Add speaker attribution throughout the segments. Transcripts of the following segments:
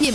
Speaker 1: Bien,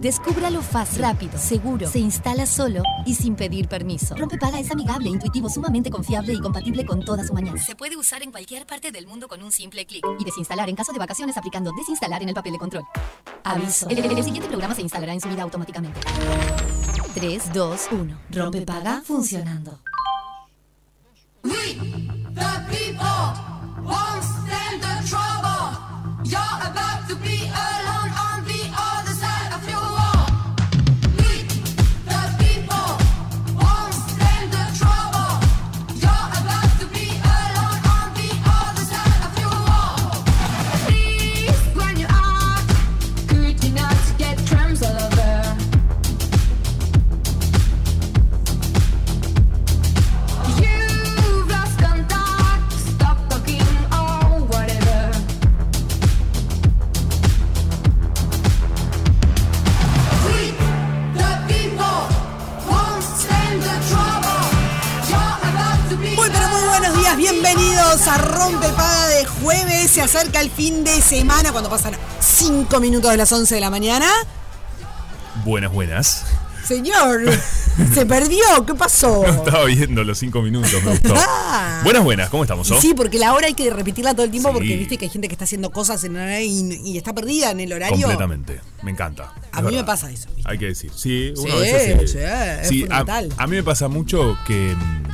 Speaker 1: Descúbralo fácil, rápido, seguro, se instala solo y sin pedir permiso. Rompepaga es amigable, intuitivo, sumamente confiable y compatible con toda su mañana.
Speaker 2: Se puede usar en cualquier parte del mundo con un simple clic.
Speaker 1: Y desinstalar en caso de vacaciones aplicando desinstalar en el papel de control. Aviso. El, el- el siguiente programa se instalará en su vida automáticamente. 3, 2, 1. Rompepaga funcionando.
Speaker 3: We, the people, won't stand the trouble. You're about to be alone on the other side of your wall. We, the people, won't stand the trouble. You're about to be alone on the other side of your wall. Please, when you are, could you not get tremors all over? You've lost contact. Stop talking or whatever. We, the people, won't stand the trouble. You're about to be.
Speaker 4: Muy pero muy buenos días, bienvenidos a Rompe Paga de jueves. Se acerca el fin de semana cuando pasan 5 minutos de las 11 de la mañana.
Speaker 5: Buenas, buenas.
Speaker 4: Señor, se perdió, ¿qué pasó?
Speaker 5: Estaba viendo los cinco minutos, me gustó.
Speaker 4: Ah.
Speaker 5: buenas, buenas, ¿cómo estamos?
Speaker 4: Y
Speaker 5: oh?
Speaker 4: Sí, porque la hora hay que repetirla todo el tiempo
Speaker 5: Sí.
Speaker 4: porque viste que hay gente que está haciendo cosas en horario y, y está perdida en el horario.
Speaker 5: Completamente. Me encanta. Es
Speaker 4: A mí me
Speaker 5: verdad.
Speaker 4: pasa eso, ¿viste?
Speaker 5: Hay que decir. Sí, uno
Speaker 4: Sí,
Speaker 5: a veces.
Speaker 4: sí, es
Speaker 5: a,
Speaker 4: fundamental.
Speaker 5: a mí me pasa mucho que mm,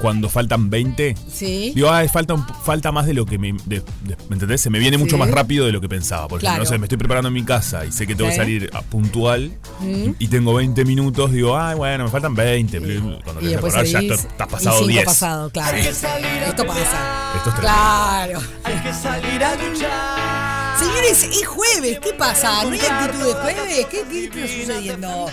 Speaker 5: cuando faltan 20.
Speaker 4: Sí.
Speaker 5: Digo, ah, falta, un- falta más de lo que me. de- de- ¿Me entendés? Se me viene mucho
Speaker 4: Sí.
Speaker 5: más rápido de lo que pensaba. Porque
Speaker 4: Claro.
Speaker 5: no sé, me estoy preparando en mi casa y sé que tengo
Speaker 4: Sí.
Speaker 5: que salir a- puntual y, y tengo 20 minutos. Digo, ah, bueno, me faltan 20. Cuando
Speaker 4: Y
Speaker 5: te
Speaker 4: después
Speaker 5: acordás, ya
Speaker 4: seguís,
Speaker 5: estás- estás
Speaker 4: y
Speaker 5: pasado
Speaker 4: cinco
Speaker 5: 10.
Speaker 4: pasado, claro. Esto pasa.
Speaker 5: Esto es tremendo.
Speaker 4: Claro.
Speaker 6: Hay que salir a luchar.
Speaker 4: Señores, es jueves, ¿qué pasa? ¿No hay actitud de jueves? ¿Qué, qué está sucediendo?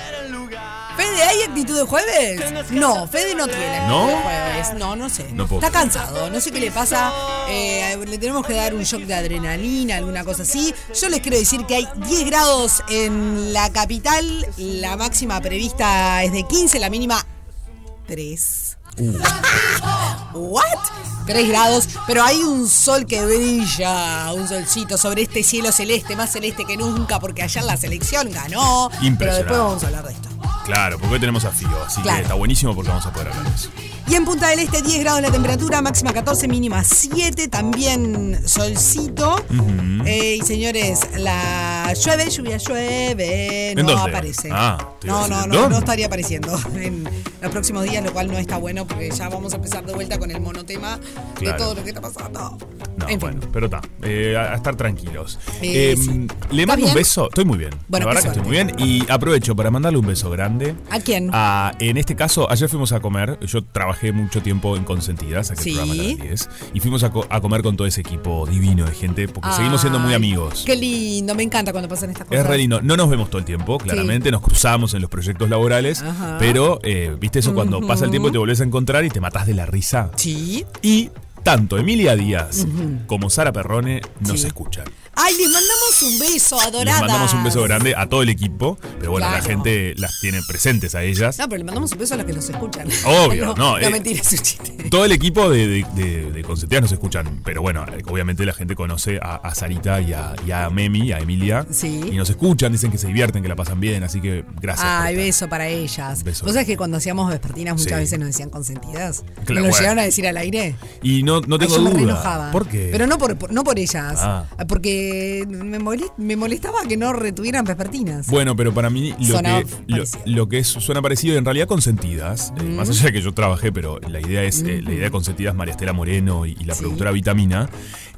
Speaker 4: Fede, ¿hay actitud de jueves? No, Fede no tiene actitud
Speaker 5: ¿No?
Speaker 4: de jueves. No, no sé.
Speaker 5: No puedo
Speaker 4: Está
Speaker 5: creer.
Speaker 4: cansado, no sé qué le pasa. Eh, le tenemos que dar un shock de adrenalina, alguna cosa así. Yo les quiero decir que hay 10 grados en la capital. La máxima prevista es de 15, la mínima 3. ¿What? 3 grados, pero hay un sol que brilla, un solcito sobre este cielo celeste, más celeste que nunca, porque ayer la selección ganó. Pero
Speaker 5: Impresionante.
Speaker 4: después vamos a hablar de esto.
Speaker 5: Claro, porque hoy tenemos a Fío, así
Speaker 4: Claro.
Speaker 5: que está buenísimo porque vamos a poder hablar de eso.
Speaker 4: Y en Punta del Este 10 grados la temperatura, máxima 14, mínima 7, también solcito. Eh, y señores, la llueve, lluvia, llueve, no
Speaker 5: ¿En dónde?
Speaker 4: aparece.
Speaker 5: Ah, te iba a
Speaker 4: no,
Speaker 5: decir,
Speaker 4: no,
Speaker 5: ¿en
Speaker 4: no,
Speaker 5: dónde?
Speaker 4: no estaría apareciendo en los próximos días, lo cual no está bueno porque ya vamos a empezar de vuelta con el monotema de
Speaker 5: Claro.
Speaker 4: todo lo que está pasando.
Speaker 5: No,
Speaker 4: en fin.
Speaker 5: bueno, pero está. eh, a, a estar tranquilos.
Speaker 4: Eh,
Speaker 5: Eh,
Speaker 4: sí.
Speaker 5: le
Speaker 4: ¿Está
Speaker 5: mando
Speaker 4: bien?
Speaker 5: un beso. Estoy muy bien.
Speaker 4: Bueno,
Speaker 5: la verdad
Speaker 4: qué
Speaker 5: que estoy muy bien. Y aprovecho para mandarle un beso grande.
Speaker 4: ¿A quién?
Speaker 5: A- en este caso, ayer fuimos a comer. Yo trabajé mucho tiempo en Consentidas, aquel
Speaker 4: Sí.
Speaker 5: programa de las 10. Y fuimos a, co- a comer con todo ese equipo divino de gente, porque seguimos siendo muy
Speaker 4: Ay,
Speaker 5: amigos.
Speaker 4: Qué lindo, me encanta cuando pasan estas cosas.
Speaker 5: Es re lindo. No nos vemos todo el tiempo, claramente. Nos cruzamos en los proyectos laborales.
Speaker 4: Ajá.
Speaker 5: Pero, eh, ¿viste eso cuando pasa el tiempo y te volvés a encontrar y te matás de la risa?
Speaker 4: Sí.
Speaker 5: Y tanto Emilia Díaz como Sara Perrone nos escuchan.
Speaker 4: Ay, les mandamos un beso, adoradas.
Speaker 5: Les mandamos un beso grande a todo el equipo, pero bueno, la
Speaker 4: Claro.
Speaker 5: gente las tiene presentes a ellas.
Speaker 4: No, pero le mandamos un beso a los que nos escuchan.
Speaker 5: Obvio, no,
Speaker 4: no.
Speaker 5: eh.
Speaker 4: mentira, es un chiste.
Speaker 5: Todo el equipo de, de, de- de Consentidas nos escuchan, pero bueno, eh, obviamente la gente conoce a, a Sarita y a, y a Memi, a Emilia.
Speaker 4: Sí.
Speaker 5: Y nos escuchan, dicen que se divierten, que la pasan bien, así que gracias. por
Speaker 4: Ay,
Speaker 5: estar.
Speaker 4: beso para ellas.
Speaker 5: Beso.
Speaker 4: ¿Vos sabés que cuando hacíamos vespertinas muchas
Speaker 5: Sí.
Speaker 4: veces nos decían consentidas? ¿Nos
Speaker 5: Claro,
Speaker 4: lo
Speaker 5: bueno.
Speaker 4: llegaron a decir al aire?
Speaker 5: Y no, no
Speaker 4: Ay,
Speaker 5: tengo
Speaker 4: yo me
Speaker 5: duda.
Speaker 4: re enojaba.
Speaker 5: ¿Por qué?
Speaker 4: Pero no por, por- no por ellas.
Speaker 5: Ah.
Speaker 4: Porque me, molest- me molestaba que no retuvieran vespertinas.
Speaker 5: Bueno, pero para mí lo,
Speaker 4: Sonaba
Speaker 5: que, lo,
Speaker 4: parecido. Mm.
Speaker 5: lo que es- suena parecido, en realidad consentidas, eh, más allá de que yo trabajé, pero la idea es, eh, la idea de consentidas, María Estela Moreno y, y la
Speaker 4: Sí.
Speaker 5: productora Vitamina.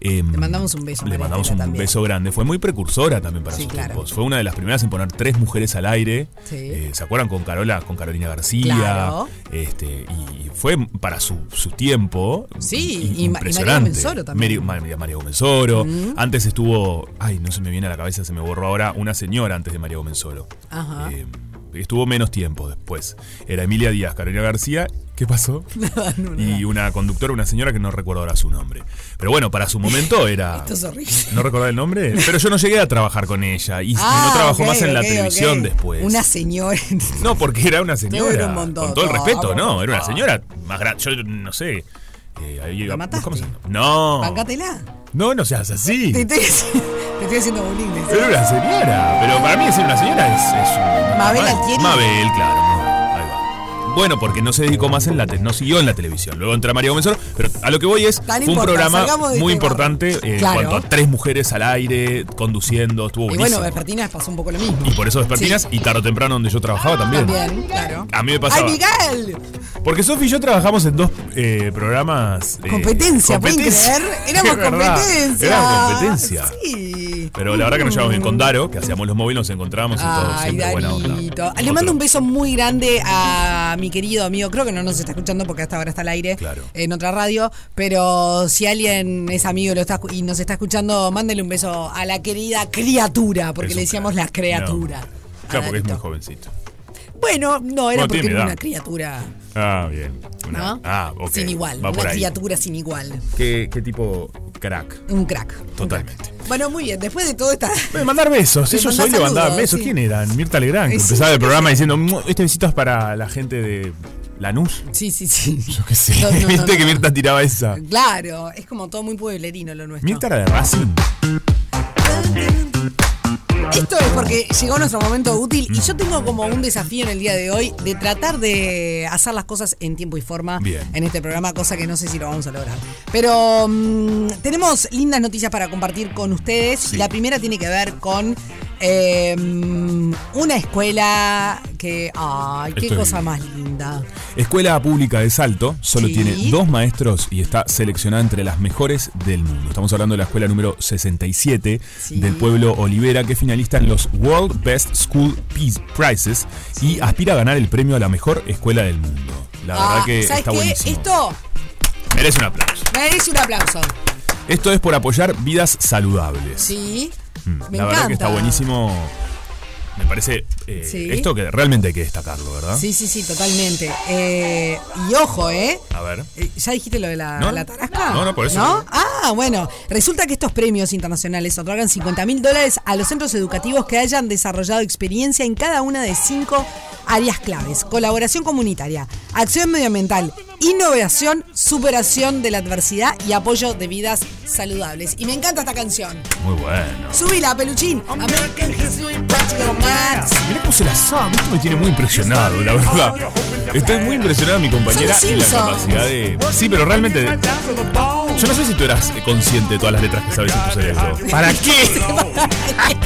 Speaker 5: eh,
Speaker 4: Le mandamos un beso,
Speaker 5: Le
Speaker 4: María
Speaker 5: mandamos
Speaker 4: Estela,
Speaker 5: un
Speaker 4: también.
Speaker 5: beso grande. Fue muy precursora también para
Speaker 4: Sí,
Speaker 5: sus
Speaker 4: claro.
Speaker 5: tiempos. Fue una de las primeras en poner tres mujeres al aire.
Speaker 4: Sí.
Speaker 5: Eh, ¿Se acuerdan con Carola, con Carolina García?
Speaker 4: Claro.
Speaker 5: Este, y fue para su, su tiempo.
Speaker 4: Sí,
Speaker 5: i-
Speaker 4: y Ma- y María
Speaker 5: impresionante.
Speaker 4: Gómez Oro también. Mm.
Speaker 5: Meri- Ma- María, María Gómez Oro. Antes estuvo. Ay, no se me viene a la cabeza, se me borró ahora. Una señora antes de María Gómez Oro.
Speaker 4: Ajá.
Speaker 5: Eh, Y estuvo menos tiempo después. Era Emilia Díaz, Carolina García. ¿Qué pasó? y una conductora, una señora que no recuerdo ahora su nombre. Pero bueno, para su momento era.
Speaker 4: Esto es horrible.
Speaker 5: No recordaba el nombre, pero yo no llegué a trabajar con ella y
Speaker 4: Ah,
Speaker 5: no trabajó
Speaker 4: ok,
Speaker 5: más en la
Speaker 4: ok,
Speaker 5: televisión
Speaker 4: ok.
Speaker 5: después.
Speaker 4: Una señora.
Speaker 5: No, porque era una señora.
Speaker 4: Era un montón.
Speaker 5: con todo el respeto,
Speaker 4: No,
Speaker 5: no, era una señora más grande. Yo no sé. eh, ahí-
Speaker 4: ¿La mataste?
Speaker 5: ¿cómo se- No.
Speaker 4: Bancátela.
Speaker 5: No, no seas así.
Speaker 4: Te estoy, te estoy haciendo bullying. ¿sí?
Speaker 5: Pero una señora. Pero para mí decir una señora es. es un-
Speaker 4: Mabel
Speaker 5: Mabel,
Speaker 4: Altieri.
Speaker 5: Mabel, claro. Ahí va. Bueno, porque no se dedicó más en la te- no siguió en la televisión. Luego entra María Gómez Oro, pero a lo que voy es
Speaker 4: Tan
Speaker 5: fue un
Speaker 4: importa,
Speaker 5: programa
Speaker 4: salgamos de
Speaker 5: muy
Speaker 4: este
Speaker 5: importante
Speaker 4: barro.
Speaker 5: eh,
Speaker 4: Claro.
Speaker 5: en cuanto a tres mujeres al aire conduciendo, estuvo
Speaker 4: Y
Speaker 5: buenísimo.
Speaker 4: bueno, Vespertinas pasó un poco lo mismo.
Speaker 5: Y por eso Vespertinas
Speaker 4: Sí.
Speaker 5: y tarde o temprano donde yo trabajaba también.
Speaker 4: También, claro.
Speaker 5: A mí me
Speaker 4: ¡Ay,
Speaker 5: pasaba.
Speaker 4: Miguel!
Speaker 5: Porque Sofi y yo trabajamos en dos eh, programas. eh,
Speaker 4: Competencia, ¿pueden
Speaker 5: competencia.
Speaker 4: creer? Éramos
Speaker 5: Es verdad,
Speaker 4: competencia.
Speaker 5: Éramos competencia.
Speaker 4: Sí.
Speaker 5: Pero la verdad que nos llevamos bien con Daro, que hacíamos los móviles, nos encontramos y todo
Speaker 4: Mm. Ay,
Speaker 5: siempre buena onda.
Speaker 4: Darito. Le
Speaker 5: Otro-
Speaker 4: mando un beso muy grande a mi querido amigo. Creo que no nos está escuchando porque hasta ahora está al aire
Speaker 5: Claro.
Speaker 4: en otra radio. Pero si alguien es amigo y lo está escu- y nos está escuchando, mándele un beso a la querida criatura, porque
Speaker 5: Es
Speaker 4: le
Speaker 5: un
Speaker 4: decíamos
Speaker 5: crack.
Speaker 4: la criatura.
Speaker 5: No.
Speaker 4: a
Speaker 5: Claro, porque es muy
Speaker 4: Darito.
Speaker 5: jovencito.
Speaker 4: Bueno, no, era
Speaker 5: Bueno,
Speaker 4: porque
Speaker 5: tiene
Speaker 4: era
Speaker 5: edad.
Speaker 4: una criatura.
Speaker 5: Ah, bien. Una-
Speaker 4: ¿no?
Speaker 5: Ah, ok.
Speaker 4: Sin igual.
Speaker 5: Va
Speaker 4: una
Speaker 5: por ahí.
Speaker 4: criatura sin igual.
Speaker 5: ¿Qué, qué tipo crack.
Speaker 4: Un crack. un
Speaker 5: Totalmente.
Speaker 4: crack. Bueno, muy bien. Después de todo esta.
Speaker 5: Eh, Mandar besos,
Speaker 4: Le
Speaker 5: ellos
Speaker 4: mandás
Speaker 5: hoy le mandaban
Speaker 4: saludos,
Speaker 5: besos.
Speaker 4: sí.
Speaker 5: ¿Quién eran? Mirta Legrand, que
Speaker 4: Sí.
Speaker 5: empezaba el programa diciendo: "Mu, Este besito es para la gente de Lanús.
Speaker 4: Sí, sí, sí.
Speaker 5: Yo qué sé.
Speaker 4: No, no, no,
Speaker 5: Viste que
Speaker 4: no.
Speaker 5: Mirta tiraba esa.
Speaker 4: Claro, es como todo muy pueblerino lo nuestro.
Speaker 5: Mirta era de Racing.
Speaker 4: Esto es porque llegó nuestro momento útil y yo tengo como un desafío en el día de hoy de tratar de hacer las cosas en tiempo y forma
Speaker 5: Bien.
Speaker 4: en este programa, cosa que no sé si lo vamos a lograr. Pero mm, tenemos lindas noticias para compartir con ustedes.
Speaker 5: Sí.
Speaker 4: La primera tiene que ver con eh, una escuela que... ¡Ay, qué
Speaker 5: Estoy
Speaker 4: cosa
Speaker 5: bien.
Speaker 4: más linda!
Speaker 5: Escuela Pública de Salto solo
Speaker 4: Sí.
Speaker 5: tiene dos maestros y está seleccionada entre las mejores del mundo. Estamos hablando de la escuela número 67
Speaker 4: Sí.
Speaker 5: del pueblo Olivera, que finalista en los World Best School Peace Prizes y aspira a ganar el premio a la mejor escuela del mundo. La
Speaker 4: Ah,
Speaker 5: verdad que
Speaker 4: ¿Sabes
Speaker 5: está
Speaker 4: qué?
Speaker 5: buenísimo.
Speaker 4: Esto
Speaker 5: Merece un aplauso.
Speaker 4: merece un aplauso.
Speaker 5: Esto es por apoyar vidas saludables.
Speaker 4: Sí.
Speaker 5: Mm,
Speaker 4: Me
Speaker 5: la
Speaker 4: encanta.
Speaker 5: verdad que está buenísimo. Me parece eh,
Speaker 4: Sí.
Speaker 5: esto que realmente hay que destacarlo, ¿verdad?
Speaker 4: Sí, sí, sí, totalmente. Eh, y ojo, ¿eh?
Speaker 5: A ver.
Speaker 4: Eh, ¿Ya dijiste lo de la,
Speaker 5: No.
Speaker 4: la tarasca?
Speaker 5: No, no, por eso.
Speaker 4: ¿No? Ah, bueno. Resulta que estos premios internacionales otorgan 50 mil dólares a los centros educativos que hayan desarrollado experiencia en cada una de cinco áreas claves. Colaboración comunitaria, acción medioambiental, innovación, superación de la adversidad y apoyo de vidas saludables. Y me encanta esta canción.
Speaker 5: Muy bueno.
Speaker 4: Subila, peluchín. American History Practical Maths.
Speaker 5: Yo le puse la sub, esto me tiene muy impresionado, la verdad. Estoy muy impresionado mi compañera
Speaker 4: Son
Speaker 5: y la
Speaker 4: Simpsons.
Speaker 5: capacidad de. Sí, pero realmente. Yo no sé si tú eras consciente de todas las letras que sabes en tu cerebro. ¿Para qué?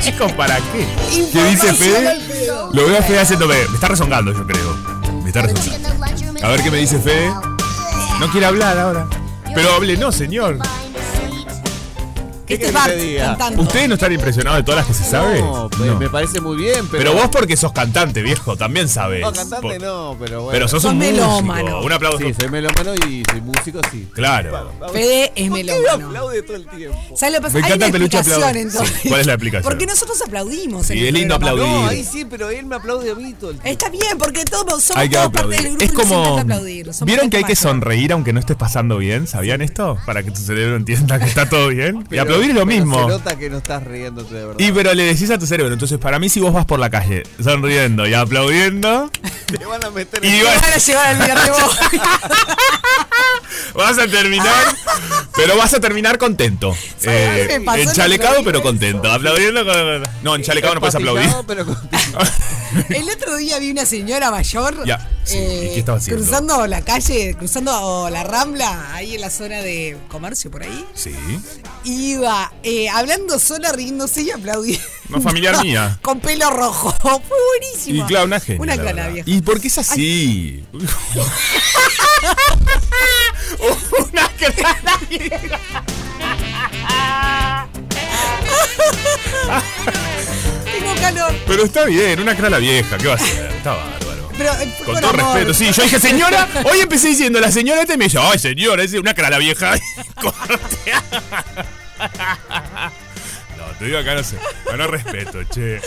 Speaker 5: Chicos, ¿para qué? ¿Qué dice
Speaker 4: Información
Speaker 5: Fede?
Speaker 4: al pedo.
Speaker 5: Lo veo a Fede haciéndome. Me está rezongando, yo creo. Me está rezongando. A ver qué me dice Fede. No quiere hablar ahora. Pero hable, no, señor.
Speaker 6: ¿Qué
Speaker 4: Este es
Speaker 6: querés que
Speaker 4: Bart
Speaker 6: te diga?
Speaker 4: cantando.
Speaker 5: ¿Ustedes no están impresionados de todas las que se sabe?
Speaker 6: No, me-
Speaker 5: No.
Speaker 6: me parece muy bien, pero.
Speaker 5: Pero vos porque sos cantante, viejo, también sabes.
Speaker 6: No, cantante
Speaker 5: Por-
Speaker 6: no, pero bueno.
Speaker 5: Pero sos
Speaker 4: Sos
Speaker 5: un
Speaker 4: melómano.
Speaker 5: músico. Un aplauso.
Speaker 6: Sí, soy melómano y soy músico, sí.
Speaker 5: Claro.
Speaker 4: Fede es melómano.
Speaker 6: aplaude todo el tiempo?
Speaker 4: ¿Sabes lo que pasa?
Speaker 5: Me
Speaker 4: Hay
Speaker 5: encanta
Speaker 4: una
Speaker 5: el peluche
Speaker 4: explicación
Speaker 5: aplaude.
Speaker 4: entonces.
Speaker 5: Sí, ¿cuál es la explicación?
Speaker 4: Porque nosotros aplaudimos.
Speaker 5: Sí,
Speaker 4: en el
Speaker 5: es lindo
Speaker 4: programa.
Speaker 5: aplaudir.
Speaker 6: No, ahí sí, pero él me aplaude a mí todo el tiempo.
Speaker 4: Está bien, porque todos somos
Speaker 5: Hay que
Speaker 4: todos parte del
Speaker 5: aplaudir.
Speaker 4: grupo
Speaker 5: Es
Speaker 4: y nos encanta
Speaker 5: como.
Speaker 4: aplaudir. Somos
Speaker 5: ¿Vieron que hay
Speaker 4: gente
Speaker 5: que
Speaker 4: mayor.
Speaker 5: sonreír aunque no estés pasando bien? ¿Sabían esto? Para que tu cerebro entienda que está todo bien. y
Speaker 6: Pero-
Speaker 5: aplaudir es lo
Speaker 6: pero
Speaker 5: mismo.
Speaker 6: Se nota que no estás riéndote de verdad.
Speaker 5: Y pero le decís a tu cerebro, entonces para mí si vos vas por la calle sonriendo y aplaudiendo,
Speaker 6: Te van a meter
Speaker 5: Y
Speaker 6: en-
Speaker 5: va-
Speaker 4: Te van a llevar al mirarte vos.
Speaker 5: vas a terminar, pero vas a terminar contento. Eh,
Speaker 4: ¿Sabés qué me pasó?
Speaker 5: enchalecado
Speaker 4: No
Speaker 5: pero
Speaker 4: sabía
Speaker 5: contento, aplaudiendo con... No, enchalecado no puedes
Speaker 6: Empatizado,
Speaker 5: aplaudir.
Speaker 6: pero con-
Speaker 4: El otro día vi una señora mayor eh,
Speaker 5: Ya, sí, ¿y qué estaba haciendo?
Speaker 4: cruzando la calle, cruzando la rambla, ahí en la zona de comercio por ahí.
Speaker 5: Sí.
Speaker 4: Iba eh, hablando sola, riéndose y aplaudiendo.
Speaker 5: No, familiar mía.
Speaker 4: Con pelo rojo. Fue buenísimo.
Speaker 5: Y claro, una genia.
Speaker 4: Una
Speaker 5: la
Speaker 4: cana
Speaker 5: verdad.
Speaker 4: vieja.
Speaker 5: ¿Y por qué es así? una cana vieja.
Speaker 4: Tengo calor.
Speaker 5: Pero está bien, una crala vieja, ¿qué va a hacer? Está bárbaro.
Speaker 4: Pero, eh, fue
Speaker 5: Con todo
Speaker 4: amor.
Speaker 5: respeto, sí, yo dije, señora, hoy empecé diciendo, la señora este me dice, ay señora, es una crala vieja. Corte. no, te digo acá no sé. No, no respeto, che.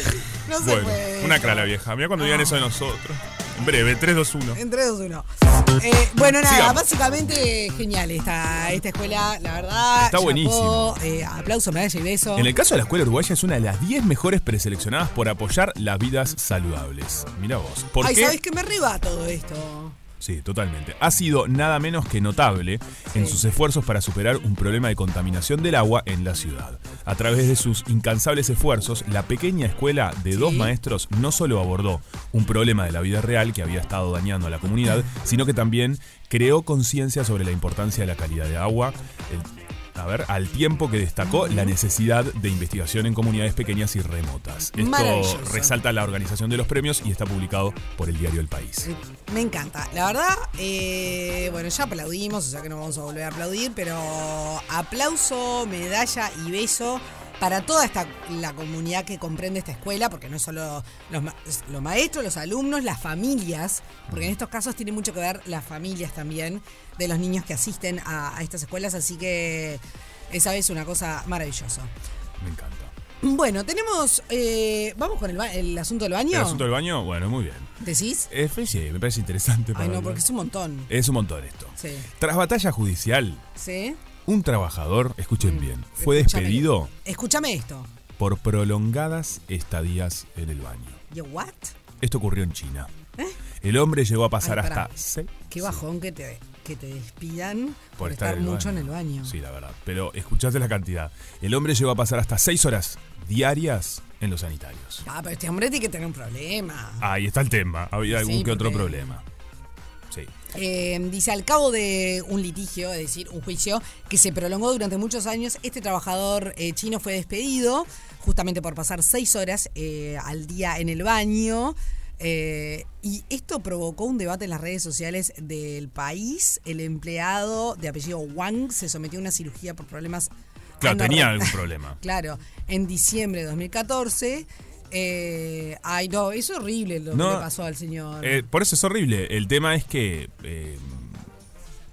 Speaker 4: No se
Speaker 5: bueno,
Speaker 4: puede. Ah.
Speaker 5: una crala vieja. Mira cuando digan eso de nosotros. En breve, 3, 2, 1.
Speaker 4: Entre dos, uno. Eh, bueno, nada,
Speaker 5: Sigamos.
Speaker 4: básicamente genial esta, esta escuela, la verdad.
Speaker 5: Está buenísimo.
Speaker 4: Eh, aplauso, medalla y beso.
Speaker 5: En el caso de la escuela uruguaya es una de las 10 mejores preseleccionadas por apoyar las vidas saludables. Mira vos. ¿Por
Speaker 4: Ay,
Speaker 5: qué?
Speaker 4: ¿sabes qué me arriba todo esto?
Speaker 5: Sí, totalmente. Ha sido nada menos que notable en sus esfuerzos para superar un problema de contaminación del agua en la ciudad. A través de sus incansables esfuerzos, la pequeña escuela de dos maestros no solo abordó un problema de la vida real que había estado dañando a la comunidad, sino que también creó conciencia sobre la importancia de la calidad de agua. el- a ver, al tiempo que destacó la necesidad de investigación en comunidades pequeñas y remotas. Esto
Speaker 4: Maravilloso.
Speaker 5: resalta la organización de los premios y está publicado por el diario El País.
Speaker 4: Me encanta. La verdad, eh, bueno, ya aplaudimos, o sea que no vamos a volver a aplaudir, pero aplauso, medalla y beso para toda esta, la comunidad que comprende esta escuela, porque no es solo los, ma- los maestros, los alumnos, las familias, porque en estos casos tiene mucho que ver las familias también de los niños que asisten a, a estas escuelas, así que esa es una cosa maravillosa.
Speaker 5: Me encanta.
Speaker 4: Bueno, tenemos, eh, vamos con el, ba- el asunto del baño.
Speaker 5: ¿El asunto del baño? Bueno, muy bien.
Speaker 4: ¿Decís?
Speaker 5: Eh, pues sí, me parece interesante. para
Speaker 4: Ay, no,
Speaker 5: hablar.
Speaker 4: porque es un montón.
Speaker 5: Es un montón esto.
Speaker 4: Sí.
Speaker 5: Tras batalla judicial,
Speaker 4: ¿Sí?
Speaker 5: un trabajador,
Speaker 4: Mm.
Speaker 5: escuchen bien, fue
Speaker 4: Escúchame.
Speaker 5: despedido
Speaker 4: Escúchame esto.
Speaker 5: por prolongadas estadías en el baño.
Speaker 4: Yo, ¿what?
Speaker 5: Esto ocurrió en China. El hombre llegó a pasar
Speaker 4: ¿Eh? Ay, pará.
Speaker 5: hasta seis
Speaker 4: Qué bajón que te, que te despidan por, estar, mucho en el baño.
Speaker 5: Sí, la verdad. Pero escuchaste la cantidad. El hombre llegó a pasar hasta seis horas diarias en los sanitarios.
Speaker 4: Ah, pero este hombre tiene que tener un problema.
Speaker 5: Ahí está el tema. Había
Speaker 4: Ah. Sí,
Speaker 5: algún que otro
Speaker 4: porque-
Speaker 5: problema. Sí.
Speaker 4: Eh, dice, al cabo de un litigio, es decir, un juicio que se prolongó durante muchos años, este trabajador eh, chino fue despedido justamente por pasar seis horas eh, al día en el baño. Eh, y esto provocó un debate en las redes sociales del país. El empleado de apellido Wang se sometió a una cirugía por problemas...
Speaker 5: Claro,
Speaker 4: anorma-
Speaker 5: tenía algún problema.
Speaker 4: Claro, en diciembre de 2014... eh, ay, no, es horrible lo
Speaker 5: No,
Speaker 4: que le pasó al señor.
Speaker 5: Eh, por eso es horrible. El tema es que. eh,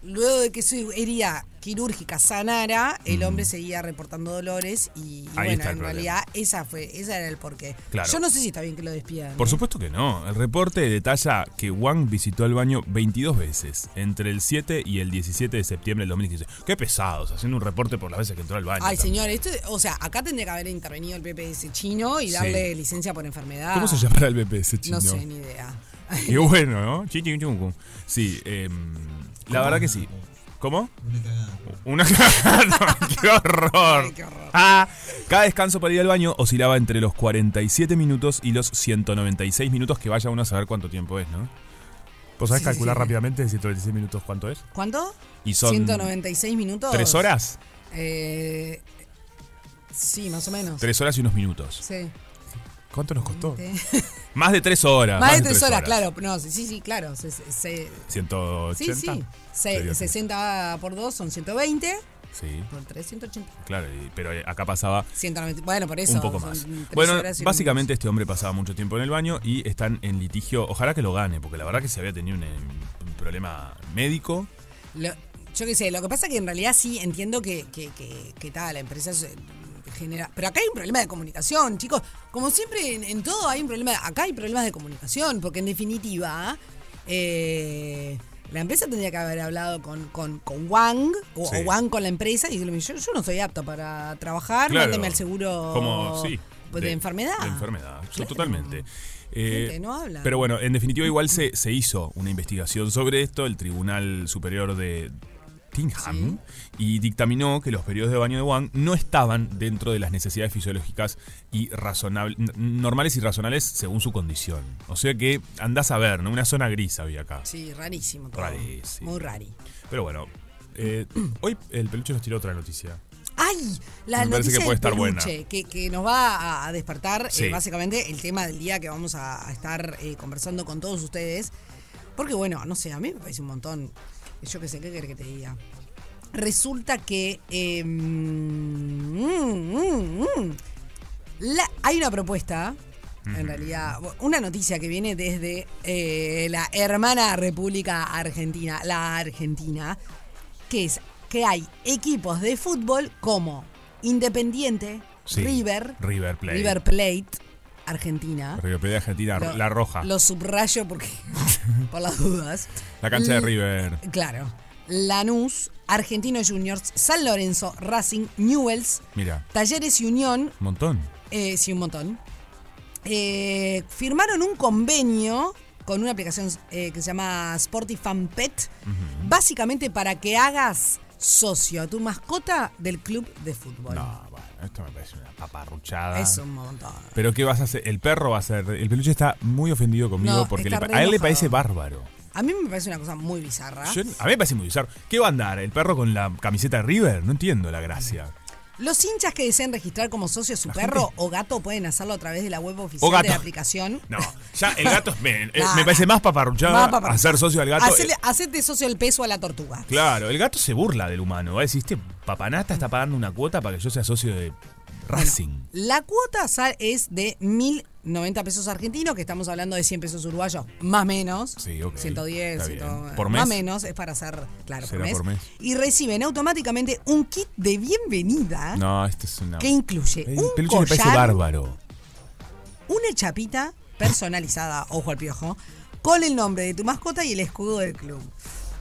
Speaker 4: Luego de que su herida quirúrgica sanara, el hombre seguía reportando dolores y, y
Speaker 5: Mm. Ahí
Speaker 4: bueno,
Speaker 5: está
Speaker 4: en
Speaker 5: el problema.
Speaker 4: realidad esa fue, esa era el porqué.
Speaker 5: Claro.
Speaker 4: Yo no sé si está bien que lo despidan.
Speaker 5: por
Speaker 4: ¿eh?
Speaker 5: supuesto que no. El reporte detalla que Wang visitó el baño 22 veces entre el 7 y el 17 de septiembre del 2015. Qué pesados, haciendo un reporte por las veces que entró al baño.
Speaker 4: Ay,
Speaker 5: también.
Speaker 4: señor, esto, o sea, acá tendría que haber intervenido el PPS chino y
Speaker 5: Sí.
Speaker 4: darle licencia por enfermedad.
Speaker 5: ¿Cómo se llamará el BPS chino?
Speaker 4: No sé, ni idea.
Speaker 5: Qué bueno, ¿no? Chin, chin, chun, cun. Sí, eh, la verdad que sí. ¿Cómo? Una cagada. ¡Qué horror!
Speaker 4: Ay, qué horror.
Speaker 5: Ah, cada descanso para ir al baño oscilaba entre los 47 minutos y los 196 minutos, que vaya uno a saber cuánto tiempo es, ¿no? ¿Vos sabés
Speaker 4: Sí, sí,
Speaker 5: calcular
Speaker 4: sí.
Speaker 5: rápidamente de 196 minutos cuánto es?
Speaker 4: ¿Cuánto?
Speaker 5: Y son
Speaker 4: 196 minutos.
Speaker 5: ¿Tres horas?
Speaker 4: Eh, sí, más o menos.
Speaker 5: Tres horas y unos minutos.
Speaker 4: Sí.
Speaker 5: ¿Cuánto nos costó?
Speaker 4: Sí.
Speaker 5: Más de tres horas.
Speaker 4: Más de tres horas, claro. No, sí, sí, claro. Se- se- se-
Speaker 5: 180.
Speaker 4: Sí, sí. Se-
Speaker 5: Sería así.
Speaker 4: 60 por 2 son 120.
Speaker 5: Sí,
Speaker 4: Por 380.
Speaker 5: claro. y- Pero eh, acá pasaba
Speaker 4: 190. Bueno, por eso.
Speaker 5: un poco
Speaker 4: son
Speaker 5: más.
Speaker 4: tres
Speaker 5: Bueno,
Speaker 4: horas y
Speaker 5: básicamente este hombre pasaba mucho tiempo en el baño y están en litigio. Ojalá que lo gane, porque la verdad que se había tenido un, eh, un problema médico.
Speaker 4: un- lo- yo qué sé, lo que pasa que en realidad sí entiendo que, que, que, que tal, la empresa se- genera. Pero acá hay un problema de comunicación, chicos. Como siempre, en, en todo hay un problema. Acá hay problemas de comunicación, porque en definitiva. eh, la empresa tendría que haber hablado con, con, con Wang o,
Speaker 5: Sí.
Speaker 4: o Wang con la empresa y decirle, yo, yo no soy apto para trabajar,
Speaker 5: Claro.
Speaker 4: mándeme al seguro
Speaker 5: Como, sí,
Speaker 4: de, enfermedad.
Speaker 5: De enfermedad, sí,
Speaker 4: Claro.
Speaker 5: totalmente.
Speaker 4: Gente, no habla.
Speaker 5: Pero bueno, en definitiva igual se, se hizo una investigación sobre esto, el Tribunal Superior de Tingham, y dictaminó que los periodos de baño de Wang no estaban dentro de las necesidades fisiológicas y razonable- n- normales y razonables según su condición. O sea que andás a ver, ¿no? Una zona gris había acá.
Speaker 4: Sí, rarísimo. todo.
Speaker 5: Rarísimo.
Speaker 4: Muy rari.
Speaker 5: Pero bueno, eh, hoy el peluche nos tiró otra noticia.
Speaker 4: ¡Ay! La
Speaker 5: Me parece
Speaker 4: noticia
Speaker 5: que puede
Speaker 4: del
Speaker 5: estar buena.
Speaker 4: peluche, Que, que nos va a, a despertar eh,
Speaker 5: Sí.
Speaker 4: básicamente el tema del día que vamos a, a estar eh, conversando con todos ustedes. Porque bueno, no sé, a mí me parece un montón. Yo qué sé, ¿qué querés que te diga? Resulta que... eh, mm, mm, mm, la- hay una propuesta, en realidad, una noticia que viene desde eh, la hermana República Argentina, la Argentina, que es que hay equipos de fútbol como Independiente,
Speaker 5: Sí.
Speaker 4: River.
Speaker 5: River Plate.
Speaker 4: River Plate, Argentina.
Speaker 5: River Plate de Argentina,
Speaker 4: Lo-
Speaker 5: la roja.
Speaker 4: Lo subrayo porque. por las dudas.
Speaker 5: la cancha de
Speaker 4: L-
Speaker 5: River.
Speaker 4: Claro. Lanús, Argentino Juniors, San Lorenzo, Racing, Newells,
Speaker 5: Mira,
Speaker 4: Talleres y Unión,
Speaker 5: un montón.
Speaker 4: eh, sí, un montón. Eh, firmaron un convenio con una aplicación eh, que se llama Sporty Fan Pet, básicamente para que hagas socio a tu mascota del club de fútbol.
Speaker 5: No, Ah, bueno, esto me parece una paparruchada.
Speaker 4: Es un montón.
Speaker 5: Pero ¿qué vas a hacer? El perro va a ser. El peluche está muy ofendido conmigo
Speaker 4: No,
Speaker 5: porque
Speaker 4: está
Speaker 5: le pa-
Speaker 4: re
Speaker 5: a él le
Speaker 4: enojado.
Speaker 5: parece bárbaro.
Speaker 4: A mí me parece una cosa muy bizarra.
Speaker 5: Yo- a mí me parece muy bizarro. ¿Qué va a andar? ¿El perro con la camiseta de River? No entiendo la gracia.
Speaker 4: Los hinchas que deseen registrar como socio a su perro o gato pueden hacerlo a través de la web
Speaker 5: O
Speaker 4: oficial
Speaker 5: gato.
Speaker 4: de la aplicación.
Speaker 5: No, ya el gato es- me, eh,
Speaker 4: No,
Speaker 5: me
Speaker 4: no.
Speaker 5: parece más paparruchada
Speaker 4: Más paparruchada.
Speaker 5: hacer socio al gato.
Speaker 4: Hacele-
Speaker 5: Eh,
Speaker 4: hacete socio el peso a la tortuga.
Speaker 5: claro, el gato se burla del humano. Va a decir, este papanata está pagando una cuota para que yo sea socio de Racing.
Speaker 4: La cuota sal es de 1.090 pesos argentinos, que estamos hablando de 100 pesos uruguayos, más menos.
Speaker 5: Sí, ok,
Speaker 4: 110,
Speaker 5: está
Speaker 4: 100,
Speaker 5: bien. ¿Por
Speaker 4: más
Speaker 5: mes?
Speaker 4: menos, es para hacer, claro, por
Speaker 5: Será
Speaker 4: mes.
Speaker 5: por mes.
Speaker 4: Y reciben automáticamente un kit de bienvenida
Speaker 5: No, este es una...
Speaker 4: que incluye
Speaker 5: El
Speaker 4: ¿Ah? un
Speaker 5: peluche me parece
Speaker 4: collar,
Speaker 5: bárbaro.
Speaker 4: una chapita personalizada, ojo al piojo, con el nombre de tu mascota y el escudo del club.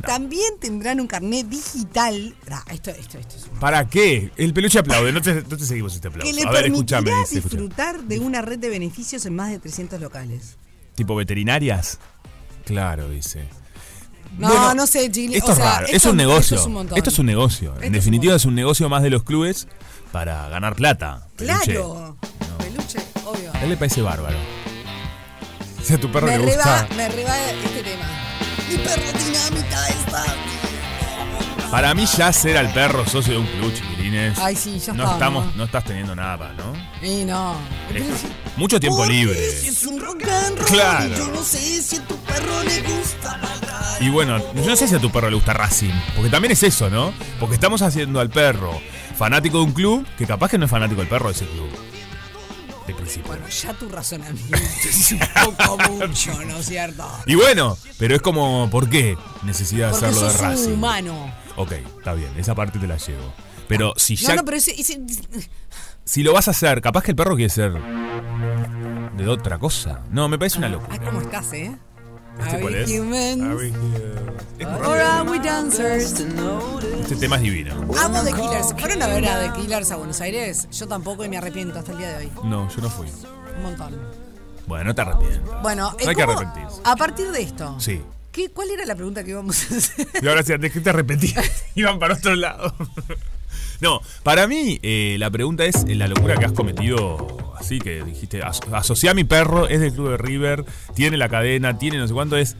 Speaker 4: También tendrán un carnet digital. Ah, esto, esto, esto es un-
Speaker 5: ¿Para qué? El peluche aplaude. No te, no te seguimos este aplauso.
Speaker 4: Que le
Speaker 5: a ver,
Speaker 4: permitirá
Speaker 5: escúchame. dice, escúchame.
Speaker 4: disfrutar de una red de beneficios en más de 300 locales.
Speaker 5: ¿Tipo veterinarias? Claro, dice.
Speaker 4: No,
Speaker 5: Bueno,
Speaker 4: no sé, Gil.
Speaker 5: Esto
Speaker 4: o
Speaker 5: es
Speaker 4: sea,
Speaker 5: raro,
Speaker 4: esto
Speaker 5: es un
Speaker 4: esto
Speaker 5: negocio.
Speaker 4: es un montón.
Speaker 5: Esto es un negocio.
Speaker 4: Esto es
Speaker 5: en
Speaker 4: un
Speaker 5: definitiva,
Speaker 4: montón.
Speaker 5: es un negocio más de los clubes para ganar plata. Peluche.
Speaker 4: Claro. Peluche, obvio.
Speaker 5: A él le parece bárbaro. Si a tu perro
Speaker 4: Me
Speaker 5: le
Speaker 4: reba,
Speaker 5: gusta.
Speaker 4: me reba este tema. Mi perro dinámica está.
Speaker 5: Para mí, ya ser al perro socio de un club, chiquilines.
Speaker 4: Ay, sí, ya
Speaker 5: no
Speaker 4: está,
Speaker 5: Estamos,
Speaker 4: ¿no?
Speaker 5: no estás teniendo nada, ¿no?
Speaker 4: Y no.
Speaker 5: Es- mucho tiempo
Speaker 4: Porque
Speaker 5: libre.
Speaker 4: Es un rock and roll.
Speaker 5: Claro.
Speaker 4: Y yo no sé si a tu perro le gusta bailar.
Speaker 5: Y bueno, yo no sé si a tu perro le gusta Racing, porque también es eso, ¿no? Porque estamos haciendo al perro fanático de un club que capaz que no es fanático del perro de ese club. De principio.
Speaker 4: Bueno, ya tu razonamiento es un poco mucho, ¿no es cierto?
Speaker 5: Y bueno, pero es como, ¿por qué necesidad de
Speaker 4: Porque
Speaker 5: hacerlo de
Speaker 4: sos
Speaker 5: Racing?
Speaker 4: un humano.
Speaker 5: Ok, está bien, esa parte te la llevo. Pero si ya,
Speaker 4: No, no, pero ese- ese-
Speaker 5: si lo vas a hacer, capaz que el perro quiere ser de otra cosa. No, me parece una
Speaker 4: Ay,
Speaker 5: locura.
Speaker 4: ¿cómo estás, eh?
Speaker 5: ¿Este
Speaker 4: Are
Speaker 5: cuál
Speaker 4: we
Speaker 5: es?
Speaker 4: humans?
Speaker 5: Are we here? Es muy
Speaker 4: Or
Speaker 5: rápido.
Speaker 4: are we dancers?
Speaker 5: Este tema es divino.
Speaker 4: Amo The Killers. ¿Fueron a ver a The Killers a Buenos Aires? Yo tampoco y me arrepiento hasta el día de hoy.
Speaker 5: No, yo no fui.
Speaker 4: Un montón.
Speaker 5: Bueno, no te arrepientas.
Speaker 4: Bueno, eh,
Speaker 5: no hay que
Speaker 4: ¿cómo-
Speaker 5: arrepentirse.
Speaker 4: A partir de esto,
Speaker 5: Sí.
Speaker 4: ¿qué, ¿cuál era la pregunta que íbamos a hacer?
Speaker 5: Y ahora sí, antes que te arrepentí, iban para otro lado. No, para mí eh, la pregunta es eh, la locura que has cometido, así que dijiste, as- asocié a mi perro, es del club de River, tiene la cadena, tiene no sé cuánto, es...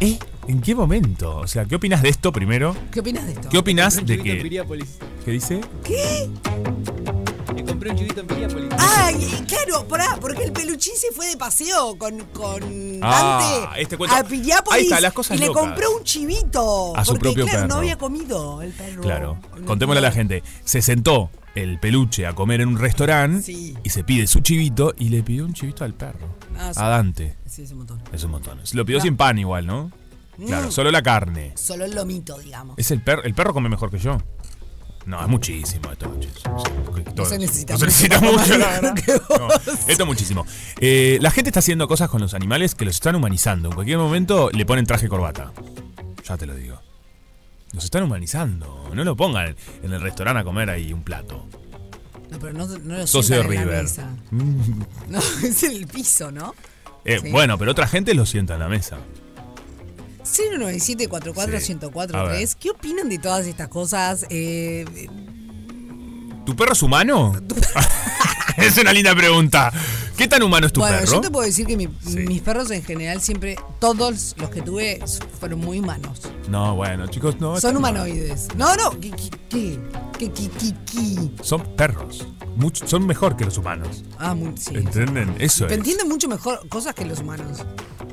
Speaker 5: ¿Eh? ¿En qué momento? O sea, ¿qué opinas de esto primero?
Speaker 4: ¿Qué opinas de esto?
Speaker 5: ¿Qué opinas de
Speaker 6: chivito en
Speaker 5: que...
Speaker 6: Piriápolis.
Speaker 5: ¿Qué dice?
Speaker 6: Me compré un chivito en Piriápolis.
Speaker 4: Ay, Ah, y claro, pará, porque el peluchín se fue de paseo con, con Dante
Speaker 5: Ah, este cuento.
Speaker 4: a Piriápolis
Speaker 5: Ahí está, las cosas
Speaker 4: y le
Speaker 5: locas.
Speaker 4: compró un chivito.
Speaker 5: A su
Speaker 4: porque,
Speaker 5: propio
Speaker 4: claro, no
Speaker 5: perro.
Speaker 4: había comido el perro.
Speaker 5: Claro, contémosle a la gente. Se sentó el peluche a comer en un restaurante
Speaker 4: Sí.
Speaker 5: y se pide su chivito y le pidió un chivito al perro,
Speaker 4: Ah, sí.
Speaker 5: a Dante.
Speaker 4: Sí, es un montón.
Speaker 5: Es un montón. Se Lo pidió sin pan igual, ¿no? Claro, solo la carne.
Speaker 4: Solo el lomito, digamos.
Speaker 5: Es el perro. El perro come mejor que yo. No, es muchísimo esto. muchísimo. Todo-
Speaker 4: se necesita
Speaker 5: no se
Speaker 4: mucho
Speaker 5: necesita
Speaker 4: para
Speaker 5: mucho,
Speaker 4: comer
Speaker 5: la
Speaker 4: mejor
Speaker 5: verdad.
Speaker 4: que
Speaker 5: No, esto es muchísimo. Eh, la gente está haciendo cosas con los animales que los están humanizando. En cualquier momento le ponen traje y corbata. Ya te lo digo. Los están humanizando. No lo pongan en el restaurante a comer ahí un plato.
Speaker 4: No, pero no, no lo
Speaker 5: Socio
Speaker 4: sientan
Speaker 5: de
Speaker 4: en la
Speaker 5: River. Mm.
Speaker 4: mesa. No, es el piso, ¿no?
Speaker 5: Eh,
Speaker 4: Sí.
Speaker 5: Bueno, pero otra gente lo sienta en la mesa.
Speaker 4: 097
Speaker 5: Sí.
Speaker 4: 1043
Speaker 5: A
Speaker 4: ¿Qué opinan de todas estas cosas? Eh,
Speaker 5: ¿Tu perro es humano? es una linda pregunta. ¿Qué tan humano es tu
Speaker 4: bueno,
Speaker 5: perro?
Speaker 4: yo te puedo decir que mi-
Speaker 5: Sí.
Speaker 4: mis perros en general siempre, todos los que tuve fueron muy humanos.
Speaker 5: No, bueno, chicos, no.
Speaker 4: Son
Speaker 5: tan Ah, mal.
Speaker 4: humanoides. No, no. ¿Qué? ¿Qué? ¿Qué? ¿Qué? ¿Qué? qué- qué?
Speaker 5: Son perros. Mucho- son mejor que los humanos.
Speaker 4: Ah, muy, sí.
Speaker 5: ¿Entienden? Eso
Speaker 4: Te
Speaker 5: es.
Speaker 4: entienden mucho mejor cosas que los humanos.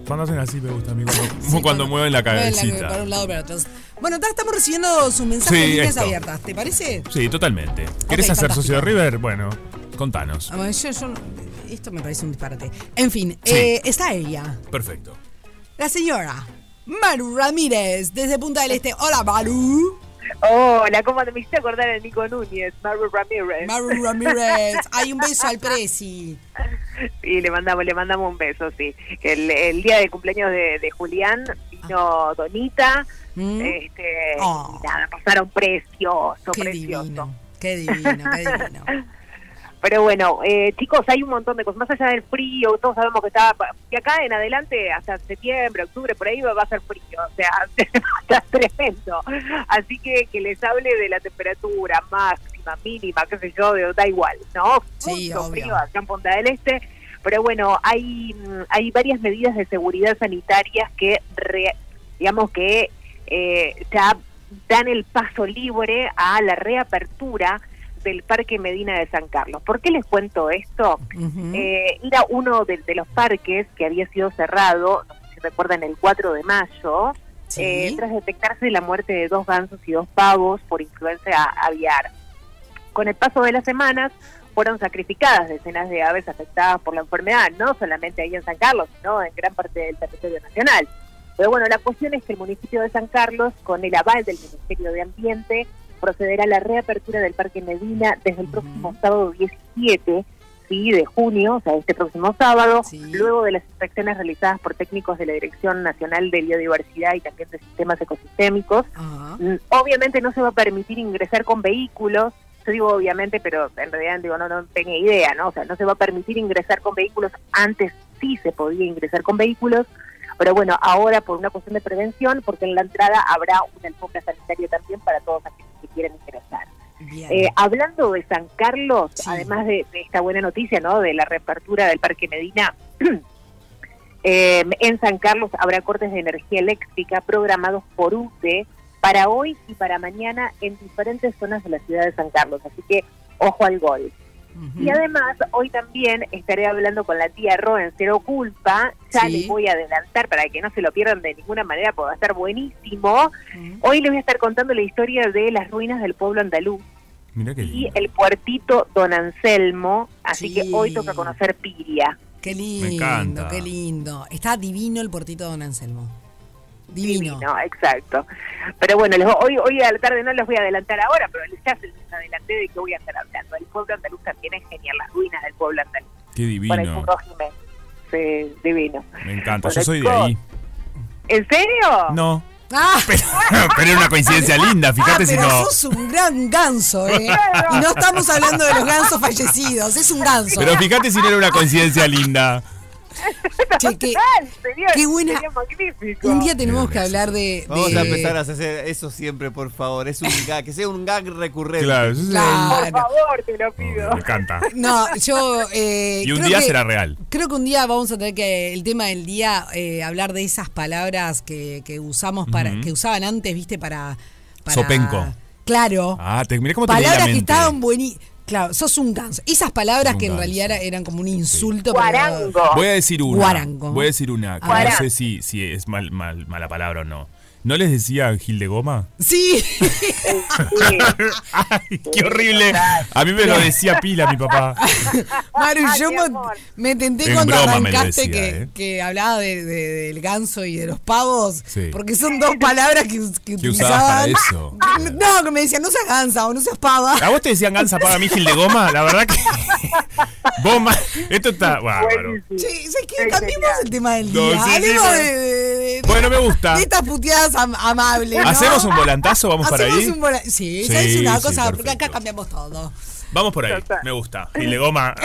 Speaker 5: Cuando hacen así me gusta a mí. Como, como
Speaker 4: Sí,
Speaker 5: cuando, mueven la cabecita.
Speaker 4: para un lado para otro. Bueno, ta- estamos recibiendo sus mensajes
Speaker 5: Sí,
Speaker 4: en líneas
Speaker 5: esto.
Speaker 4: abiertas. ¿Te parece?
Speaker 5: Sí, totalmente. ¿Querés
Speaker 4: Ok,
Speaker 5: hacer
Speaker 4: fantástico.
Speaker 5: socio de River? Bueno, contanos.
Speaker 4: Ah, bueno, yo- yo no- esto me parece un disparate. En fin,
Speaker 5: Sí.
Speaker 4: eh, está ella,
Speaker 5: Perfecto.
Speaker 4: la señora Maru Ramírez, desde Punta del Este. Hola, Maru.
Speaker 7: Hola, ¿cómo te me hiciste acordar el Nico Núñez, Maru Ramírez?
Speaker 4: Maru Ramírez, hay un beso al Prezi.
Speaker 7: Y le mandamos, le mandamos un beso, sí. El, el día de cumpleaños de, de Julián vino Donita,
Speaker 4: Ah. Mm.
Speaker 7: este,
Speaker 4: Oh.
Speaker 7: y nada, pasaron precioso,
Speaker 4: Qué
Speaker 7: precioso.
Speaker 4: divino, qué divino, qué divino.
Speaker 7: Pero bueno, eh, chicos, hay un montón de cosas. Más allá del frío, todos sabemos que está. Y acá en adelante, hasta septiembre, octubre, por ahí va va a ser frío. O sea, está tremendo. Así que que les hable de la temperatura máxima, mínima, qué sé yo, de- da igual, ¿no?
Speaker 4: Sí,
Speaker 7: Mucho
Speaker 4: obvio.
Speaker 7: frío acá en Punta del Este. Pero bueno, hay, mm, hay varias medidas de seguridad sanitarias que, re- digamos que eh, ya dan el paso libre a la reapertura del Parque Medina de San Carlos. ¿Por qué les cuento esto?
Speaker 4: Ujú.
Speaker 7: Eh, era uno de, de los parques que había sido cerrado, no sé si recuerdan, el 4 de mayo,
Speaker 4: Sí.
Speaker 7: eh, tras detectarse la muerte de dos gansos y dos pavos por influenza aviar. Con el paso de las semanas fueron sacrificadas decenas de aves afectadas por la enfermedad, no solamente ahí en San Carlos, sino en gran parte del territorio nacional. Pero bueno, la cuestión es que el municipio de San Carlos, con el aval del Ministerio de Ambiente, procederá a la reapertura del Parque Medina desde el próximo sábado 17 sí, de junio, o sea, este próximo sábado,
Speaker 4: Sí.
Speaker 7: luego de las inspecciones realizadas por técnicos de la Dirección Nacional de Biodiversidad y también de Sistemas Ecosistémicos.
Speaker 4: Ajá.
Speaker 7: Mm, Obviamente no se va a permitir ingresar con vehículos, yo digo obviamente, pero en realidad digo no, no tenía idea, ¿no? O sea, no se va a permitir ingresar con vehículos, antes sí se podía ingresar con vehículos, pero bueno, ahora por una cuestión de prevención, porque en la entrada habrá una alfombra sanitaria también para todos aquellos que quieran ingresar.
Speaker 4: Bien.
Speaker 7: Eh, hablando de San Carlos,
Speaker 4: Sí.
Speaker 7: además de, de esta buena noticia, ¿no? De la reapertura del Parque Medina, eh, en San Carlos habrá cortes de energía eléctrica programados por UTE para hoy y para mañana en diferentes zonas de la ciudad de San Carlos. Así que ojo al gol.
Speaker 4: Ujú.
Speaker 7: Y además, hoy también estaré hablando con la tía Ro en Cero Culpa. Ya
Speaker 4: Sí.
Speaker 7: les voy a adelantar para que no se lo pierdan de ninguna manera, porque va a estar buenísimo.
Speaker 4: Ujú.
Speaker 7: Hoy les voy a estar contando la historia de las ruinas del pueblo andaluz
Speaker 5: Mira qué
Speaker 7: y
Speaker 5: lindo.
Speaker 7: el puertito Don Anselmo, así
Speaker 4: Sí.
Speaker 7: que hoy toca conocer Piria.
Speaker 4: Qué lindo,
Speaker 5: encanta.
Speaker 4: qué lindo. Está divino el portito de Don Anselmo. Divino.
Speaker 7: exacto. Pero bueno, les- hoy hoy a la tarde no les voy a adelantar ahora, pero ya se les adelanté de que voy a estar hablando. El pueblo andaluz también es genial, las ruinas del pueblo andaluz.
Speaker 5: Qué
Speaker 7: Para el
Speaker 5: divino.
Speaker 7: Curro Jiménez. Sí, divino.
Speaker 5: Me encanta.
Speaker 7: Bueno,
Speaker 5: Yo soy de
Speaker 7: chicos.
Speaker 5: ahí.
Speaker 7: ¿En serio?
Speaker 5: No.
Speaker 4: Ah,
Speaker 5: Pero, pero era una coincidencia linda.
Speaker 4: ah,
Speaker 5: Fíjate si
Speaker 4: pero
Speaker 5: no.
Speaker 4: sos un gran ganso, ¿eh?
Speaker 7: Claro.
Speaker 4: Y no estamos hablando de los gansos fallecidos, es un ganso.
Speaker 5: Pero fíjate si no era una coincidencia linda.
Speaker 4: Che, que
Speaker 7: Ah, sería,
Speaker 4: Qué buena-
Speaker 7: sería magnífico.
Speaker 4: un día tenemos
Speaker 5: Pero
Speaker 4: que hablar de...
Speaker 6: Vamos
Speaker 4: de-
Speaker 6: a empezar a hacer eso siempre, por favor. Es un gag, que sea un gag recurrente.
Speaker 5: Claro. eso es-
Speaker 7: Por
Speaker 4: Claro.
Speaker 7: favor, te lo pido.
Speaker 5: Me encanta.
Speaker 4: No, yo... eh,
Speaker 5: Y un
Speaker 4: creo
Speaker 5: día
Speaker 4: que-
Speaker 5: será real.
Speaker 4: Creo que un día vamos a tener que el tema del día eh, hablar de esas palabras que, que usamos para que usaban antes, viste para, para-
Speaker 5: Sopenco.
Speaker 4: Claro.
Speaker 5: Ah, te, mirá cómo te leí la
Speaker 4: palabras que
Speaker 5: mente.
Speaker 4: estaban buenísimas. Claro, sos un ganso. Esas palabras
Speaker 5: Soy un
Speaker 4: que en
Speaker 5: ganso.
Speaker 4: realidad era- eran como un insulto. pero-
Speaker 7: Guarango.
Speaker 5: Voy a decir una.
Speaker 4: Guarango.
Speaker 5: Voy a decir una. Que no
Speaker 7: Guarango.
Speaker 5: sé si, si es mal, mal- mala palabra o no. ¿No les decía Gil de Goma?
Speaker 4: Sí.
Speaker 7: Sí.
Speaker 5: ¡Ay, qué horrible! A mí me lo decía pila mi papá.
Speaker 4: Maru,
Speaker 7: Ay,
Speaker 4: yo
Speaker 7: Ah, mi
Speaker 4: mo-
Speaker 7: amor.
Speaker 4: me tenté
Speaker 5: En
Speaker 4: cuando
Speaker 5: broma me lo
Speaker 4: arrancaste
Speaker 5: decía,
Speaker 4: que,
Speaker 5: ¿eh?
Speaker 4: que hablaba de- de- del ganso y de los pavos.
Speaker 5: Sí.
Speaker 4: Porque son dos palabras que, que
Speaker 5: Que usabas para
Speaker 4: utilizaban.
Speaker 5: eso, Ah. claro.
Speaker 4: No, que me decían, no seas gansa o no seas pava.
Speaker 5: ¿A vos te decían gansa para mí Gil de Goma? La verdad que. Goma. Esto está. Bárbaro.
Speaker 7: Buenísimo.
Speaker 4: Che, ¿sabes qué?
Speaker 7: Sí,
Speaker 4: Cambiemos
Speaker 7: señor.
Speaker 4: el tema del
Speaker 5: No,
Speaker 4: día.
Speaker 5: sí, sí,
Speaker 4: Hablemos
Speaker 5: bueno.
Speaker 4: de, de- de-
Speaker 5: Bueno, me gusta.
Speaker 4: de estas puteadas am- amables. ¿no?
Speaker 5: ¿Hacemos un volantazo? ¿Vamos para
Speaker 4: Hacemos
Speaker 5: ahí?
Speaker 4: un vola- Sí,
Speaker 5: Sí,
Speaker 4: ¿sabes una
Speaker 5: sí,
Speaker 4: cosa? Porque
Speaker 5: perfecto.
Speaker 4: acá cambiamos todo.
Speaker 5: Vamos por ahí.
Speaker 7: Total.
Speaker 5: Me gusta. Gil de Goma.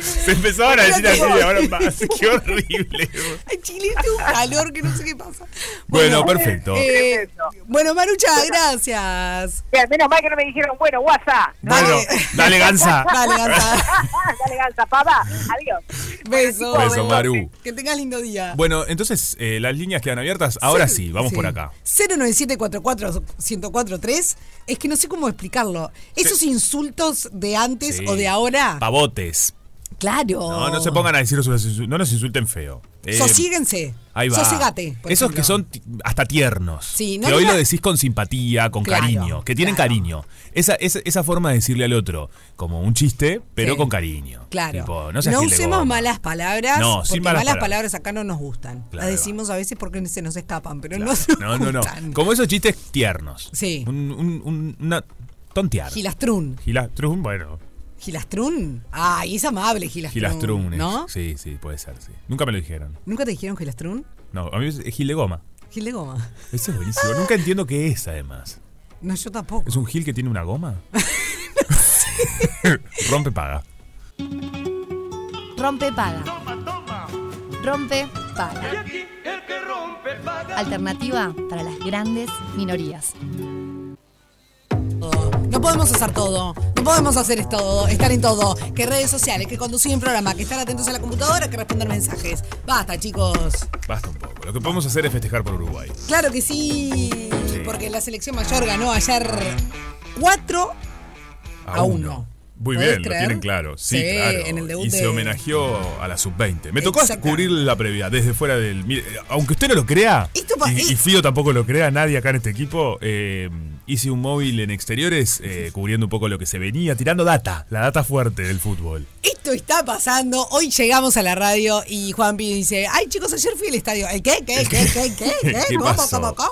Speaker 5: Se empezaban a decir así y ahora más. ¡Qué horrible!
Speaker 4: Ay, Chile, tengo un calor que no sé qué pasa.
Speaker 5: Bueno, perfecto.
Speaker 4: eh,
Speaker 7: Tremendo.
Speaker 4: bueno, Marucha, gracias.
Speaker 7: Mira, Menos mal que no me dijeron, bueno, WhatsApp.
Speaker 5: Bueno, dale gansa.
Speaker 4: Dale, Gansa.
Speaker 7: Ah, Dale, ganza, papá. Adiós.
Speaker 4: Beso.
Speaker 5: Beso, Maru.
Speaker 4: Que tengas lindo día.
Speaker 5: Bueno, entonces eh, las líneas quedan abiertas. Ahora sí, vamos por acá.
Speaker 4: 097-44-1043. Es que no sé cómo explicarlo. Esos insultos de antes
Speaker 5: Sí.
Speaker 4: o de ahora.
Speaker 5: Pavotes.
Speaker 1: Claro.
Speaker 5: No, no se pongan a decir, no nos insulten feo. Eh,
Speaker 4: Sosíguense.
Speaker 5: Ahí va.
Speaker 4: Sosígate, por
Speaker 5: Esos
Speaker 4: ejemplo.
Speaker 5: que son ti- hasta tiernos.
Speaker 4: Sí, no
Speaker 5: que hoy
Speaker 4: diga-
Speaker 5: lo decís con simpatía, con
Speaker 4: Claro,
Speaker 5: cariño, que tienen
Speaker 4: claro.
Speaker 5: cariño. Esa, esa, esa forma de decirle al otro, como un chiste, pero
Speaker 4: Sí.
Speaker 5: con cariño.
Speaker 4: Claro.
Speaker 5: Tipo, no seas
Speaker 4: usemos
Speaker 5: gilegoma.
Speaker 4: malas palabras.
Speaker 5: No,
Speaker 4: porque
Speaker 5: sin malas palabras.
Speaker 4: palabras acá no nos gustan.
Speaker 5: Claro,
Speaker 4: Las
Speaker 5: ahí va.
Speaker 4: decimos a veces porque se nos escapan, pero
Speaker 5: Claro.
Speaker 4: no
Speaker 5: No, no, no. Como esos chistes tiernos.
Speaker 4: Sí.
Speaker 5: Un, un, un- una tontear.
Speaker 4: Gilastrún.
Speaker 5: Gilastrun, bueno.
Speaker 4: ¿Gilastrún? Ay, es amable Gilastrún.
Speaker 5: Gilastrun. es-
Speaker 4: ¿No?
Speaker 5: Sí, sí, puede ser, sí. Nunca me lo dijeron.
Speaker 4: ¿Nunca te dijeron Gilastrún?
Speaker 5: No, a mí es es gil de goma.
Speaker 4: Gil de goma.
Speaker 5: Eso es buenísimo. Nunca entiendo qué es, además.
Speaker 4: No, yo tampoco.
Speaker 5: ¿Es un gil que tiene una goma? Rompe paga.
Speaker 1: Rompe, paga. Rompe, paga. Alternativa para las grandes minorías.
Speaker 4: todo. No podemos hacer todo. No podemos hacer es todo, estar en todo. Que redes sociales, que conducir un programa, que estar atentos a la computadora, que responder mensajes. Basta, chicos.
Speaker 5: Basta un poco. Lo que podemos hacer es festejar por Uruguay.
Speaker 4: Claro que sí.
Speaker 5: Sí.
Speaker 4: Porque la selección mayor ganó ayer 4 A uno.
Speaker 5: Muy
Speaker 4: ¿Podés
Speaker 5: bien,
Speaker 4: creer?
Speaker 5: lo tienen claro. Sí,
Speaker 4: Sí,
Speaker 5: claro.
Speaker 4: en el debut
Speaker 5: y
Speaker 4: de-
Speaker 5: se homenajeó a la sub-20. Me tocó
Speaker 4: Exactamente.
Speaker 5: cubrir la previa desde fuera del. mire, Aunque usted no lo crea,
Speaker 4: Esto pa-
Speaker 5: y, y Fío tampoco lo crea, nadie acá en este equipo, eh, hice un móvil en exteriores eh, cubriendo un poco lo que se venía, tirando data, la data fuerte del fútbol.
Speaker 4: Esto está pasando. Hoy llegamos a la radio y Juanpi dice, ay chicos, ayer fui al estadio. Ay, ¿Qué? ¿Qué? ¿Qué? ¿Qué? ¿Qué? ¿Qué?
Speaker 5: ¿Qué
Speaker 4: ¿Cómo?
Speaker 5: pasó?
Speaker 4: ¿Cómo? ¿Cómo?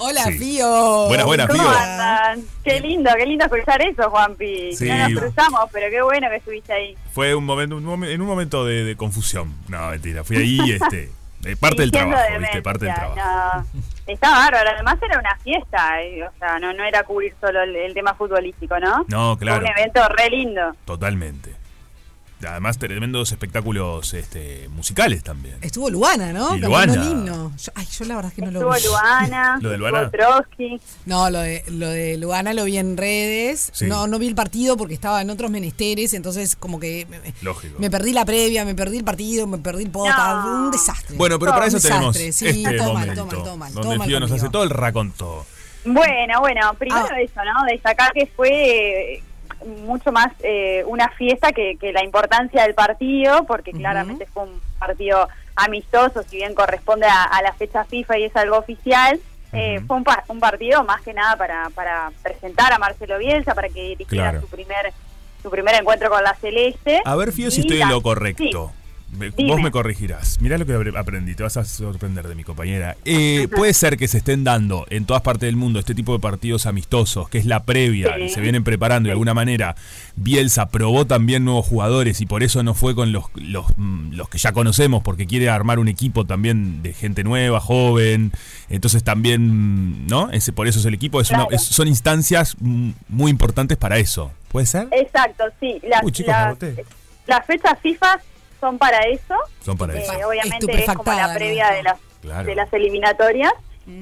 Speaker 4: Hola,
Speaker 5: Sí.
Speaker 4: Fío.
Speaker 5: Buenas, buenas,
Speaker 8: ¿Cómo
Speaker 5: Fío.
Speaker 8: andan? Ah, Qué lindo, qué lindo escuchar eso, Juanpi.
Speaker 5: Sí.
Speaker 8: No nos cruzamos, pero qué bueno que estuviste ahí.
Speaker 5: Fue un momento, un momen- en un momento de, de confusión. No, mentira, fui ahí, este. eh, parte del
Speaker 8: Fingiendo
Speaker 5: trabajo,
Speaker 8: demencia,
Speaker 5: ¿viste? Parte del trabajo.
Speaker 8: no. Está bárbaro, además era una fiesta, eh, o sea, no, no era cubrir solo el, el tema futbolístico, ¿no?
Speaker 5: No, claro.
Speaker 8: Fue Un evento re lindo.
Speaker 5: Totalmente. Además, tremendos espectáculos este, musicales también.
Speaker 4: Estuvo Luana, ¿no?
Speaker 5: Y
Speaker 4: Cantando
Speaker 5: Luana.
Speaker 4: el himno. Yo- ay, yo la verdad es que no lo
Speaker 8: Estuvo
Speaker 4: vi.
Speaker 8: Luana,
Speaker 5: Lo de
Speaker 8: estuvo
Speaker 5: Luana.
Speaker 8: Trotsky.
Speaker 4: No, lo de, lo de Luana lo vi en redes.
Speaker 5: Sí.
Speaker 4: No, no vi el partido porque estaba en otros menesteres, entonces como que me, me-
Speaker 5: Lógico.
Speaker 4: me perdí la previa, me perdí el partido, me perdí el podcast.
Speaker 8: No.
Speaker 4: Un desastre.
Speaker 5: Bueno, pero para eso
Speaker 4: Un
Speaker 5: tenemos
Speaker 4: desastre, sí,
Speaker 5: este
Speaker 4: todo mal,
Speaker 5: momento.
Speaker 4: todo mal, todo mal,
Speaker 5: donde
Speaker 4: todo
Speaker 5: el
Speaker 4: mal
Speaker 5: tío nos
Speaker 4: conmigo.
Speaker 5: hace todo el raconto.
Speaker 8: Bueno, bueno, primero
Speaker 4: Ah.
Speaker 8: eso, ¿no? Destacar que fue eh, mucho más eh, una fiesta que, que la importancia del partido, porque claramente fue un partido amistoso, si bien corresponde a, a la fecha FIFA y es algo oficial. eh,
Speaker 5: Ujú.
Speaker 8: Fue un, pa- un partido más que nada para, para presentar a Marcelo Bielsa, para que dirigiera
Speaker 5: Claro.
Speaker 8: su primer su primer encuentro con la Celeste.
Speaker 5: A ver, Fío, si
Speaker 8: Y
Speaker 5: estoy en
Speaker 8: la-
Speaker 5: lo correcto. Me-
Speaker 8: Dime.
Speaker 5: Vos me corregirás. Mirá lo que apre- aprendí, te vas a sorprender de mi compañera. Eh, puede ser que se estén dando en todas partes del mundo este tipo de partidos amistosos, que es la previa,
Speaker 8: Sí.
Speaker 5: y se vienen preparando de alguna manera. Bielsa probó también nuevos jugadores y por eso no fue con los, los, mm, los que ya conocemos, porque quiere armar un equipo también de gente nueva, joven. Entonces también, mm, ¿no? Ese, por eso es el equipo. Es una-
Speaker 8: Claro.
Speaker 5: es- son instancias mm, muy importantes para eso. ¿Puede ser?
Speaker 8: Exacto, sí. Las,
Speaker 5: Uy, chicos, me
Speaker 8: las,
Speaker 5: agoté.
Speaker 8: las fechas FIFA son para eso.
Speaker 5: Son para
Speaker 8: Eh,
Speaker 5: eso.
Speaker 8: obviamente es como
Speaker 4: Estupefactada,
Speaker 8: la previa
Speaker 4: ¿no?
Speaker 8: de las
Speaker 5: Claro.
Speaker 8: de las eliminatorias,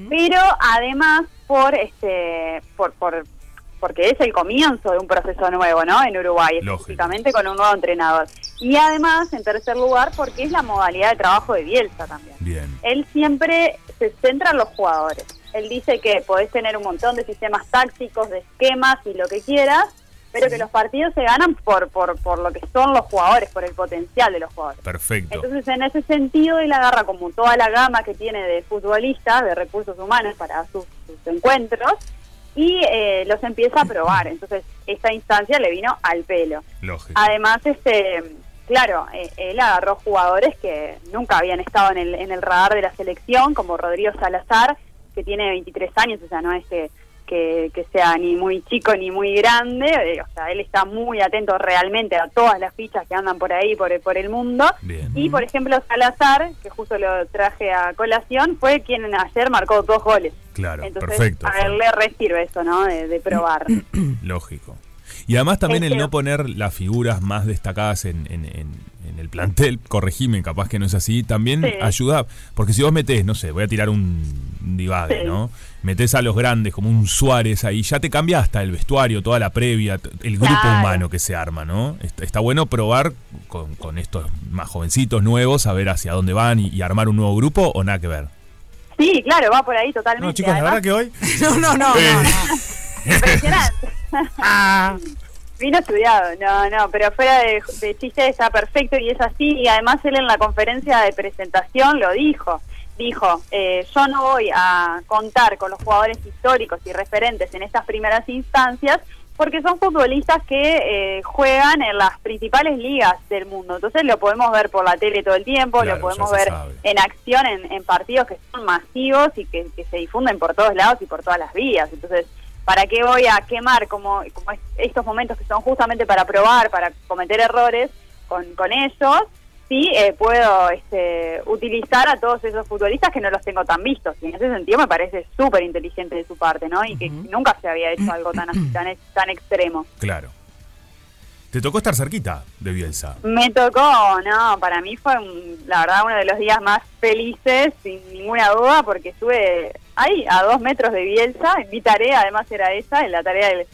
Speaker 8: pero además por este por, por porque es el comienzo de un proceso nuevo, ¿no? En Uruguay,
Speaker 5: Lógico.
Speaker 8: específicamente con un nuevo entrenador. Y además, en tercer lugar, porque es la modalidad de trabajo de Bielsa también
Speaker 5: Bien.
Speaker 8: él siempre se centra en los jugadores. Él dice que podés tener un montón de sistemas tácticos, de esquemas y lo que quieras, pero que los partidos se ganan por, por, por lo que son los jugadores, por el potencial de los jugadores.
Speaker 5: Perfecto.
Speaker 8: Entonces, en ese sentido, él agarra como toda la gama que tiene de futbolistas, de recursos humanos para sus, sus encuentros, y eh, los empieza a probar. Entonces, esta instancia le vino al pelo.
Speaker 5: Lógico.
Speaker 8: Además, este, claro, eh, él agarró jugadores que nunca habían estado en el, en el radar de la selección, como Rodrigo Salazar, que tiene 23 años, o sea, no es que, que, que sea ni muy chico ni muy grande, eh, o sea, él está muy atento realmente a todas las fichas que andan por ahí, por, por el mundo.
Speaker 5: Bien.
Speaker 8: Y, por ejemplo, Salazar, que justo lo traje a colación, fue quien ayer marcó dos goles.
Speaker 5: Claro,
Speaker 8: Entonces,
Speaker 5: perfecto.
Speaker 8: a él le resirve eso, ¿no? De, de probar.
Speaker 5: Lógico. Y además también el
Speaker 8: Este-
Speaker 5: no poner las figuras más destacadas en, en- en- en el plantel, corregime, capaz que no es así, también
Speaker 8: Sí.
Speaker 5: ayuda, porque si vos metés, no sé, voy a tirar un un divague,
Speaker 8: Sí.
Speaker 5: ¿no? Metés a los grandes como un Suárez ahí, ya te cambia hasta el vestuario, toda la previa, t- el grupo
Speaker 8: Claro.
Speaker 5: humano que se arma, ¿no? Está, está bueno probar con, con estos más jovencitos nuevos, a ver hacia dónde van y, y armar un nuevo grupo o nada que ver.
Speaker 8: Sí, claro, va por ahí totalmente.
Speaker 5: No, chicos, la
Speaker 8: Además,
Speaker 5: Eh, verdad que hoy...
Speaker 4: No, no, no, no, no.
Speaker 5: Ah.
Speaker 8: Impresionante. Vino estudiado, no, no, pero fuera de, de chiste está perfecto y es así. Y además él en la conferencia de presentación lo dijo. Dijo, eh, yo no voy a contar con los jugadores históricos y referentes en estas primeras instancias porque son futbolistas que eh, juegan en las principales ligas del mundo. Entonces lo podemos ver por la tele todo el tiempo,
Speaker 5: Claro,
Speaker 8: lo podemos
Speaker 5: ya se
Speaker 8: ver
Speaker 5: sabe.
Speaker 8: en acción en, en partidos que son masivos y que, que se difunden por todos lados y por todas las vías. Entonces, ¿para qué voy a quemar como, como es- estos momentos que son justamente para probar, para cometer errores con, con ellos? Sí, eh, puedo este, utilizar a todos esos futbolistas que no los tengo tan vistos. Y en ese sentido me parece súper inteligente de su parte, ¿no? Y que nunca se había hecho algo tan, así, tan, tan extremo.
Speaker 5: Claro. Te tocó estar cerquita de Bielsa.
Speaker 8: Me tocó, no, para mí fue un- la verdad uno de los días más felices, sin ninguna duda, porque estuve ahí a dos metros de Bielsa. Mi tarea además era esa, y la tarea del,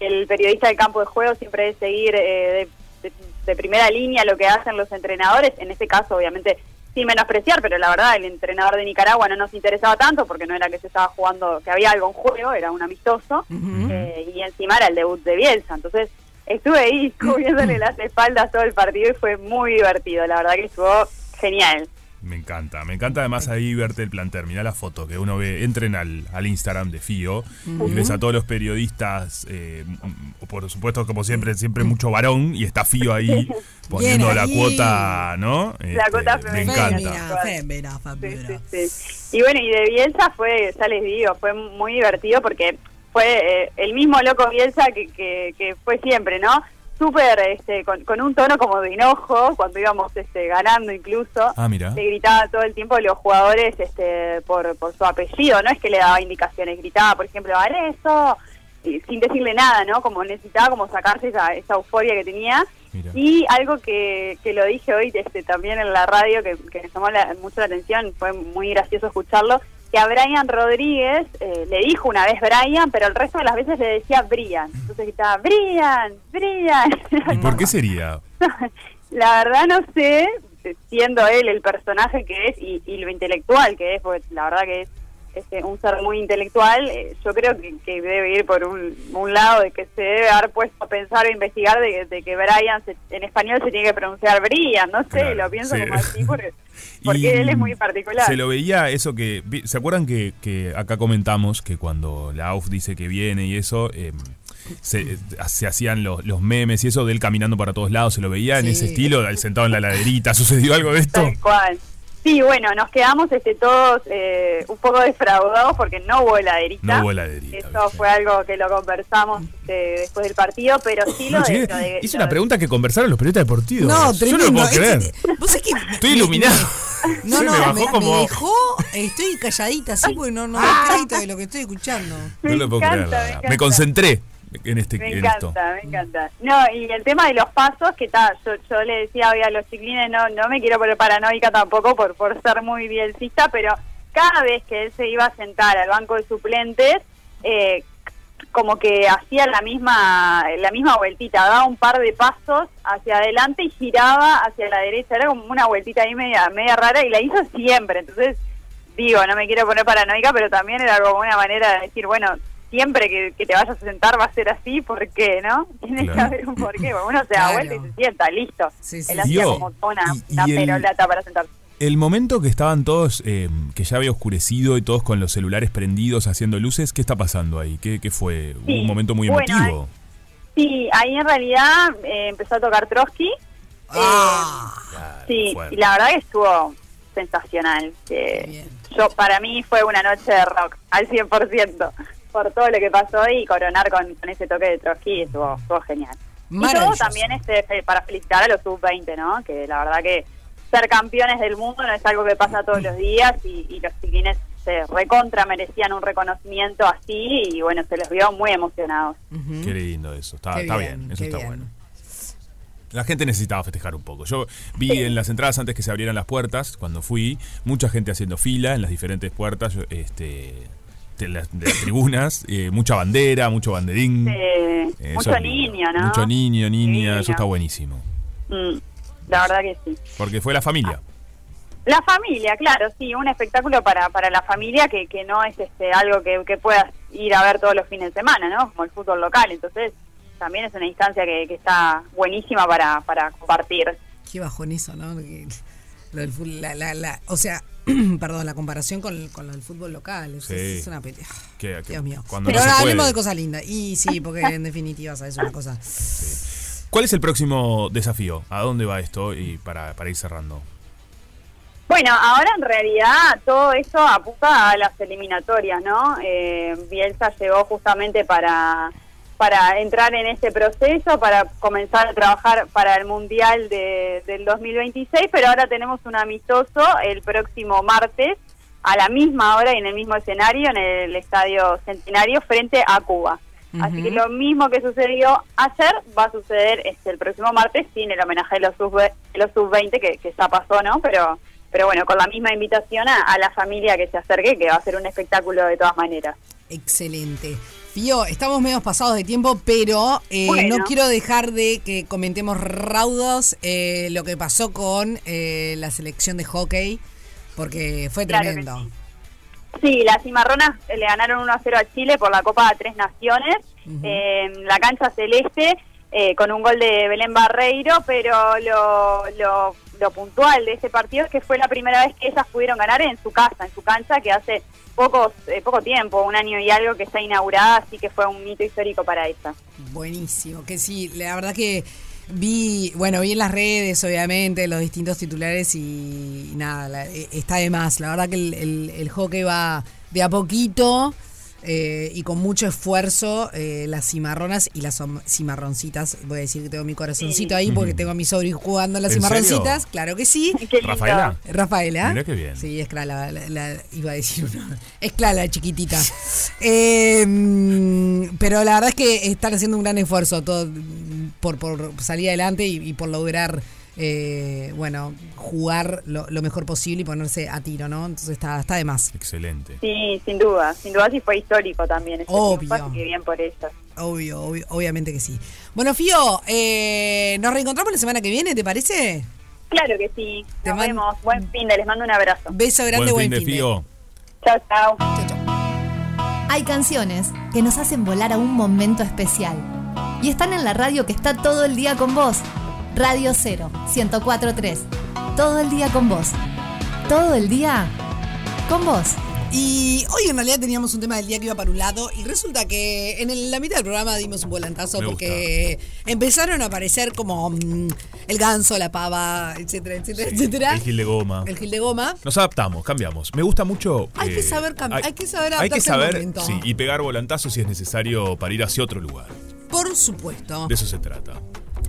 Speaker 8: del periodista del campo de juego siempre es seguir eh, de, de- de primera línea lo que hacen los entrenadores. En este caso, obviamente, sin menospreciar, pero la verdad el entrenador de Nicaragua no nos interesaba tanto porque no era que se estaba jugando, que había algo en juego, era un amistoso. Eh, y encima era el debut de Bielsa. Entonces estuve ahí cubriéndole las espaldas todo el partido y fue muy divertido. La verdad que estuvo genial.
Speaker 5: Me encanta, me encanta además ahí verte el planter. Mirá la foto que uno ve. Entren al, al Instagram de Fío y ves a todos los periodistas, eh, mm, por supuesto, como siempre, siempre mucho varón. Y está Fío ahí poniendo la
Speaker 4: ahí.
Speaker 5: cuota, ¿no? Este,
Speaker 8: cuota
Speaker 5: Me
Speaker 8: femenina.
Speaker 5: encanta.
Speaker 4: Fémina, fémina,
Speaker 8: Sí,
Speaker 4: fémina.
Speaker 8: sí, sí. Y bueno, y de Bielsa fue, ya les digo, fue muy divertido porque fue eh, el mismo loco Bielsa que, que, que fue siempre, ¿no? Súper, este, con, con un tono como de enojo, cuando íbamos este, ganando incluso.
Speaker 5: Ah, mira.
Speaker 8: Le gritaba todo el tiempo a los jugadores este, por, por su apellido, no es que le daba indicaciones, gritaba, por ejemplo, Arezo, y sin decirle nada, ¿no? Como necesitaba como sacarse esa, esa euforia que tenía.
Speaker 5: Mira.
Speaker 8: Y algo que, que lo dije hoy este, también en la radio, que, que me llamó la- mucho la atención, fue muy gracioso escucharlo, que a Brian Rodríguez eh, le dijo una vez Brian, pero el resto de las veces le decía Brian. Entonces gritaba, Brian, Brian.
Speaker 5: ¿Y por qué sería?
Speaker 8: La verdad no sé, siendo él el personaje que es y, y lo intelectual que es, porque la verdad que es este, un ser muy intelectual, eh, yo creo que, que debe ir por un, un lado de que se debe haber puesto a pensar o investigar de, que- de que Brian se- en español se tiene que pronunciar Brian, no sé,
Speaker 5: Claro,
Speaker 8: lo pienso
Speaker 5: sí.
Speaker 8: como así porque,
Speaker 5: Y
Speaker 8: porque él es muy particular.
Speaker 5: Se lo veía eso que. vi- ¿Se acuerdan que, que acá comentamos que cuando la AUF dice que viene y eso. eh, se, se hacían los, los memes y eso de él caminando para todos lados, se lo veía en
Speaker 4: Sí.
Speaker 5: ese estilo, él sentado en la laderita, ¿sucedió algo de esto?
Speaker 8: Tal cual. Sí, bueno, nos quedamos este, todos eh, un poco defraudados porque no hubo heladerita.
Speaker 5: No hubo heladerita,
Speaker 8: Eso
Speaker 5: ¿viste?
Speaker 8: fue algo que lo conversamos este, después del partido, pero sí lo
Speaker 5: No,
Speaker 8: de,
Speaker 5: llegué-
Speaker 8: lo de-
Speaker 5: hice
Speaker 8: lo
Speaker 5: una
Speaker 8: de-
Speaker 5: pregunta que conversaron los periodistas deportivos. Yo
Speaker 4: No,
Speaker 5: no
Speaker 4: tremendo.
Speaker 5: lo puedo creer.
Speaker 4: Este- vos sabés que me-
Speaker 5: Estoy
Speaker 4: me-
Speaker 5: iluminado.
Speaker 4: No,
Speaker 5: Se
Speaker 4: no,
Speaker 5: me
Speaker 4: me,
Speaker 5: bajó
Speaker 4: me
Speaker 5: como-
Speaker 4: dejó, estoy calladita, sí, porque no, no doy
Speaker 8: Ah.
Speaker 4: crédito de lo que estoy escuchando.
Speaker 8: Me
Speaker 5: no lo puedo
Speaker 8: encanta,
Speaker 5: creer. la
Speaker 8: me
Speaker 5: verdad. Me,
Speaker 8: encanta.
Speaker 5: concentré en, este,
Speaker 8: Me
Speaker 5: en esto.
Speaker 8: encanta, me encanta. No, y el tema de los pasos, que tal, yo, yo le decía hoy a los chiquilines, no, no me quiero poner paranoica tampoco por, por ser muy bielcista, pero cada vez que él se iba a sentar al banco de suplentes, eh, como que hacía la misma la misma vueltita, daba un par de pasos hacia adelante y giraba hacia la derecha, era como una vueltita ahí media, media rara y la hizo siempre, entonces digo, no me quiero poner paranoica, pero también era como una manera de decir, bueno, siempre que, que te vayas a sentar va a ser así, ¿por qué, no? Tiene que
Speaker 5: Claro.
Speaker 8: haber un porqué, porque uno se da
Speaker 4: Claro.
Speaker 8: vuelta y se sienta, listo.
Speaker 4: Sí, sí.
Speaker 8: Él hacía
Speaker 5: Yo,
Speaker 8: como toda una,
Speaker 5: y- y
Speaker 8: una
Speaker 5: el-
Speaker 8: perolata para sentarse.
Speaker 5: El momento que estaban todos, eh, que ya había oscurecido y todos con los celulares prendidos haciendo luces, ¿qué está pasando ahí? ¿Qué, qué fue? Hubo
Speaker 8: Sí,
Speaker 5: un momento muy
Speaker 8: bueno,
Speaker 5: emotivo.
Speaker 8: Sí, ahí en realidad eh, empezó a tocar Trotsky,
Speaker 4: Ah,
Speaker 8: Sí,
Speaker 5: Fuerte.
Speaker 8: y la verdad que estuvo sensacional. que
Speaker 4: bien.
Speaker 8: yo Para mí fue una noche de rock, al 100%, por todo lo que pasó y coronar con, con ese toque de Trotsky estuvo, estuvo genial. Y todo
Speaker 4: Maravilloso.
Speaker 8: también este, fe- para felicitar a los sub-20, ¿no? Que la verdad que ser campeones del mundo no es algo que pasa todos los días y, y los chiquines se recontra merecían un reconocimiento así y bueno, se los vio muy emocionados.
Speaker 4: Mm.
Speaker 5: Qué lindo eso. Está,
Speaker 4: Qué
Speaker 5: está bien,
Speaker 4: bien,
Speaker 5: eso
Speaker 4: qué
Speaker 5: está
Speaker 4: bien.
Speaker 5: bueno. La gente necesitaba festejar un poco. Yo vi en las entradas antes que se abrieran las puertas, cuando fui, mucha gente haciendo fila en las diferentes puertas, yo, este, de las, de las tribunas, eh, mucha bandera, mucho banderín.
Speaker 8: Eh,
Speaker 5: Eso
Speaker 8: mucho
Speaker 5: es lindo.
Speaker 8: niño, ¿no?
Speaker 5: Mucho niño, niña, eso
Speaker 8: Niño.
Speaker 5: está buenísimo.
Speaker 8: Mm, la verdad que sí.
Speaker 5: Porque fue la familia.
Speaker 8: La familia, claro, sí, un espectáculo para, para la familia que, que no es este algo que, que puedas ir a ver todos los fines de semana, ¿no? Como el fútbol local, entonces también es una instancia que, que está buenísima para, para compartir.
Speaker 4: Qué bajón eso, ¿no? Que lo del fútbol, la, la, la- o sea, perdón, la comparación con, con lo del fútbol local. Es,
Speaker 5: Sí.
Speaker 4: es una peli. ah,
Speaker 5: Que- que-
Speaker 4: Dios mío.
Speaker 5: cuando
Speaker 4: Pero
Speaker 5: no se
Speaker 4: ahora
Speaker 5: puede.
Speaker 4: hablemos de cosas lindas. Y sí, porque en definitiva, ¿sabes? Una cosa.
Speaker 5: ¿Cuál es el próximo desafío? ¿A dónde va esto? Y para, para ir cerrando.
Speaker 8: Bueno, ahora en realidad todo eso apunta a las eliminatorias, ¿no? Eh, Bielsa llegó justamente para, para entrar en este proceso, para comenzar a trabajar para el Mundial de- del 2026, pero ahora tenemos un amistoso el próximo martes a la misma hora y en el mismo escenario, en el Estadio Centenario, frente a Cuba. Así que lo mismo que sucedió ayer va a suceder este, el próximo martes sin el homenaje de los sub-20 los sub que, que ya pasó, ¿no? Pero pero bueno, con la misma invitación a, a la familia que se acerque, que va a ser un espectáculo de todas maneras.
Speaker 4: Excelente. Fío, estamos medio pasados de tiempo, pero eh,
Speaker 8: Bueno.
Speaker 4: no quiero dejar de que comentemos raudos eh, lo que pasó con eh, la selección de hockey, porque fue
Speaker 8: Claro que
Speaker 4: tremendo.
Speaker 8: sí. Sí, las cimarronas eh, le ganaron 1 a 0 a Chile por la Copa de Tres Naciones, eh, en la cancha celeste, eh, con un gol de Belén Barreiro, pero lo, lo- lo puntual de ese partido es que fue la primera vez que ellas pudieron ganar en su casa, en su cancha, que hace pocos, eh, poco tiempo, un año y algo que está inaugurada, así que fue un hito histórico para ellas.
Speaker 4: Buenísimo, que sí, la verdad que vi, bueno, vi en las redes, obviamente, los distintos titulares y nada, la- eh, está de más. La verdad que el, el- el hockey va de a poquito eh, y con mucho esfuerzo. eh, las cimarronas y las om- cimarroncitas, voy a decir que tengo mi corazoncito ahí porque tengo a mi sobrino jugando a las
Speaker 5: ¿En
Speaker 4: cimarroncitas,
Speaker 5: serio?
Speaker 4: claro que sí.
Speaker 8: Qué lindo.
Speaker 5: Rafaela.
Speaker 4: Rafaela.
Speaker 5: Mirá qué bien.
Speaker 4: Sí, es Clara, la, la- iba a decir una. Es Clara, la chiquitita. Eh, mm, pero la verdad es que están haciendo un gran esfuerzo todo mm, por, por salir adelante y, y por lograr, eh, bueno, jugar lo, lo mejor posible y ponerse a tiro, ¿no? Entonces está, está de más,
Speaker 5: Excelente.
Speaker 8: Sí, sin duda, sin duda sí fue histórico también. ese
Speaker 4: Obvio.
Speaker 8: triunfo, así que bien por eso.
Speaker 4: obvio, obvio- obviamente que sí. Bueno, Fío, eh, nos reencontramos la semana que viene, ¿te parece?
Speaker 8: Claro que sí.
Speaker 4: Te
Speaker 8: Nos
Speaker 4: man-
Speaker 8: vemos. Buen fin de. Les mando un abrazo.
Speaker 4: Beso grande,
Speaker 5: Buen
Speaker 4: buen,
Speaker 5: fin de
Speaker 4: de.
Speaker 5: Fío.
Speaker 8: Chao, chao.
Speaker 4: Chau, chau.
Speaker 1: Hay canciones que nos hacen volar a un momento especial. Y están en la radio que está todo el día con vos. Radio 0, 104.3. Todo el día con vos. Todo el día con vos.
Speaker 4: Y hoy en realidad teníamos un tema del día que iba para un lado y resulta que en el- la mitad del programa dimos un volantazo
Speaker 5: Me
Speaker 4: porque empezaron a aparecer como mm, el ganso, la pava, etcétera, etcétera, etcétera.
Speaker 5: El Gil de Goma.
Speaker 4: El gil de goma.
Speaker 5: Nos adaptamos, cambiamos. Me gusta mucho. eh,
Speaker 4: Hay que saber cam- hay que saber
Speaker 5: Hay que
Speaker 4: adaptarse al
Speaker 5: saber,
Speaker 4: momento.
Speaker 5: sí, y pegar volantazos si es necesario para ir hacia otro lugar.
Speaker 4: Por supuesto.
Speaker 5: De eso se trata.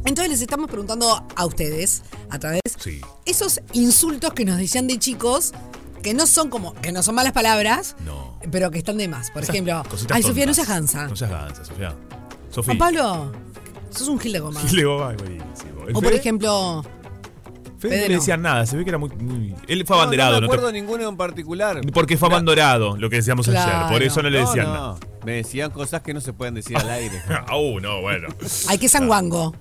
Speaker 4: Entonces les estamos preguntando a ustedes a través
Speaker 5: Sí.
Speaker 4: esos insultos que nos decían de chicos que no son como que no son malas palabras,
Speaker 5: No.
Speaker 4: pero que están de más. Por
Speaker 5: Esas
Speaker 4: ejemplo,
Speaker 5: cositas
Speaker 4: ay Sofía no
Speaker 5: tontas.
Speaker 4: seas gansa.
Speaker 5: No seas gansa, Sofía. Sofía.
Speaker 4: Juan Pablo, sos un gil de goma.
Speaker 5: Gil de ¿Eh? Goma es buenísimo. El
Speaker 4: O por
Speaker 5: Fede-
Speaker 4: ejemplo,
Speaker 5: Fede no
Speaker 4: Fede
Speaker 5: le
Speaker 4: no.
Speaker 5: decían nada, se ve que era muy. muy- Él fue
Speaker 6: No, no
Speaker 5: abanderado,
Speaker 6: me
Speaker 5: no te-
Speaker 6: acuerdo ninguno en particular.
Speaker 5: Porque fue abandonado lo que decíamos ayer.
Speaker 4: Claro.
Speaker 5: Por eso no le
Speaker 6: No,
Speaker 5: decían
Speaker 6: no.
Speaker 5: nada.
Speaker 6: Me decían cosas que no se pueden decir al aire.
Speaker 5: Ah, uh, no, bueno.
Speaker 4: hay que sanguango.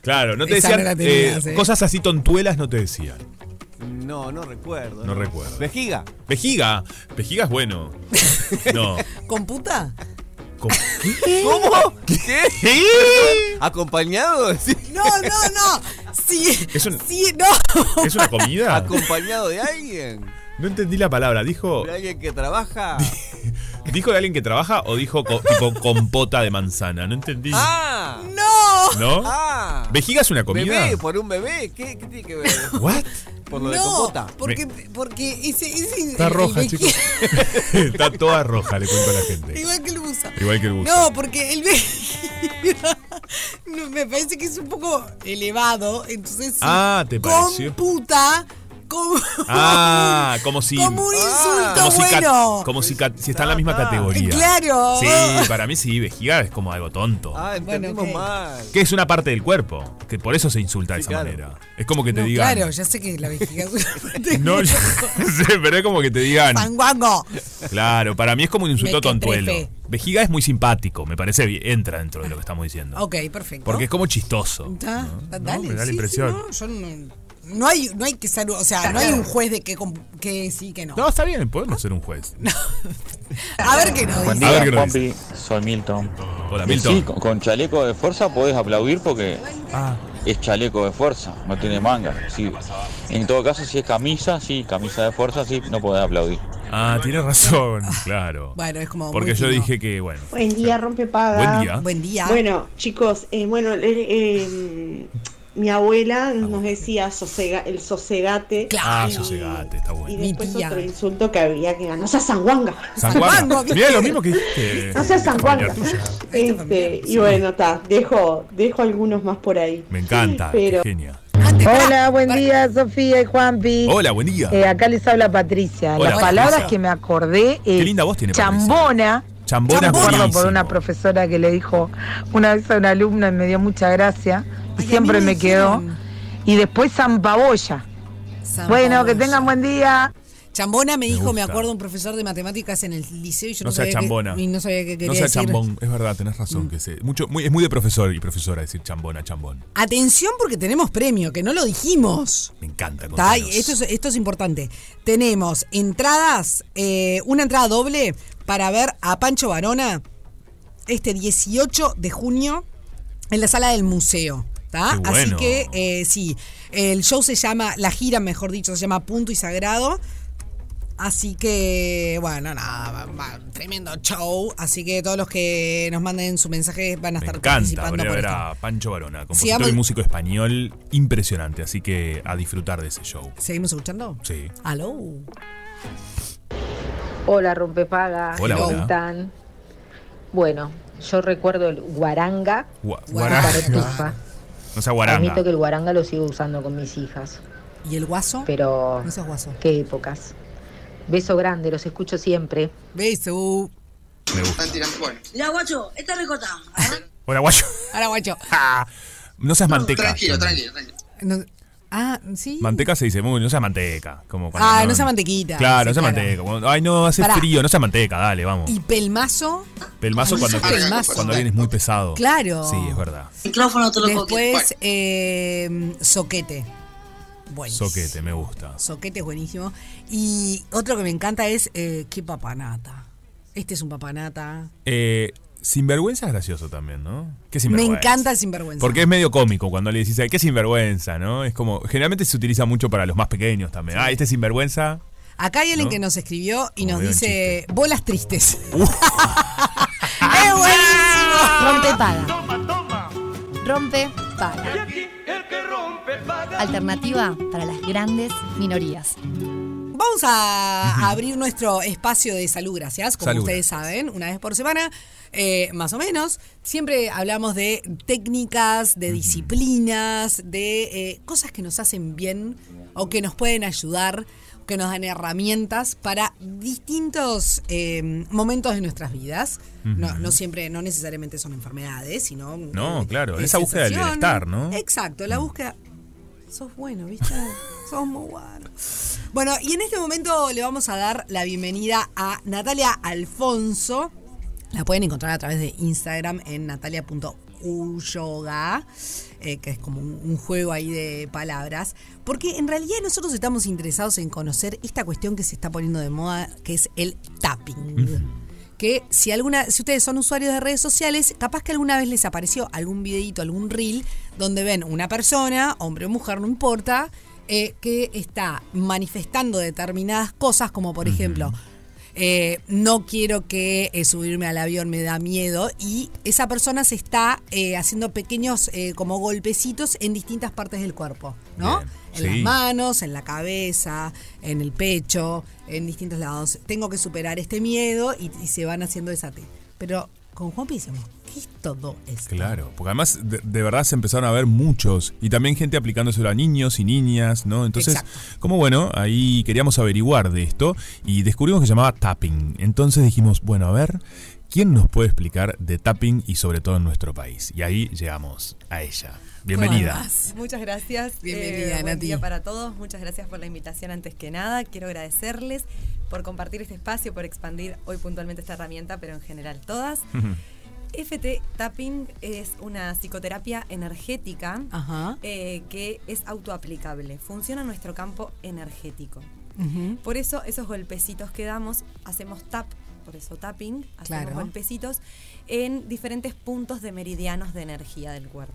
Speaker 5: Claro, no te
Speaker 4: Esa
Speaker 5: decían.
Speaker 4: no la tenías,
Speaker 5: eh,
Speaker 4: eh.
Speaker 5: Cosas así tontuelas no te decían.
Speaker 6: No, no recuerdo.
Speaker 5: No recuerdo.
Speaker 6: Vejiga.
Speaker 5: Vejiga. Vejiga es bueno. No.
Speaker 4: ¿Con puta?
Speaker 5: ¿Cómo?
Speaker 6: ¿Cómo? ¿Qué? ¿Acompañado? Sí.
Speaker 4: No, no, no. Sí,
Speaker 5: Es un-
Speaker 4: sí, no.
Speaker 5: ¿Es una comida?
Speaker 6: ¿Acompañado de alguien?
Speaker 5: No entendí la palabra. ¿Dijo,
Speaker 6: ¿De alguien que trabaja?
Speaker 5: ¿dijo de alguien que trabaja o dijo co- tipo compota de manzana? No entendí.
Speaker 6: ¡Ah!
Speaker 4: No,
Speaker 5: ¿No?
Speaker 6: ¡Ah!
Speaker 5: ¿Vejiga es una comida?
Speaker 6: Bebé, por un bebé. ¿Qué, qué tiene que ver?
Speaker 5: ¿What?
Speaker 6: Por lo de
Speaker 4: no.
Speaker 6: compota.
Speaker 4: Porque, porque ese, ese
Speaker 5: Está
Speaker 4: el- el
Speaker 5: roja,
Speaker 4: veji-
Speaker 5: chicos. Está toda roja, le cuento a la gente.
Speaker 4: Igual que el buzo.
Speaker 5: Igual que el buzo.
Speaker 4: No, porque el vejiga no, me parece que es un poco elevado. Entonces, sí,
Speaker 5: Ah, ¿te
Speaker 4: con
Speaker 5: pareció?
Speaker 4: puta, como,
Speaker 5: Ah, como si.
Speaker 4: como un insulto
Speaker 5: como si, ca-
Speaker 4: bueno.
Speaker 5: como si, ca- si está en la misma
Speaker 6: Ah, ah.
Speaker 5: categoría.
Speaker 4: Claro.
Speaker 5: Sí, para mí sí, vejiga es como algo tonto.
Speaker 6: Ah, entendimos
Speaker 4: Bueno, ok.
Speaker 6: mal.
Speaker 5: Que es una parte del cuerpo, que por eso se insulta de
Speaker 6: Sí,
Speaker 5: esa
Speaker 6: claro.
Speaker 5: manera. Es como que te
Speaker 4: No,
Speaker 5: digan.
Speaker 4: Claro, ya sé que la vejiga es una parte
Speaker 5: No, yo- sí, pero es como que te digan.
Speaker 4: sanguango.
Speaker 5: Claro, para mí es como un insulto
Speaker 4: Me que
Speaker 5: tontuelo.
Speaker 4: trefe.
Speaker 5: Vejiga es muy simpático, me parece bien, entra dentro de lo que estamos diciendo.
Speaker 4: Ok, perfecto.
Speaker 5: Porque es como chistoso.
Speaker 4: Ah, Da- da-
Speaker 5: No,
Speaker 4: dale,
Speaker 5: me da la
Speaker 4: sí, sí,
Speaker 5: impresión.
Speaker 4: no, yo no- No hay, no hay que ser, o sea, no hay un juez de que, comp- que sí, que no.
Speaker 5: No, está bien, podemos ser un juez.
Speaker 4: A ver qué nos
Speaker 9: Buen
Speaker 4: dice.
Speaker 5: A ver
Speaker 9: día,
Speaker 5: qué nos
Speaker 9: Juanpi. Soy Milton.
Speaker 5: Hola,
Speaker 9: Y
Speaker 5: Milton.
Speaker 9: sí, con, con chaleco de fuerza podés aplaudir porque
Speaker 5: Ah,
Speaker 9: es chaleco de fuerza, no tiene manga. Sí. En todo caso, si es camisa, sí, camisa de fuerza, sí, no podés aplaudir.
Speaker 5: ah tienes razón, claro.
Speaker 4: Bueno, es como.
Speaker 5: Porque
Speaker 4: muy
Speaker 5: yo
Speaker 4: fino.
Speaker 5: dije ¿ah? que, bueno.
Speaker 10: Buen día, rompe paga.
Speaker 5: Buen día.
Speaker 4: Buen día.
Speaker 10: Bueno, chicos, eh, bueno, eh, eh, mi abuela nos decía sosega- el sosegate.
Speaker 5: Ah,
Speaker 4: claro.
Speaker 5: sosegate, está
Speaker 10: Y
Speaker 5: bueno.
Speaker 4: Mi
Speaker 10: después
Speaker 4: tía.
Speaker 10: otro insulto que había que era, no seas sanguanga.
Speaker 5: San Juan.
Speaker 4: Juan, ¿qué
Speaker 5: Mirá lo
Speaker 4: querés?
Speaker 5: mismo que dijiste.
Speaker 10: No seas
Speaker 5: eh,
Speaker 10: sanguanga.
Speaker 5: familiar tuya.
Speaker 10: Este, y bueno, está, dejo, dejo algunos más por ahí.
Speaker 5: Me encanta, qué
Speaker 10: Pero-
Speaker 5: genia.
Speaker 4: Antes, Ah, pará,
Speaker 11: Hola, buen
Speaker 4: pará.
Speaker 11: día Sofía y Juanpi.
Speaker 5: Hola, buen día.
Speaker 11: Eh, acá les habla Patricia.
Speaker 5: Hola,
Speaker 11: Las palabras
Speaker 5: Patricia.
Speaker 11: que me acordé es
Speaker 5: Qué linda voz tiene Patricia.
Speaker 11: chambona. Me
Speaker 5: Chambona
Speaker 4: Chambona.
Speaker 11: acuerdo
Speaker 5: buenísimo.
Speaker 11: por una profesora que le dijo una vez a una alumna y me dio mucha gracia y
Speaker 4: Ay, a
Speaker 11: siempre
Speaker 4: mí me
Speaker 11: me quedó.
Speaker 4: dijeron.
Speaker 11: Y después zampaboya.
Speaker 4: San
Speaker 11: Bueno, que
Speaker 4: Pablo.
Speaker 11: tengan buen día.
Speaker 4: Chambona me dijo, me,
Speaker 5: gusta.
Speaker 4: acuerdo, un profesor de matemáticas en el liceo y yo no,
Speaker 5: No sea
Speaker 4: sabía
Speaker 5: chambona.
Speaker 4: Que, y no sabía qué quería
Speaker 5: No sea
Speaker 4: decir. Mm.
Speaker 5: chambón, es verdad, tenés razón. que se, mucho, muy- Es muy de profesor y profesora decir chambona, chambón.
Speaker 4: Atención porque tenemos premio, que no lo dijimos.
Speaker 5: Me encanta.
Speaker 4: Está, y
Speaker 5: contanos.
Speaker 4: Esto, es, esto es importante. Tenemos entradas, eh, una entrada doble para ver a Pancho Barona este 18 de junio en la sala del museo. ¿tá?
Speaker 5: Qué
Speaker 4: Así
Speaker 5: bueno.
Speaker 4: que eh, sí, el show se llama, la gira mejor dicho, se llama Punto y Sagrado. Así que, bueno, nada, va- va- tremendo show. Así que todos los que nos manden su mensaje van a
Speaker 5: Me
Speaker 4: estar
Speaker 5: encanta
Speaker 4: participando
Speaker 5: volver a
Speaker 4: por
Speaker 5: ver
Speaker 4: esto.
Speaker 5: a Pancho Barona, compositor
Speaker 4: Sigamos-
Speaker 5: y músico español impresionante, así que a disfrutar de ese show.
Speaker 4: ¿Seguimos escuchando?
Speaker 5: Sí.
Speaker 4: Aló.
Speaker 11: Hola, rompepaga.
Speaker 5: Hola,
Speaker 4: Hello.
Speaker 11: ¿Cómo
Speaker 5: hola.
Speaker 11: están? Bueno, yo recuerdo el guaranga
Speaker 5: Gua-
Speaker 11: y
Speaker 5: Guaranga. No sea guaranga.
Speaker 11: Admito que el guaranga lo sigo usando con mis hijas,
Speaker 4: ¿Y el guaso?
Speaker 11: pero
Speaker 4: No seas guaso.
Speaker 11: qué épocas. Beso grande, los escucho siempre.
Speaker 4: Beso.
Speaker 5: Me gusta.
Speaker 3: Mira, guacho, esta ricota.
Speaker 5: Hola, guayo.
Speaker 4: Ahora, guacho.
Speaker 5: Ja. No seas manteca.
Speaker 3: tranquilo.
Speaker 4: No- ah, sí.
Speaker 5: Manteca se dice muy, no sea manteca. Como cuando
Speaker 4: Ah, no sea mantequita.
Speaker 5: Claro, no
Speaker 4: Sí,
Speaker 5: sea
Speaker 4: claro.
Speaker 5: manteca. Como, Ay, no, hace
Speaker 4: Pará.
Speaker 5: frío, no sea manteca, dale, vamos.
Speaker 4: Y pelmazo.
Speaker 5: Pelmazo
Speaker 4: Ay,
Speaker 5: cuando,
Speaker 4: no seas pelmazo.
Speaker 5: cuando alguien es muy pesado.
Speaker 4: Claro.
Speaker 5: Sí, es verdad.
Speaker 3: Micrófono te lo coqué.
Speaker 4: Después, eh, soquete. Bueno.
Speaker 5: Soquete, me gusta.
Speaker 4: Soquete es buenísimo. Y otro que me encanta es, eh, qué papanata. Este es un papanata.
Speaker 5: Eh, sinvergüenza es gracioso también, ¿no? ¿Qué
Speaker 4: Me
Speaker 5: sinvergüenza?
Speaker 4: encanta el sinvergüenza.
Speaker 5: Porque es medio cómico cuando le decís, ay, qué sinvergüenza, ¿no? Es como, generalmente se utiliza mucho para los más pequeños también. Ah, este es sinvergüenza.
Speaker 4: Acá hay alguien
Speaker 5: ¿No?
Speaker 4: que nos escribió y
Speaker 5: Como
Speaker 4: nos
Speaker 5: veo en
Speaker 4: dice, bolas tristes.
Speaker 5: Uh. ¡Es
Speaker 1: Rompe paga. Rompe paga. Alternativa para las grandes minorías.
Speaker 4: Vamos a abrir nuestro espacio de salud, gracias. Como
Speaker 5: Salud,
Speaker 4: ustedes saben, una vez por semana, eh, más o menos, siempre hablamos de técnicas, de disciplinas, de eh, cosas que nos hacen bien o que nos pueden ayudar, que nos dan herramientas para distintos eh, momentos de nuestras vidas. no, no siempre, no necesariamente son enfermedades, sino.
Speaker 5: No,
Speaker 4: eh,
Speaker 5: claro,
Speaker 4: de
Speaker 5: esa búsqueda del
Speaker 4: sensación.
Speaker 5: bienestar, ¿no? Mm.
Speaker 4: Exacto, la búsqueda. Sos bueno, ¿viste? Sos muy bueno. Bueno, y en este momento le vamos a dar la bienvenida a Natalia Alfonso. La pueden encontrar a través de Instagram en natalia.uyoga, eh, que es como un, un juego ahí de palabras. Porque en realidad nosotros estamos interesados en conocer esta cuestión que se está poniendo de moda, que es el tapping. Que si alguna, si ustedes son usuarios de redes sociales, capaz que alguna vez les apareció algún videito, algún reel, donde ven una persona, hombre o mujer, no importa, eh, que está manifestando determinadas cosas, como por ejemplo, eh, no quiero que eh, subirme al avión me da miedo y esa persona se está eh, haciendo pequeños eh, como golpecitos en distintas partes del cuerpo, ¿no?
Speaker 5: Bien,
Speaker 4: en
Speaker 5: sí.
Speaker 4: las manos, en la cabeza, en el pecho, en distintos lados. Tengo que superar este miedo y, y se van haciendo esa T. Pero con Juan decimos, ¿qué es todo esto?
Speaker 5: Claro, porque además de, de verdad se empezaron a ver muchos y también gente aplicándoselo a niños y niñas, ¿no? Entonces, como bueno, ahí queríamos averiguar de esto y descubrimos que se llamaba tapping. Entonces dijimos, bueno, a ver, ¿quién nos puede explicar de tapping y sobre todo en nuestro país? Y ahí llegamos a ella. Bienvenida.
Speaker 12: Muchas gracias. eh,
Speaker 4: Bienvenida,
Speaker 12: buen
Speaker 4: Nati.
Speaker 12: día para todos. Muchas gracias por la invitación antes que nada. Quiero agradecerles por compartir este espacio, por expandir hoy puntualmente esta herramienta, pero en general todas. FT Tapping es una psicoterapia energética
Speaker 4: Ah.
Speaker 12: eh, que es autoaplicable. Funciona en nuestro campo energético.
Speaker 4: Ujú.
Speaker 12: Por eso esos golpecitos que damos, hacemos tap, por eso tapping, hacemos
Speaker 4: Claro.
Speaker 12: golpecitos en diferentes puntos de meridianos de energía del cuerpo.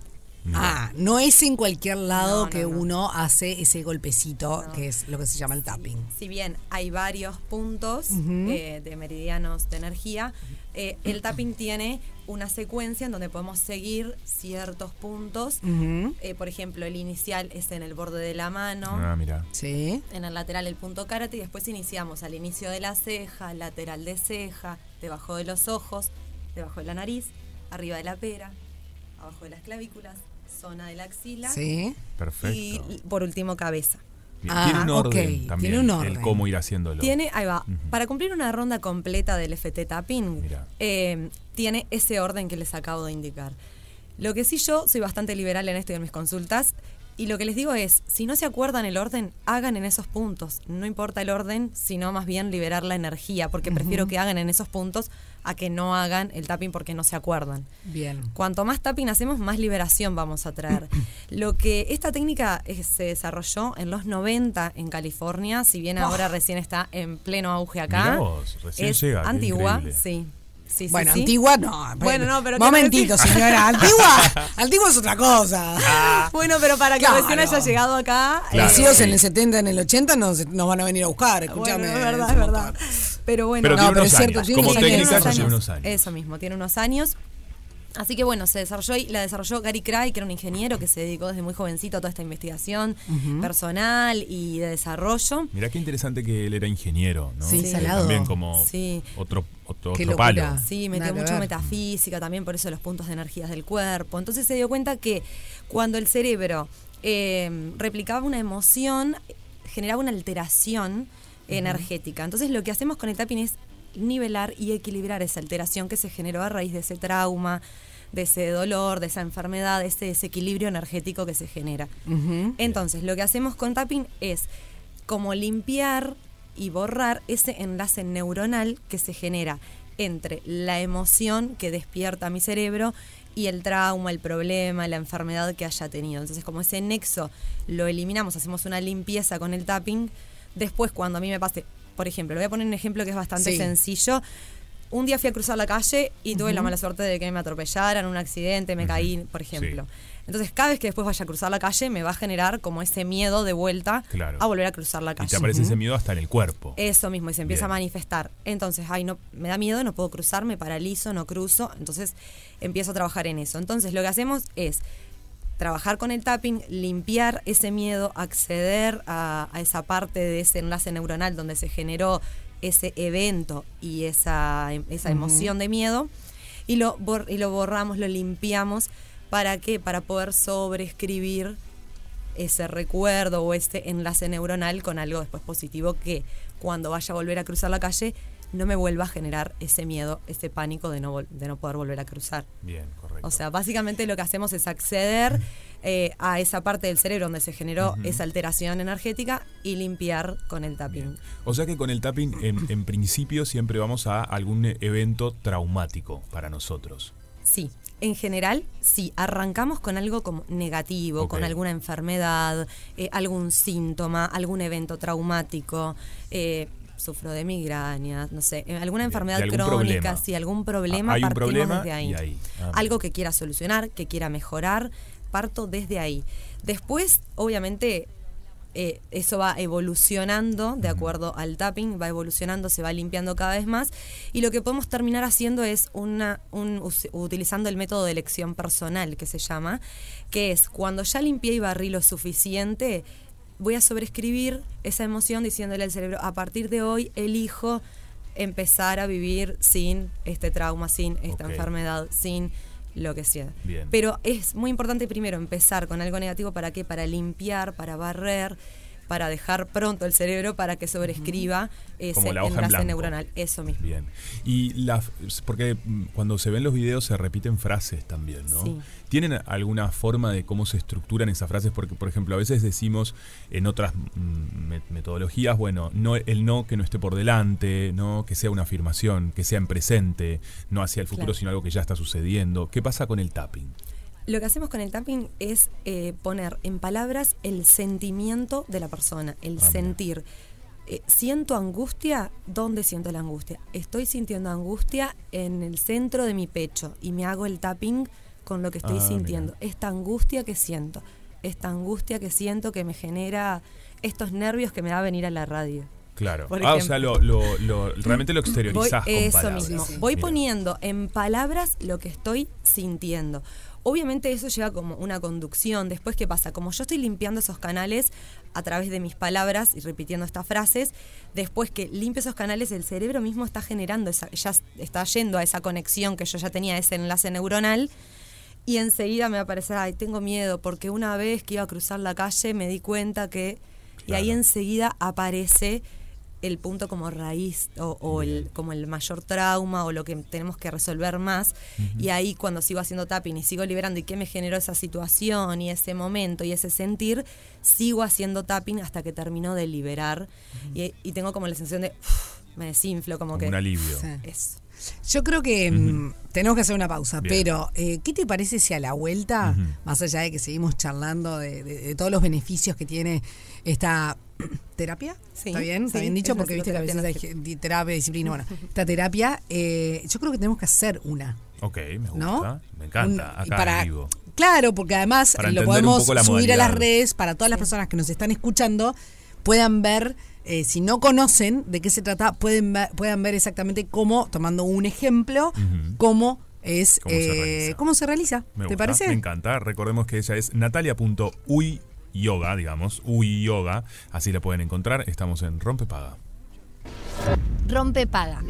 Speaker 4: Ah, no es en cualquier lado que uno hace ese golpecito, que es lo que se llama el tapping.
Speaker 12: Si bien hay varios puntos
Speaker 4: Ujú.
Speaker 12: eh, de meridianos de energía, eh, el tapping tiene una secuencia en donde podemos seguir ciertos puntos.
Speaker 5: Mm.
Speaker 4: Ujú.
Speaker 12: Eh, por ejemplo, el inicial es en el borde de la mano.
Speaker 5: Ah, mira.
Speaker 4: Sí.
Speaker 12: En el lateral el punto karate y después iniciamos al inicio de la ceja, lateral de ceja, debajo de los ojos, debajo de la nariz, arriba de la pera, abajo de las clavículas, zona de la axila.
Speaker 5: Sí. Perfecto.
Speaker 12: Y l- por último cabeza.
Speaker 5: Bien, tiene un orden también. El cómo ir haciéndolo.
Speaker 12: Tiene, ahí va, para cumplir una ronda completa del FT Tapping, eh, tiene ese orden que les acabo de indicar. Lo que sí yo soy bastante liberal en esto y en mis consultas, y lo que les digo es, si no se acuerdan el orden, hagan en esos puntos. No importa el orden, sino más bien liberar la energía, porque prefiero
Speaker 4: Ujú.
Speaker 12: que hagan en esos puntos a que no hagan el tapping porque no se acuerdan.
Speaker 4: Bien.
Speaker 12: Cuanto más tapping hacemos, más liberación vamos a traer. Lo que esta técnica eh, se desarrolló en los 90 en California, si bien
Speaker 4: Ah.
Speaker 12: ahora recién está en pleno auge
Speaker 5: ¡Oh! Mirá
Speaker 12: acá.
Speaker 5: vos, recién
Speaker 12: es
Speaker 5: llega, qué
Speaker 12: Antigua,
Speaker 5: increíble.
Speaker 12: sí. Sí, sí,
Speaker 4: Bueno,
Speaker 12: sí.
Speaker 4: antigua no.
Speaker 12: Bueno, no, pero. quiero
Speaker 4: Momentito,
Speaker 12: decir-
Speaker 4: señora. Antigua, antigua es otra cosa.
Speaker 12: Bueno, pero para que
Speaker 4: Claro.
Speaker 12: recién haya llegado acá. eh,
Speaker 4: Nacidos en el 70, en el 80, nos, nos van a venir a buscar, escúchame.
Speaker 12: Ah,
Speaker 4: eh,
Speaker 12: Bueno, es verdad,
Speaker 4: es
Speaker 12: es verdad. Pero bueno,
Speaker 4: Pero tiene No, pero unos es cierto, años. tiene Como unos técnica
Speaker 5: años. ya lleva unos años.
Speaker 12: Eso mismo, tiene unos años. Así que bueno, se desarrolló y la desarrolló Gary Cray, que era un ingeniero que se dedicó desde muy jovencito a toda esta investigación
Speaker 5: Ujú.
Speaker 12: personal y de desarrollo.
Speaker 5: Mirá qué interesante que él era ingeniero, ¿no?
Speaker 12: Sí,
Speaker 5: Que
Speaker 12: salado.
Speaker 5: También como
Speaker 12: Sí.
Speaker 5: otro, otro, otro palo.
Speaker 12: Sí, metió
Speaker 4: Nada que
Speaker 12: mucho
Speaker 4: ver.
Speaker 12: metafísica también, por eso los puntos de energías del cuerpo. Entonces se dio cuenta que cuando el cerebro eh, replicaba una emoción, generaba una alteración energética. Entonces lo que hacemos con el tapping es nivelar y equilibrar esa alteración que se generó a raíz de ese trauma, de ese dolor, de esa enfermedad, de ese desequilibrio energético que se genera. Entonces, lo que hacemos con tapping es como limpiar y borrar ese enlace neuronal que se genera entre la emoción que despierta mi cerebro y el trauma, el problema, la enfermedad que haya tenido. Entonces, como ese nexo lo eliminamos, hacemos una limpieza con el tapping. Después, cuando a mí me pase, por ejemplo, le voy a poner un ejemplo que es bastante
Speaker 4: Sí.
Speaker 12: sencillo. Un día fui a cruzar la calle y tuve la
Speaker 4: Ujú.
Speaker 12: mala suerte de que me atropellaran, un accidente, me caí, por ejemplo. Entonces, cada vez que después vaya a cruzar la calle, me va a generar como ese miedo de vuelta
Speaker 5: Claro.
Speaker 12: a volver a cruzar la
Speaker 5: Y
Speaker 12: calle.
Speaker 5: te aparece ese miedo hasta en el cuerpo.
Speaker 12: Eso mismo, y se empieza
Speaker 5: Bien.
Speaker 12: a manifestar. Entonces, ay, no, me da miedo, no puedo cruzar, me paralizo, no cruzo. Entonces, empiezo a trabajar en eso. Entonces, lo que hacemos es trabajar con el tapping, limpiar ese miedo, acceder a, a esa parte de ese enlace neuronal donde se generó ese evento y esa, esa
Speaker 13: Ujú.
Speaker 12: emoción de miedo, y lo, bor- y lo borramos, lo limpiamos. ¿Para qué? Para poder sobreescribir ese recuerdo o este enlace neuronal con algo después positivo que cuando vaya a volver a cruzar la calle no me vuelva a generar ese miedo, ese pánico de no, vol- de no poder volver a cruzar.
Speaker 5: Bien, correcto.
Speaker 12: O sea, básicamente lo que hacemos es acceder eh, a esa parte del cerebro donde se generó
Speaker 5: Ujú.
Speaker 12: esa alteración energética y limpiar con el tapping.
Speaker 5: O sea que con el tapping, en, en principio, siempre vamos a algún evento traumático para nosotros.
Speaker 12: Sí, en general, sí, arrancamos con algo como negativo,
Speaker 5: Ok.
Speaker 12: con alguna enfermedad, eh, algún síntoma, algún evento traumático, eh, sufro de migrañas, no sé, eh, alguna enfermedad
Speaker 5: de algún
Speaker 12: crónica,
Speaker 5: problema.
Speaker 12: sí, algún problema,
Speaker 5: Ah, hay un
Speaker 12: partimos
Speaker 5: problema
Speaker 12: desde ahí.
Speaker 5: y ahí. Ah,
Speaker 12: algo que quiera solucionar, que quiera mejorar, parto desde ahí. Después, obviamente, eh, eso va evolucionando de acuerdo al tapping, va evolucionando, se va limpiando cada vez más. Y lo que podemos terminar haciendo es una, un, us- utilizando el método de elección personal que se llama, que es cuando ya limpié y barrí lo suficiente, voy a sobreescribir esa emoción diciéndole al cerebro, a partir de hoy elijo empezar a vivir sin este trauma, sin esta
Speaker 13: Ok.
Speaker 12: enfermedad, sin lo que sea.
Speaker 13: Bien.
Speaker 12: Pero es muy importante primero empezar con algo negativo para qué? Para limpiar, para barrer, para dejar pronto el cerebro para que sobreescriba ese
Speaker 5: Como la hoja en
Speaker 12: enlace
Speaker 5: blanco.
Speaker 12: neuronal. Eso mismo.
Speaker 5: Bien. Y las porque mm, cuando se ven los videos se repiten frases también, ¿no?
Speaker 12: Sí.
Speaker 5: ¿Tienen alguna forma de cómo se estructuran esas frases? Porque, por ejemplo, a veces decimos en otras mm, me- metodologías, bueno, no el no que no esté por delante, no que sea una afirmación, que sea en presente, no hacia el futuro,
Speaker 12: Claro.
Speaker 5: sino algo que ya está sucediendo. ¿Qué pasa con el tapping?
Speaker 12: Lo que hacemos con el tapping es eh, poner en palabras el sentimiento de la persona,
Speaker 13: Ah,
Speaker 12: el sentir. Eh, siento angustia, ¿dónde siento la angustia? Estoy sintiendo angustia en el centro de mi pecho y me hago el tapping con lo que estoy
Speaker 13: Ah, mira.
Speaker 12: sintiendo. Esta angustia que siento, esta angustia que siento que me genera estos nervios que me da venir a la radio.
Speaker 5: Claro.
Speaker 12: Por
Speaker 5: ah, o
Speaker 12: ejemplo.
Speaker 5: sea, lo, lo- lo- realmente lo
Speaker 12: Voy-
Speaker 5: exteriorizás con
Speaker 12: eso
Speaker 5: palabras.
Speaker 12: mismo. Voy
Speaker 5: Bien.
Speaker 12: poniendo en palabras lo que estoy sintiendo. Obviamente eso lleva como una conducción. Después, ¿qué pasa? Como yo estoy limpiando esos canales a través de mis palabras y repitiendo estas frases, después que limpio esos canales, el cerebro mismo está generando, esa, ya está yendo a esa conexión que yo ya tenía, ese enlace neuronal, y enseguida me va a aparecer, ay, tengo miedo, porque una vez que iba a cruzar la calle me di cuenta que... Y ahí enseguida aparece el punto como raíz o, o el, como el mayor trauma o lo que tenemos que resolver más.
Speaker 13: Ujú.
Speaker 12: Y ahí cuando sigo haciendo tapping y sigo liberando y qué me generó esa situación y ese momento y ese sentir, sigo haciendo tapping hasta que termino de liberar y, y tengo como la sensación de "Uf", me desinflo, como,
Speaker 5: Como
Speaker 12: que...
Speaker 5: un alivio.
Speaker 12: "Uf",
Speaker 4: Sí.
Speaker 12: Eso.
Speaker 4: Yo creo que mm, tenemos que hacer una pausa,
Speaker 5: Bien.
Speaker 4: pero eh, ¿qué te parece si a la vuelta, más allá de que seguimos charlando de, de- de todos los beneficios que tiene esta terapia?
Speaker 12: Sí,
Speaker 4: ¿Está bien? ¿Está
Speaker 12: sí,
Speaker 4: bien
Speaker 12: es
Speaker 4: dicho?
Speaker 12: una
Speaker 4: Porque viste que a veces hay
Speaker 12: psicoterapia
Speaker 4: gen- di- terapia, disciplina, bueno, esta terapia, eh, yo creo que tenemos que hacer una.
Speaker 5: Ok, me gusta.
Speaker 4: ¿No?
Speaker 5: Me encanta.
Speaker 4: Un- y
Speaker 5: acá
Speaker 4: para-
Speaker 5: en vivo.
Speaker 4: Claro, porque además
Speaker 5: Para
Speaker 4: lo
Speaker 5: entender un
Speaker 4: podemos
Speaker 5: poco la
Speaker 4: subir a las
Speaker 5: modalidad.
Speaker 4: redes para todas las personas que nos están escuchando puedan ver, eh, si no conocen de qué se trata, pueden ver, puedan ver exactamente cómo, tomando un ejemplo, cómo es
Speaker 5: Cómo se
Speaker 4: eh, cómo se realiza.
Speaker 5: Me
Speaker 4: ¿Te
Speaker 5: gusta,
Speaker 4: parece?
Speaker 5: Me encanta. Recordemos que ella es natalia.uy yoga, digamos, uy yoga. Así la pueden encontrar. Estamos en Rompepaga.
Speaker 1: Rompe paga.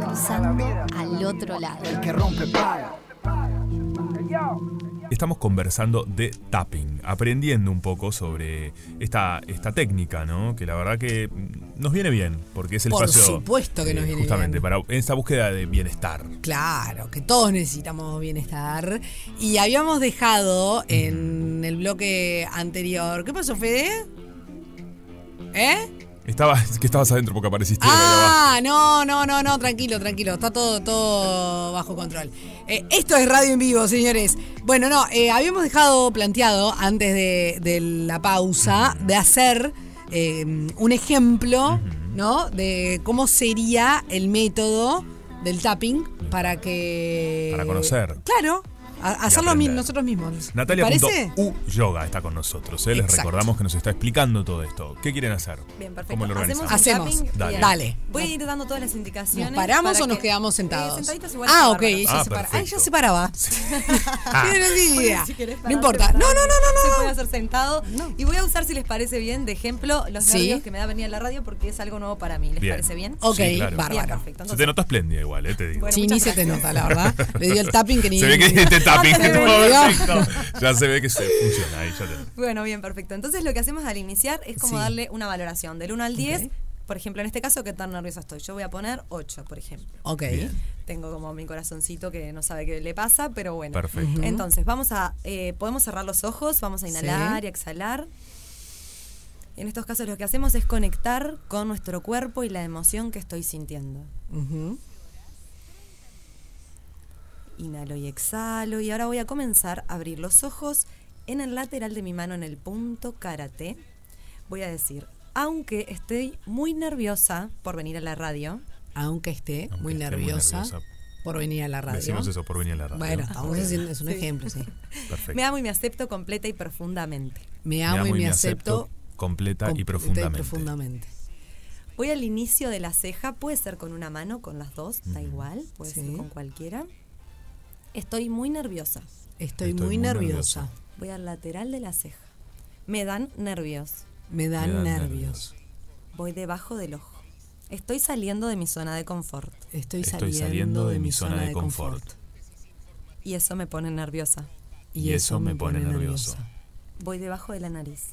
Speaker 1: Cruzando al otro lado.
Speaker 5: Estamos conversando de tapping, aprendiendo un poco sobre esta, esta técnica, ¿no? Que la verdad que mm, nos viene bien, porque es el
Speaker 4: Por
Speaker 5: espacio. eh,
Speaker 4: supuesto que nos viene
Speaker 5: Justamente, para esta búsqueda de bienestar.
Speaker 4: Claro, que todos necesitamos bienestar. Y habíamos dejado en el bloque anterior. ¿Qué pasó, Fede? ¿Eh?
Speaker 5: Estaba, que estabas adentro porque apareciste. ahí abajo.
Speaker 4: Ah, no, no, no, no, tranquilo, tranquilo. Está todo, todo bajo control. Eh, esto es radio en vivo, señores. Bueno, no, eh, habíamos dejado planteado antes de, de la pausa de hacer eh, un ejemplo, ¿no? De cómo sería el método del tapping para que.
Speaker 5: Para conocer.
Speaker 4: Claro, a- hacerlo mi-
Speaker 5: aprender.
Speaker 4: nosotros mismos.
Speaker 5: Natalia
Speaker 4: ¿Te parece?
Speaker 5: punto U Yoga está con nosotros. ¿eh? Les
Speaker 4: Exacto.
Speaker 5: recordamos que nos está explicando todo esto. ¿Qué quieren hacer? ¿Cómo
Speaker 12: Bien, perfecto.
Speaker 5: lo
Speaker 12: Hacemos
Speaker 5: organizamos?
Speaker 12: un tapping.
Speaker 5: Dale.
Speaker 12: Bien.
Speaker 4: Dale.
Speaker 12: Voy a ir dando todas las indicaciones.
Speaker 4: ¿Nos paramos
Speaker 12: para
Speaker 4: o nos
Speaker 12: que-
Speaker 4: quedamos sentados?
Speaker 12: Eh, sentaditos igual está
Speaker 4: ah, ok,
Speaker 12: bárbaro.
Speaker 4: ella se para. Ah, ella
Speaker 5: perfecto.
Speaker 4: se paraba.
Speaker 5: Ah.
Speaker 4: Yo no tenía
Speaker 12: Bueno,
Speaker 4: idea.
Speaker 12: si querés
Speaker 4: no
Speaker 12: pararte,
Speaker 4: importa.
Speaker 12: parate.
Speaker 4: No, no, no, no, no.
Speaker 12: Se puede hacer sentado. Y voy a usar, si les parece bien, de ejemplo, los
Speaker 4: Sí.
Speaker 12: nervios que me da venir a la radio porque es algo nuevo para mí. ¿Les
Speaker 5: Bien.
Speaker 12: parece bien?
Speaker 4: Ok,
Speaker 5: Sí, claro.
Speaker 12: Bien,
Speaker 4: bárbaro.
Speaker 12: perfecto.
Speaker 5: Se te notó espléndida igual, eh, te digo.
Speaker 4: sí, ni se te nota, la verdad. Le dio el tapping que ni.
Speaker 5: Se ve que hiciste tapping.
Speaker 4: Se me olvidó.
Speaker 5: Perfecto. Ya se ve que se funciona ahí. Ya te...
Speaker 12: Bueno, bien, perfecto. Entonces lo que hacemos al iniciar es como
Speaker 5: Sí.
Speaker 12: darle una valoración del 1 al 10. Por ejemplo, en este caso, ¿qué tan nerviosa estoy? Yo voy a poner 8, por ejemplo.
Speaker 4: Ok.
Speaker 5: Bien.
Speaker 12: Tengo como mi corazoncito que no sabe qué le pasa, pero bueno.
Speaker 5: Perfecto. Ujú.
Speaker 12: Entonces, vamos a. eh, podemos cerrar los ojos, vamos a inhalar y a exhalar. En estos casos, lo que hacemos es conectar con nuestro cuerpo y la emoción que estoy sintiendo.
Speaker 4: Ujú.
Speaker 12: Inhalo y exhalo. Y ahora voy a comenzar a abrir los ojos en el lateral de mi mano en el punto karate. Voy a decir, aunque estoy muy nerviosa por venir a la radio.
Speaker 4: Aunque esté muy
Speaker 12: esté muy
Speaker 4: nerviosa
Speaker 12: nerviosa.
Speaker 4: por venir a la radio.
Speaker 5: Decimos eso, por venir a la radio.
Speaker 4: Bueno, estamos
Speaker 5: Ok.
Speaker 4: haciendo, es un ejemplo, sí.
Speaker 5: Perfecto.
Speaker 12: Me amo y me acepto completa y profundamente.
Speaker 4: Me amo y me acepto
Speaker 5: completa y
Speaker 4: completa
Speaker 5: profundamente.
Speaker 4: profundamente.
Speaker 12: Voy al inicio de la ceja, puede ser con una mano, con las dos, da igual, puede ser con cualquiera. Estoy muy nerviosa.
Speaker 4: Estoy, muy, nerviosa.
Speaker 12: Voy al lateral de la ceja. Me dan nervios.
Speaker 4: Me dan,
Speaker 5: Me dan
Speaker 4: nervios.
Speaker 12: Voy debajo del ojo. Estoy saliendo de mi zona de confort.
Speaker 4: Estoy,
Speaker 5: Estoy saliendo de mi zona de confort.
Speaker 12: Y eso me pone nerviosa.
Speaker 5: Y eso me pone nervioso.
Speaker 12: voy debajo de la nariz.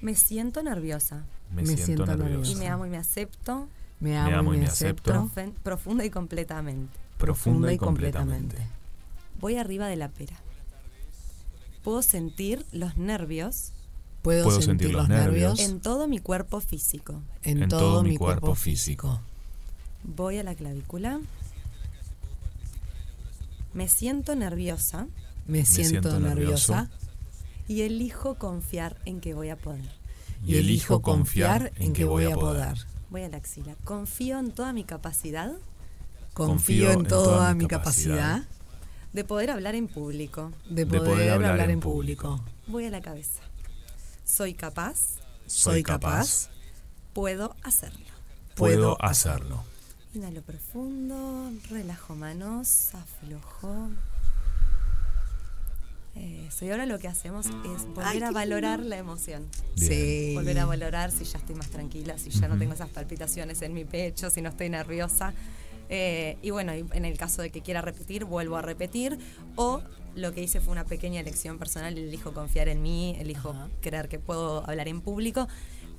Speaker 12: Me siento nerviosa.
Speaker 5: Me, siento, nervioso.
Speaker 12: Y me amo y me acepto.
Speaker 5: Me amo y amo y me me acepto. acepto.
Speaker 12: Profen- Profunda y completamente.
Speaker 5: Profunda y completamente.
Speaker 12: Voy arriba de la pera. Puedo sentir los nervios.
Speaker 5: Puedo Puedo sentir sentir los los nervios. nervios.
Speaker 12: En todo mi cuerpo físico.
Speaker 5: En, todo, mi cuerpo, físico.
Speaker 12: Voy a la clavícula. Me siento nerviosa.
Speaker 4: Me Me siento siento nervioso. nerviosa.
Speaker 12: Y elijo confiar en que voy a poder.
Speaker 5: Y elijo confiar en que voy a poder.
Speaker 12: Voy a la axila. Confío en toda mi capacidad
Speaker 4: Confío en toda mi capacidad
Speaker 12: de poder hablar en público.
Speaker 4: de poder hablar en público.
Speaker 12: Voy a la cabeza. Soy capaz.
Speaker 4: Soy capaz.
Speaker 12: Puedo hacerlo.
Speaker 5: Puedo hacerlo.
Speaker 12: Inhalo profundo, relajo manos, aflojo. Eso, y ahora lo que hacemos es
Speaker 10: Ay,
Speaker 12: volver
Speaker 10: qué
Speaker 12: a valorar
Speaker 10: lindo.
Speaker 12: la emoción.
Speaker 10: Bien. Sí.
Speaker 12: Volver a valorar si ya estoy más tranquila, si ya no
Speaker 10: Ujú.
Speaker 12: tengo esas palpitaciones en mi pecho, si no estoy nerviosa. Eh, y bueno, y en el caso de que quiera repetir, vuelvo a repetir. O lo que hice fue una pequeña elección personal, elijo confiar en mí, elijo creer que puedo hablar en público.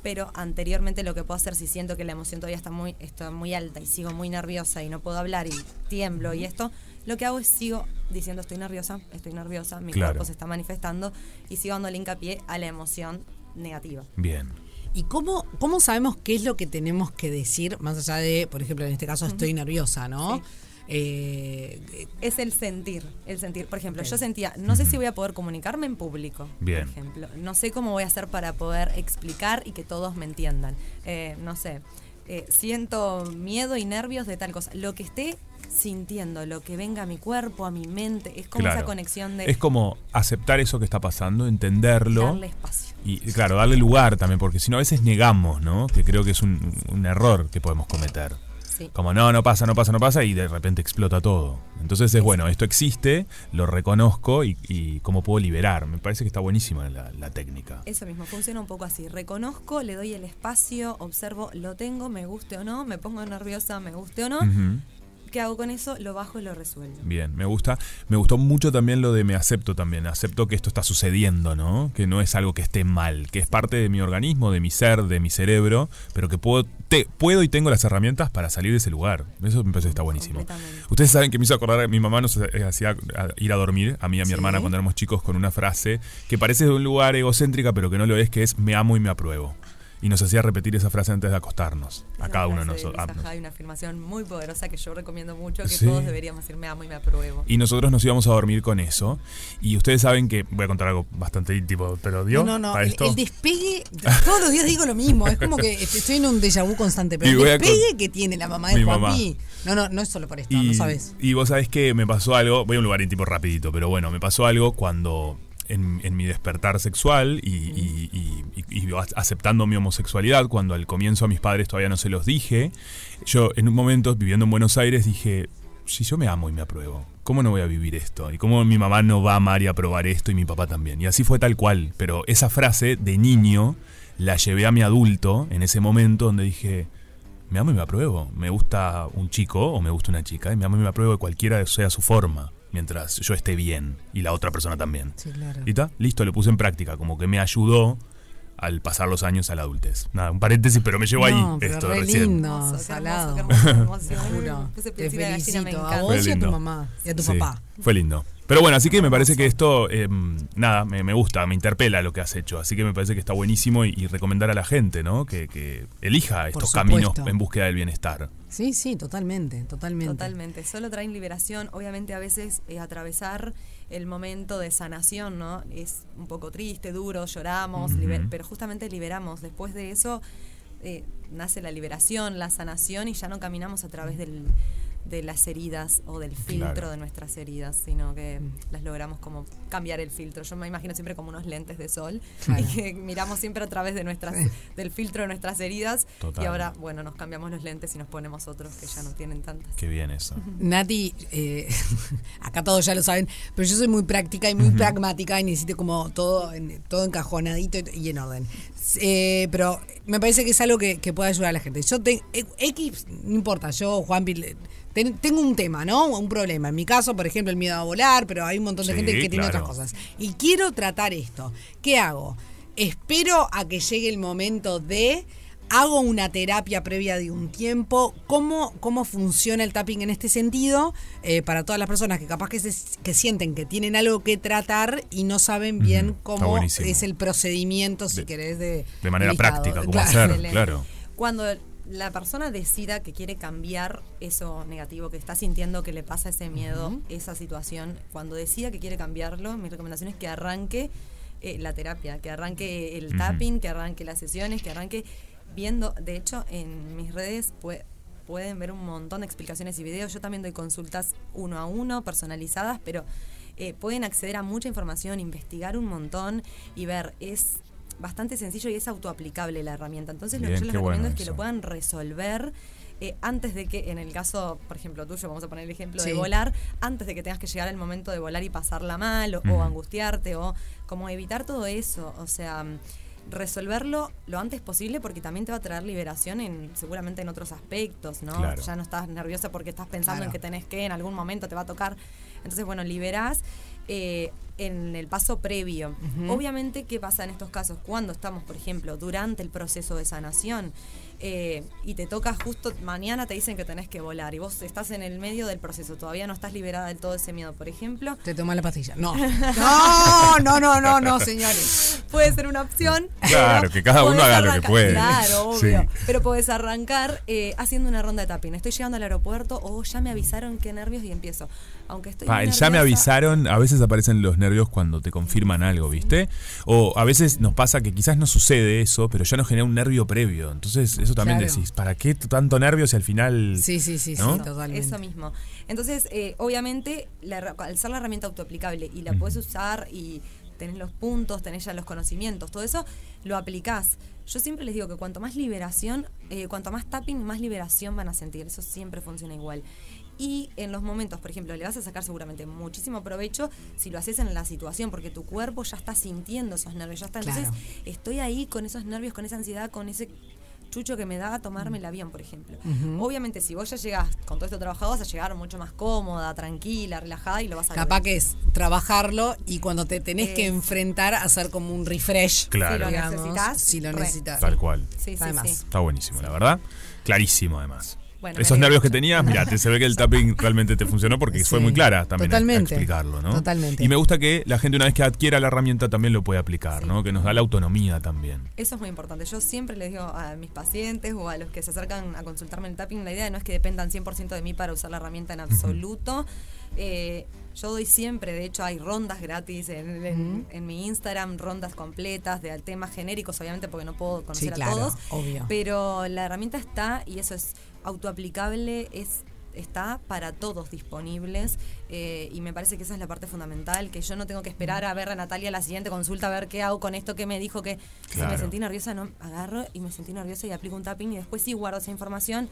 Speaker 12: Pero anteriormente lo que puedo hacer si siento que la emoción todavía está muy, está muy alta y sigo muy nerviosa y no puedo hablar y tiemblo y esto, lo que hago es sigo diciendo estoy nerviosa, estoy nerviosa, mi
Speaker 5: Claro.
Speaker 12: cuerpo se está manifestando y sigo dándole hincapié a la emoción negativa.
Speaker 5: Bien.
Speaker 4: ¿Y cómo, cómo sabemos qué es lo que tenemos que decir, más allá de, por ejemplo, en este caso estoy nerviosa, ¿no? Eh,
Speaker 12: Es el sentir, el sentir. Por ejemplo, yo sentía, no sé si voy a poder comunicarme en público,
Speaker 4: Bien.
Speaker 12: por ejemplo. No sé cómo voy a hacer para poder explicar y que todos me entiendan. Eh, no sé, eh, siento miedo y nervios de tal cosa. Lo que esté sintiendo, lo que venga a mi cuerpo, a mi mente, es como
Speaker 5: Claro.
Speaker 12: esa conexión de...
Speaker 5: Es como aceptar eso que está pasando, entenderlo.
Speaker 12: Darle espacio.
Speaker 5: Y claro, darle lugar también, porque si no a veces negamos, ¿no? Que creo que es un, un error que podemos cometer.
Speaker 12: Sí.
Speaker 5: Como no, no pasa, no pasa, no pasa y de repente explota todo. Entonces es bueno, esto existe, lo reconozco y, y cómo puedo liberar. Me parece que está buenísima la, la técnica.
Speaker 12: Eso mismo, funciona un poco así. Reconozco, le doy el espacio, observo, lo tengo, me guste o no, me pongo nerviosa, me guste o no.
Speaker 5: Ujú.
Speaker 12: ¿Qué hago con eso? Lo bajo y lo resuelvo.
Speaker 5: Bien, me gusta. Me gustó mucho también lo de me acepto también. Acepto que esto está sucediendo, ¿no? Que no es algo que esté mal, que es parte de mi organismo, de mi ser, de mi cerebro, pero que puedo, te- puedo y tengo las herramientas para salir de ese lugar. Eso me parece que está buenísimo. Ustedes saben que me hizo acordar, mi mamá nos eh, hacía a- ir a dormir, a mí y a mi hermana cuando éramos chicos, con una frase que parece de un lugar egocéntrica, pero que no lo es, que es me amo y me apruebo. Y nos hacía repetir esa frase antes de acostarnos, a cada uno de nosotros. a-
Speaker 12: Hay una afirmación muy poderosa que yo recomiendo mucho, que
Speaker 5: Sí.
Speaker 12: todos deberíamos decir me amo y me apruebo.
Speaker 5: Y nosotros nos íbamos a dormir con eso. Y ustedes saben que. Voy a contar algo bastante íntimo, pero dio.
Speaker 4: no, no,
Speaker 5: para
Speaker 4: el,
Speaker 5: esto.
Speaker 4: el despegue, todos los días digo lo mismo, es como que estoy en un déjà vu constante, pero
Speaker 5: Y
Speaker 4: el
Speaker 5: voy a con-
Speaker 4: despegue que tiene la mamá de
Speaker 5: Mi mamá.
Speaker 4: Juanpi, no, no, no es solo por esto, no sabes.
Speaker 5: y vos sabés que me pasó algo. Voy a un lugar íntimo rapidito, pero bueno, me pasó algo cuando. En, en mi despertar sexual y, y- y- y- y aceptando mi homosexualidad, cuando al comienzo a mis padres todavía no se los dije, yo en un momento, viviendo en Buenos Aires, dije, si yo me amo y me apruebo, ¿cómo no voy a vivir esto? ¿Y cómo mi mamá no va a amar y aprobar esto y mi papá también? Y así fue tal cual, pero esa frase de niño la llevé a mi adulto en ese momento donde dije, me amo y me apruebo. Me gusta un chico o me gusta una chica y me amo y me apruebo de cualquiera sea su forma, mientras yo esté bien y la otra persona también.
Speaker 4: Sí, claro.
Speaker 5: Y está, listo, lo puse en práctica, como que me ayudó al pasar los años a la adultez. Nada, un paréntesis, pero me llevó
Speaker 4: No,
Speaker 5: ahí
Speaker 4: pero
Speaker 5: esto
Speaker 4: re
Speaker 5: recién.
Speaker 4: lindo,
Speaker 12: Hermoso, qué
Speaker 4: salado.
Speaker 12: hermoso, qué hermoso,
Speaker 4: Te
Speaker 12: hermoso.
Speaker 4: juro.
Speaker 12: Puse
Speaker 4: Te
Speaker 12: piel de gallina, me
Speaker 4: felicito a
Speaker 12: encanta.
Speaker 5: Fue
Speaker 4: vos y a tu
Speaker 5: lindo.
Speaker 4: mamá y a tu
Speaker 5: Sí,
Speaker 4: papá.
Speaker 5: Fue lindo. Pero bueno, así que me parece que esto, eh, nada, me, me gusta, me interpela lo que has hecho. Así que me parece que está buenísimo y, y recomendar a la gente, ¿no? Que, que elija estos caminos
Speaker 4: supuesto.
Speaker 5: en búsqueda del bienestar.
Speaker 4: Sí, sí, totalmente, totalmente.
Speaker 12: Totalmente, solo traen liberación. Obviamente a veces eh, atravesar el momento de sanación, ¿no? Es un poco triste, duro, lloramos,
Speaker 13: Ujú.
Speaker 12: liber- pero justamente liberamos. Después de eso eh, nace la liberación, la sanación y ya no caminamos a través del- de las heridas o del filtro
Speaker 13: Claro.
Speaker 12: de nuestras heridas, sino que las logramos como cambiar el filtro. Yo me imagino siempre como unos lentes de sol
Speaker 13: Claro.
Speaker 12: y que miramos siempre a través de nuestras, del filtro de nuestras heridas
Speaker 5: Total.
Speaker 12: y ahora, bueno, nos cambiamos los lentes y nos ponemos otros que ya no tienen tantas.
Speaker 5: Qué bien eso.
Speaker 4: Nati, eh, acá todos ya lo saben, pero yo soy muy práctica y muy
Speaker 5: Ujú.
Speaker 4: pragmática y necesito como todo, en- todo encajonadito y- y en orden. Eh, pero eh, me parece que es algo que, que puede ayudar a la gente. Yo tengo X, no importa, yo, Juan, ten- tengo un tema, ¿no? Un problema. En mi caso, por ejemplo, el miedo a volar, pero hay un montón de
Speaker 5: Sí,
Speaker 4: gente que tiene otras
Speaker 5: claro.
Speaker 4: cosas. Y quiero tratar esto. ¿Qué hago? Espero a que llegue el momento de... Hago una terapia previa de un tiempo. ¿Cómo, cómo funciona el tapping en este sentido? Eh, para todas las personas que capaz que, se- que sienten que tienen algo que tratar y no saben bien cómo
Speaker 5: buenísimo.
Speaker 4: es el procedimiento, si querés, de...
Speaker 5: De manera
Speaker 4: delicado.
Speaker 5: práctica, cómo
Speaker 4: Claro.
Speaker 5: hacer,
Speaker 12: Excelente.
Speaker 5: claro.
Speaker 12: Cuando la persona decida que quiere cambiar eso negativo que está sintiendo que le pasa ese miedo, esa situación, cuando decida que quiere cambiarlo, mi recomendación es que arranque eh, la terapia, que arranque el
Speaker 13: Ujú.
Speaker 12: tapping, que arranque las sesiones, que arranque viendo, de hecho, en mis redes pue- pueden ver un montón de explicaciones y videos. Yo también doy consultas uno a uno, personalizadas, pero eh, pueden acceder a mucha información, investigar un montón y ver. Es bastante sencillo y es autoaplicable la herramienta. Entonces lo
Speaker 5: Bien,
Speaker 12: que yo les
Speaker 5: qué bueno
Speaker 12: recomiendo es que
Speaker 5: eso.
Speaker 12: lo puedan resolver. eh, antes de que, en el caso, por ejemplo, tuyo, vamos a poner el ejemplo de
Speaker 13: Sí.
Speaker 12: volar, antes de que tengas que llegar el momento de volar y pasarla mal o, o
Speaker 13: Ujú.
Speaker 12: angustiarte o como evitar todo eso, o sea, mm, resolverlo lo antes posible porque también te va a traer liberación en seguramente en otros aspectos, ¿no?
Speaker 13: Claro.
Speaker 12: Ya no estás nerviosa porque estás pensando
Speaker 13: Claro.
Speaker 12: en que tenés que, en algún momento te va a tocar. Entonces, bueno, liberás eh, en el paso previo.
Speaker 13: Ujú.
Speaker 12: Obviamente, ¿qué pasa en estos casos? Cuando estamos, por ejemplo, durante el proceso de sanación eh, y te toca justo mañana, te dicen que tenés que volar y vos estás en el medio del proceso, todavía no estás liberada del todo ese miedo, por ejemplo.
Speaker 4: Te tomas la pastilla. No. No, no, no, no, no, señores.
Speaker 12: Puede ser una opción.
Speaker 5: Claro, que cada uno
Speaker 12: Podés
Speaker 5: haga lo que
Speaker 12: arrancar-
Speaker 5: puede.
Speaker 12: Claro, obvio.
Speaker 5: Sí.
Speaker 12: Pero podés arrancar eh, haciendo una ronda de tapping. Estoy llegando al aeropuerto o ya me avisaron qué nervios y empiezo. Aunque estoy.
Speaker 5: Pa,
Speaker 12: muy
Speaker 5: el ya me
Speaker 12: nerviosa,
Speaker 5: avisaron, a veces aparecen los nervios cuando te confirman algo, ¿viste? O a veces nos pasa que quizás no sucede eso, pero ya nos genera un nervio previo. Entonces, eso también
Speaker 12: Claro.
Speaker 5: decís, ¿para qué t- tanto nervio si al final. ¿no?
Speaker 12: Eso mismo. Entonces, eh, obviamente, la, herra- al ser la herramienta autoaplicable y la
Speaker 5: Ujú.
Speaker 12: puedes usar y tenés los puntos, tenés ya los conocimientos, todo eso, lo aplicás. Yo siempre les digo que cuanto más liberación, eh, cuanto más tapping, más liberación van a sentir. Eso siempre funciona igual. Y en los momentos, por ejemplo, le vas a sacar seguramente muchísimo provecho si lo haces en la situación, porque tu cuerpo ya está sintiendo esos nervios, ya está. Entonces,
Speaker 13: Claro.
Speaker 12: estoy ahí con esos nervios, con esa ansiedad, con ese chucho que me da tomarme el avión, por ejemplo.
Speaker 4: Ujú.
Speaker 12: Obviamente, si vos ya llegás con todo esto trabajado, vas a llegar mucho más cómoda, tranquila, relajada y lo vas a
Speaker 4: Capaz que es trabajarlo y cuando te tenés que
Speaker 12: Es.
Speaker 4: enfrentar, hacer como un refresh.
Speaker 5: Claro. Si lo
Speaker 4: digamos,
Speaker 12: necesitas,
Speaker 4: Si lo
Speaker 12: re.
Speaker 4: necesitas.
Speaker 5: Tal cual.
Speaker 12: Sí, sí,
Speaker 4: Además.
Speaker 12: sí.
Speaker 5: Está buenísimo, la verdad. Clarísimo, además.
Speaker 12: Bueno,
Speaker 5: Esos
Speaker 12: me alegro
Speaker 5: nervios que tenías, mira, te se ve que el tapping realmente te funcionó porque fue muy clara también a- a
Speaker 4: Totalmente.
Speaker 5: explicarlo, ¿no?
Speaker 4: Totalmente.
Speaker 5: Y me gusta que la gente una vez que adquiera la herramienta también lo puede aplicar, ¿no? Que nos da la autonomía también.
Speaker 12: Eso es muy importante. Yo siempre les digo a mis pacientes o a los que se acercan a consultarme el tapping, la idea no es que dependan 100% de mí para usar la herramienta en absoluto. Eh, yo doy siempre, de hecho hay rondas gratis en, en- en mi Instagram, rondas completas de temas genéricos, obviamente porque no puedo conocer
Speaker 4: Sí, claro,
Speaker 12: a todos.
Speaker 4: obvio.
Speaker 12: Pero la herramienta está y eso es autoaplicable, es está para todos disponibles eh, y me parece que esa es la parte fundamental, que yo no tengo que esperar a ver a Natalia la siguiente consulta, a ver qué hago con esto que me dijo que si me
Speaker 13: Claro.
Speaker 12: sentí nerviosa, no agarro y me sentí nerviosa y aplico un tapping y después sí guardo esa información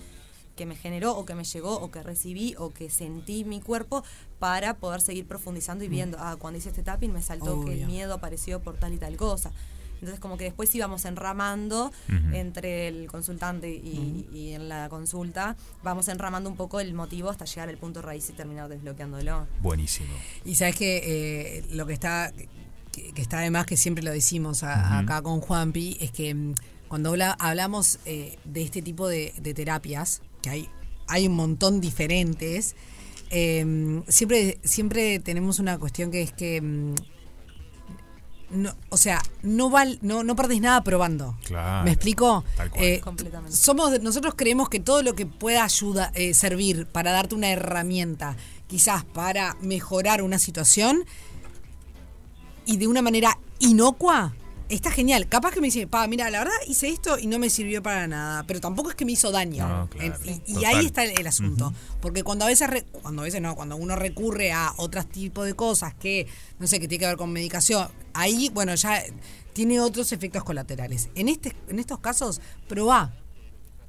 Speaker 12: que me generó o que me llegó o que recibí o que sentí mi cuerpo para poder seguir profundizando y viendo, ah, cuando hice este tapping me saltó que el
Speaker 13: Obvio.
Speaker 12: miedo apareció por tal y tal cosa. Entonces como que después íbamos enramando
Speaker 13: Ujú.
Speaker 12: entre el consultante y, y en la consulta, vamos enramando un poco el motivo hasta llegar al punto raíz y terminar desbloqueándolo.
Speaker 5: Buenísimo.
Speaker 4: Y sabes que eh, lo que está, que, que está además, que siempre lo decimos a-
Speaker 5: Ujú.
Speaker 4: acá con Juanpi, es que mm, cuando habla- hablamos eh, de este tipo de, de terapias, que hay, hay un montón diferentes, eh, siempre, siempre tenemos una cuestión que es que, mm, no, o sea, no, val, no, no perdés nada probando.
Speaker 5: Claro.
Speaker 4: ¿Me explico?
Speaker 5: Tal cual.
Speaker 4: Eh, somos, nosotros creemos que todo lo que pueda ayuda, eh, servir para darte una herramienta, quizás para mejorar una situación y de una manera inocua, está genial. Capaz que me dice, pa, mira, la verdad hice esto y no me sirvió para nada, pero tampoco es que me hizo daño.
Speaker 5: No, claro.
Speaker 4: En- y- y
Speaker 5: Total.
Speaker 4: ahí está el, el asunto. Porque cuando a veces, re- cuando a veces no, cuando uno recurre a otros tipos de cosas que, no sé, que tiene que ver con medicación, ahí, bueno, ya tiene otros efectos colaterales. En, este, en estos casos, probá.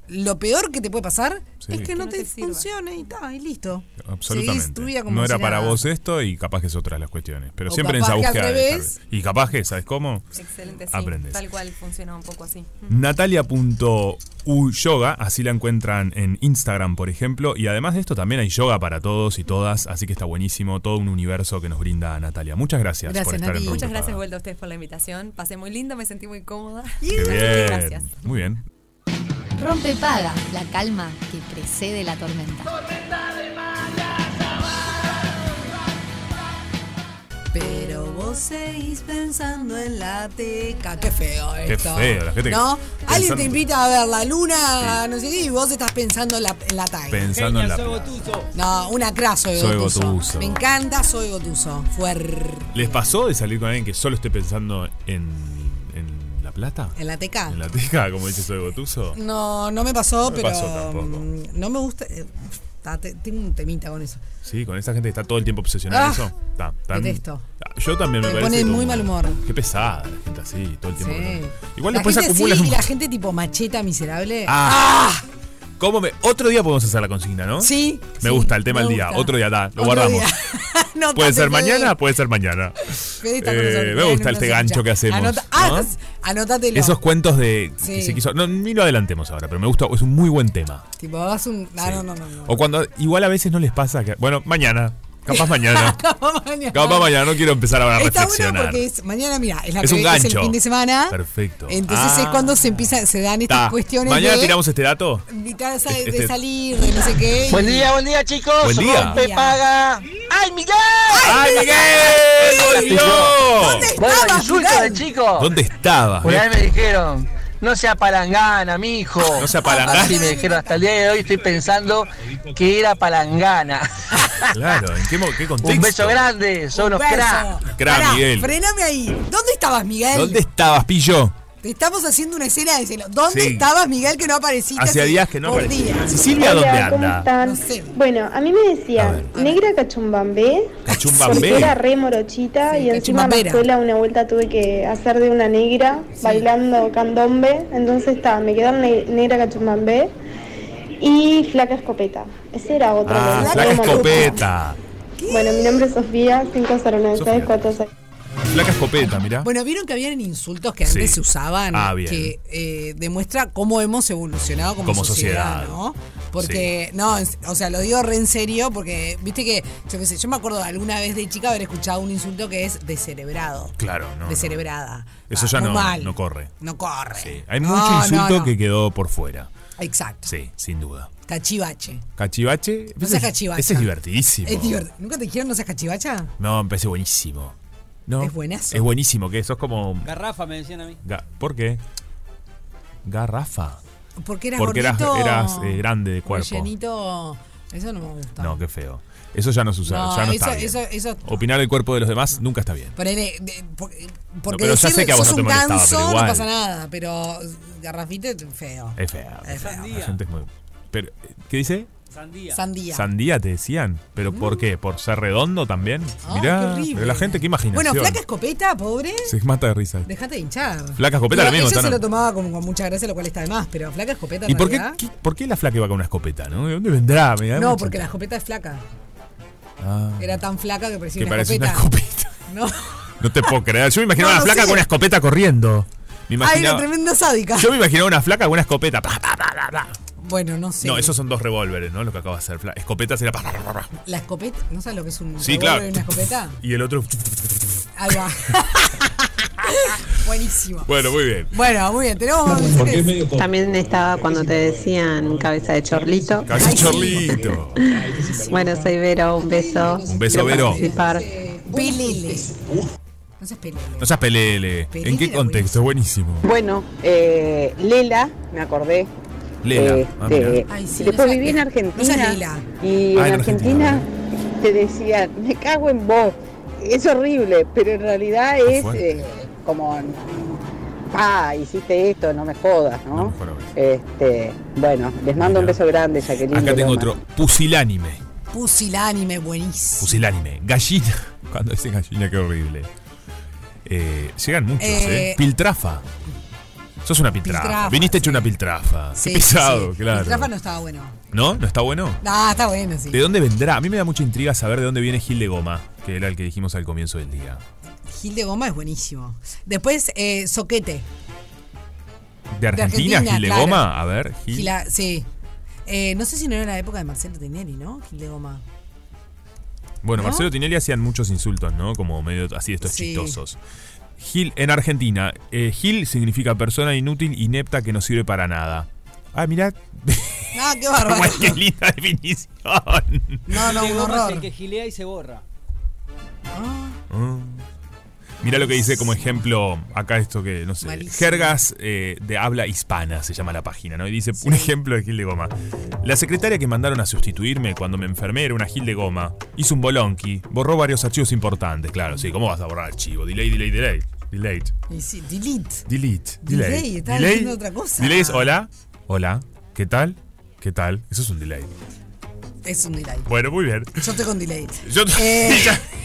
Speaker 4: lo peor que te puede pasar
Speaker 5: Sí.
Speaker 4: es que no,
Speaker 5: Que no
Speaker 4: te,
Speaker 5: te sirva.
Speaker 4: funcione y, ta, y listo.
Speaker 5: Absolutamente.
Speaker 4: Seguís tu vida como
Speaker 5: no era
Speaker 4: si
Speaker 5: para
Speaker 4: nada.
Speaker 5: vos esto y capaz que es otra de las cuestiones. Pero
Speaker 4: O
Speaker 5: siempre en esa
Speaker 4: capaz que al
Speaker 5: búsqueda. de
Speaker 4: revés.
Speaker 5: saber. y capaz que, ¿sabes cómo?
Speaker 12: Excelente, sí.
Speaker 5: Aprendes.
Speaker 12: Tal cual funciona un poco así.
Speaker 5: Natalia.uyoga, así la encuentran en Instagram, por ejemplo. Y además de esto, también hay yoga para todos y todas, así que está buenísimo todo un universo que nos brinda Natalia. Muchas gracias, por estar en
Speaker 12: Muchas
Speaker 5: Rompe
Speaker 12: gracias, vuelta a ustedes por la invitación. Pasé muy lindo, me sentí muy cómoda.
Speaker 5: Paga. Qué bien.
Speaker 12: Gracias.
Speaker 5: Muy bien.
Speaker 1: Rompe paga, la calma que precede la tormenta.
Speaker 4: Pero vos seguís pensando en la teca. Qué feo
Speaker 5: Qué
Speaker 4: esto.
Speaker 5: feo, la gente que-
Speaker 4: ¿No? Alguien
Speaker 5: pensando-
Speaker 4: te invita a ver la luna, no sé qué, y vos estás pensando en la, en la taiga.
Speaker 5: Pensando en la plata.
Speaker 4: No, un acrazo de
Speaker 5: Soy
Speaker 4: Gotuso.
Speaker 5: Gotuso.
Speaker 4: Me encanta, soy Gotuso. Fuer.
Speaker 5: ¿Les pasó de salir con alguien que solo esté pensando en, en la plata?
Speaker 4: ¿En la teca?
Speaker 5: ¿En la teca, como dice Soy Gotuso?
Speaker 4: No, no me pasó,
Speaker 5: No me
Speaker 4: pero.
Speaker 5: pasó tampoco.
Speaker 4: mm, No me gusta. eh, ta- te- tengo un temita con eso.
Speaker 5: Sí, con esa gente que está todo el tiempo obsesionada en
Speaker 4: Ah,
Speaker 5: eso. Ta- tan- Ah,
Speaker 4: detesto.
Speaker 5: Yo también me,
Speaker 4: Me
Speaker 5: parece
Speaker 4: pone
Speaker 5: como-
Speaker 4: muy mal humor.
Speaker 5: Qué pesada la gente así, todo el tiempo.
Speaker 4: Sí.
Speaker 5: Igual
Speaker 4: la
Speaker 5: después
Speaker 4: gente
Speaker 5: acumula
Speaker 4: así
Speaker 5: un-
Speaker 4: y la gente tipo macheta miserable.
Speaker 5: Ah. ¿Cómo me- Otro día podemos hacer la consigna, ¿no?
Speaker 4: Sí,
Speaker 5: Me gusta el tema
Speaker 4: me
Speaker 5: del día.
Speaker 4: gusta.
Speaker 5: Otro día, da, lo
Speaker 4: Otro
Speaker 5: guardamos.
Speaker 4: día. Anota,
Speaker 5: Puede ser
Speaker 4: Fede.
Speaker 5: mañana, puede ser mañana.
Speaker 4: Fede está con
Speaker 5: Eh,
Speaker 4: nosotros.
Speaker 5: me gusta este
Speaker 4: Nos
Speaker 5: gancho
Speaker 4: escucha.
Speaker 5: que hacemos,
Speaker 4: Anota- ah,
Speaker 5: ¿no?
Speaker 4: anótatelo.
Speaker 5: Esos cuentos de.
Speaker 4: Sí.
Speaker 5: Que se quiso. No, ni lo adelantemos ahora, pero me gusta. Es un muy buen tema.
Speaker 4: Tipo, vas un. Ah, no, no, no. no.
Speaker 5: O cuando. Igual a veces no les pasa que. Bueno, mañana. Capaz mañana.
Speaker 4: Capaz mañana.
Speaker 5: Capaz mañana. No quiero empezar ahora a
Speaker 4: Está bueno
Speaker 5: reflexionar.
Speaker 4: porque es, mañana, mira, es, la
Speaker 5: Es un
Speaker 4: previa, es el
Speaker 5: gancho.
Speaker 4: fin de semana.
Speaker 5: Perfecto.
Speaker 4: Entonces
Speaker 5: Ah.
Speaker 4: es cuando se empiezan, se dan estas
Speaker 5: Ta.
Speaker 4: cuestiones
Speaker 5: Mañana
Speaker 4: de
Speaker 5: tiramos este dato.
Speaker 4: invitar a sa- de,
Speaker 5: este-
Speaker 4: salir, de no sé qué.
Speaker 5: Buen día,
Speaker 4: buen día, chicos.
Speaker 5: Buen día. Rompe,
Speaker 4: paga. ¡Ay, Miguel!
Speaker 5: ¡Ay, Miguel!
Speaker 13: ¿Dónde
Speaker 5: ¡Volvió!
Speaker 4: Ah,
Speaker 13: Bueno, insulto de chico.
Speaker 5: ¿Dónde estaba?
Speaker 13: Por ahí me dijeron, no sea palangana, mijo.
Speaker 5: No sea
Speaker 4: Ah,
Speaker 5: palangana.
Speaker 13: Así me dijeron, hasta el día de hoy estoy pensando que era palangana.
Speaker 5: Claro, ¿en qué, mo- qué contexto?
Speaker 13: Un beso grande, son unos
Speaker 4: beso.
Speaker 13: cracks.
Speaker 5: Cra, Miguel.
Speaker 4: Frename ahí. ¿Dónde estabas, Miguel?
Speaker 5: ¿Dónde estabas, pillo?
Speaker 4: Te estamos haciendo una escena de celo. ¿Dónde
Speaker 5: Sí.
Speaker 4: estabas, Miguel, que no apareciste?
Speaker 5: Hacía
Speaker 4: hace-
Speaker 5: días que no
Speaker 4: por
Speaker 5: aparecía.
Speaker 4: días?
Speaker 5: Sí, Silvia, ¿dónde
Speaker 14: Hola, ¿cómo
Speaker 5: anda?
Speaker 14: están? Bueno, a mí me decían negra cachumbambé,
Speaker 5: Cachumbambé.
Speaker 14: porque era re morochita y encima en la
Speaker 4: cachumbambera.
Speaker 14: escuela una vuelta tuve que hacer de una negra bailando candombe, entonces está, me quedaron ne- negra cachumbambé y flaca escopeta. Ese era otro.
Speaker 5: Ah,
Speaker 14: nombre,
Speaker 5: flaca
Speaker 14: otro grupo.
Speaker 5: escopeta.
Speaker 14: Bueno, mi nombre es Sofía, 509
Speaker 5: Flaca escopeta, mirá.
Speaker 4: Bueno, vieron que habían insultos que antes
Speaker 5: Sí.
Speaker 4: se usaban
Speaker 5: Ah, bien.
Speaker 4: que eh, demuestra cómo hemos evolucionado como,
Speaker 5: Como
Speaker 4: sociedad,
Speaker 5: sociedad.
Speaker 4: ¿no? Porque, no, en- o sea, lo digo re en serio porque, viste que, yo qué sé, yo me acuerdo alguna vez de chica haber escuchado un insulto que es descerebrado,
Speaker 5: Claro, no. no.
Speaker 4: descerebrada.
Speaker 5: Eso
Speaker 4: Ah,
Speaker 5: ya
Speaker 4: muy
Speaker 5: no,
Speaker 4: mal.
Speaker 5: no corre.
Speaker 4: No corre.
Speaker 5: Hay
Speaker 4: No,
Speaker 5: mucho
Speaker 4: no,
Speaker 5: insulto
Speaker 4: no.
Speaker 5: que quedó por fuera.
Speaker 4: Exacto.
Speaker 5: Sí, sin duda.
Speaker 4: Cachivache.
Speaker 5: Cachivache. ese
Speaker 4: No seas
Speaker 5: es-
Speaker 4: cachivacha.
Speaker 5: Ese es divertidísimo.
Speaker 4: Es divertido. ¿Nunca te dijeron no seas cachivacha?
Speaker 5: No, me parece buenísimo. No,
Speaker 4: Es buenazo.
Speaker 5: Es buenísimo, que sos como.
Speaker 15: Garrafa me decían a mí.
Speaker 5: Ga- ¿Por qué? Garrafa.
Speaker 4: Porque eras
Speaker 5: Porque eras,
Speaker 4: gordito,
Speaker 5: eras, eh, grande de cuerpo.
Speaker 4: rellenito. Eso no me gusta.
Speaker 5: No, qué feo. Eso ya no se usa.
Speaker 4: No,
Speaker 5: ya no
Speaker 4: eso-
Speaker 5: está bien.
Speaker 4: eso- eso-
Speaker 5: Opinar el cuerpo de los demás nunca está bien.
Speaker 4: Ponele, de- por- eh, porque
Speaker 5: pero ya
Speaker 4: decir
Speaker 5: sé que a vos no
Speaker 4: sos
Speaker 5: te
Speaker 4: un
Speaker 5: molestaba,
Speaker 4: ganso
Speaker 5: pero
Speaker 4: no
Speaker 5: igual.
Speaker 4: pasa nada, pero garrafite feo.
Speaker 5: Es fea.
Speaker 4: Es feo.
Speaker 5: La gente es muy. Pero, eh, ¿Qué dice?
Speaker 4: Sandía. Sandía.
Speaker 5: Eh, Sandía te decían. ¿Pero por qué? ¿Por ser redondo también?
Speaker 4: Ah, qué
Speaker 5: Mirá.
Speaker 4: horrible.
Speaker 5: Pero la gente, qué imaginación.
Speaker 4: Bueno, flaca escopeta, pobre.
Speaker 5: Se mata de risa.
Speaker 4: Dejate de hinchar.
Speaker 5: Flaca escopeta
Speaker 4: Yo-
Speaker 5: lo mismo,
Speaker 4: Ella se
Speaker 5: Tano.
Speaker 4: lo tomaba como con mucha gracia, lo cual está de más, pero flaca escopeta. en
Speaker 5: ¿Y por qué,
Speaker 4: realidad-
Speaker 5: qué- por qué la flaca iba con una escopeta? ¿no? ¿De dónde vendrá? Me da
Speaker 4: No,
Speaker 5: mucha-
Speaker 4: porque la escopeta es flaca.
Speaker 5: Ah,
Speaker 4: Era tan flaca que parecía
Speaker 5: Que
Speaker 4: una
Speaker 5: parecía una
Speaker 4: escopeta. No.
Speaker 5: no te puedo creer. Yo me imaginaba
Speaker 4: No,
Speaker 5: una
Speaker 4: no
Speaker 5: flaca
Speaker 4: sé.
Speaker 5: con una escopeta corriendo. Me
Speaker 4: Ay, una
Speaker 5: imaginaba,
Speaker 4: tremenda sádica.
Speaker 5: yo me imaginaba una flaca con una escopeta. Pa, pa, pa, pa, pa.
Speaker 4: Bueno, no sé.
Speaker 5: No, esos son dos revólveres, ¿no? Lo que acaba de hacer. Fla- Escopetas era. pa, pa, pa, pa.
Speaker 4: La escopeta, ¿no sabes lo que es un
Speaker 5: Sí,
Speaker 4: revólver
Speaker 5: claro.
Speaker 4: y una escopeta?
Speaker 5: Y el otro.
Speaker 4: Ahí va. Buenísimo.
Speaker 5: Bueno, muy bien.
Speaker 4: Bueno, muy bien, tenemos.
Speaker 16: También estaba cuando te decían cabeza de chorlito.
Speaker 5: Casi chorlito.
Speaker 16: Bueno, soy Vero, un beso.
Speaker 5: Un beso,
Speaker 16: Quiero
Speaker 5: Vero.
Speaker 16: participar.
Speaker 4: Pelele. Eh, No seas pelele.
Speaker 5: No seas pelele.
Speaker 4: Pelele
Speaker 5: ¿En qué
Speaker 4: era
Speaker 5: contexto? Buenísimo.
Speaker 17: Bueno, eh, Lela, me acordé.
Speaker 5: Lela.
Speaker 17: eh,
Speaker 5: Ah,
Speaker 17: de-
Speaker 5: mirá.
Speaker 4: Ay, sí, no
Speaker 17: después
Speaker 4: seas-
Speaker 17: viví en
Speaker 4: no seas
Speaker 17: Argentina.
Speaker 4: Lela.
Speaker 17: y
Speaker 5: Ah,
Speaker 17: en
Speaker 5: en Argentina.
Speaker 17: Argentina te decían, me cago en vos. Es horrible, pero en realidad es
Speaker 5: fuerte.
Speaker 17: eh, como, ah, hiciste esto, no me jodas, ¿no? este, bueno, les mando un beso grande, Jacqueline.
Speaker 5: Acá
Speaker 17: de
Speaker 5: tengo
Speaker 17: Loma.
Speaker 5: otro. Pusilánime.
Speaker 4: Pusilánime, buenísimo.
Speaker 5: Pusilánime. Gallina. Cuando dicen gallina, qué horrible. Eh, llegan muchos,
Speaker 4: Eh,
Speaker 5: ¿eh? Piltrafa. Sos una piltrafa.
Speaker 4: Piltrafa,
Speaker 5: Viniste hecho una piltrafa.
Speaker 4: Sí,
Speaker 5: Qué pesado,
Speaker 4: sí, sí.
Speaker 5: claro.
Speaker 4: El trafa no estaba bueno.
Speaker 5: ¿No? ¿No está bueno?
Speaker 4: Ah, está bueno, sí.
Speaker 5: ¿De dónde vendrá? A mí me da mucha intriga saber de dónde viene Gil de Goma, que era el que dijimos al comienzo del día.
Speaker 4: Gil de goma es buenísimo. Después, eh, soquete.
Speaker 5: ¿De Argentina,
Speaker 4: Argentina,
Speaker 5: Gil de
Speaker 4: claro.
Speaker 5: Goma? A ver, Gil.
Speaker 4: Gila- sí. Eh, no sé si no era la época de Marcelo Tinelli, ¿no? Gil de goma.
Speaker 5: Bueno,
Speaker 4: ¿No?
Speaker 5: Marcelo Tinelli hacían muchos insultos, ¿no? Como medio así de estos
Speaker 4: Sí.
Speaker 5: chistosos. Gil, en Argentina, eh, Gil significa persona inútil, inepta, que no sirve para nada. Ah, mirá.
Speaker 4: Ah, qué bárbaro.
Speaker 5: Guay, qué linda definición.
Speaker 4: No, no, un
Speaker 15: Gil de Goma es
Speaker 4: horror.
Speaker 15: el que gilea y se borra.
Speaker 5: Ah. Mirá lo que dice como ejemplo, acá esto que, no sé,
Speaker 15: Malísimo.
Speaker 5: jergas eh, de habla hispana, se llama la página, ¿no? Y dice, un ejemplo de Gil de Goma. La secretaria que mandaron a sustituirme cuando me enfermé era una Gil de Goma. Hizo un bolonqui, borró varios archivos importantes, claro, sí, ¿cómo vas a borrar archivo? Delay, delay, delay. Delete.
Speaker 4: Y sí, delete.
Speaker 5: Delete. Delay.
Speaker 4: Delay, estaba diciendo otra cosa.
Speaker 5: Delay es hola, hola, ¿qué tal? ¿Qué tal? Eso es un delay.
Speaker 4: Es un delay.
Speaker 5: Bueno, muy bien.
Speaker 4: Yo estoy con delay.
Speaker 5: Yo-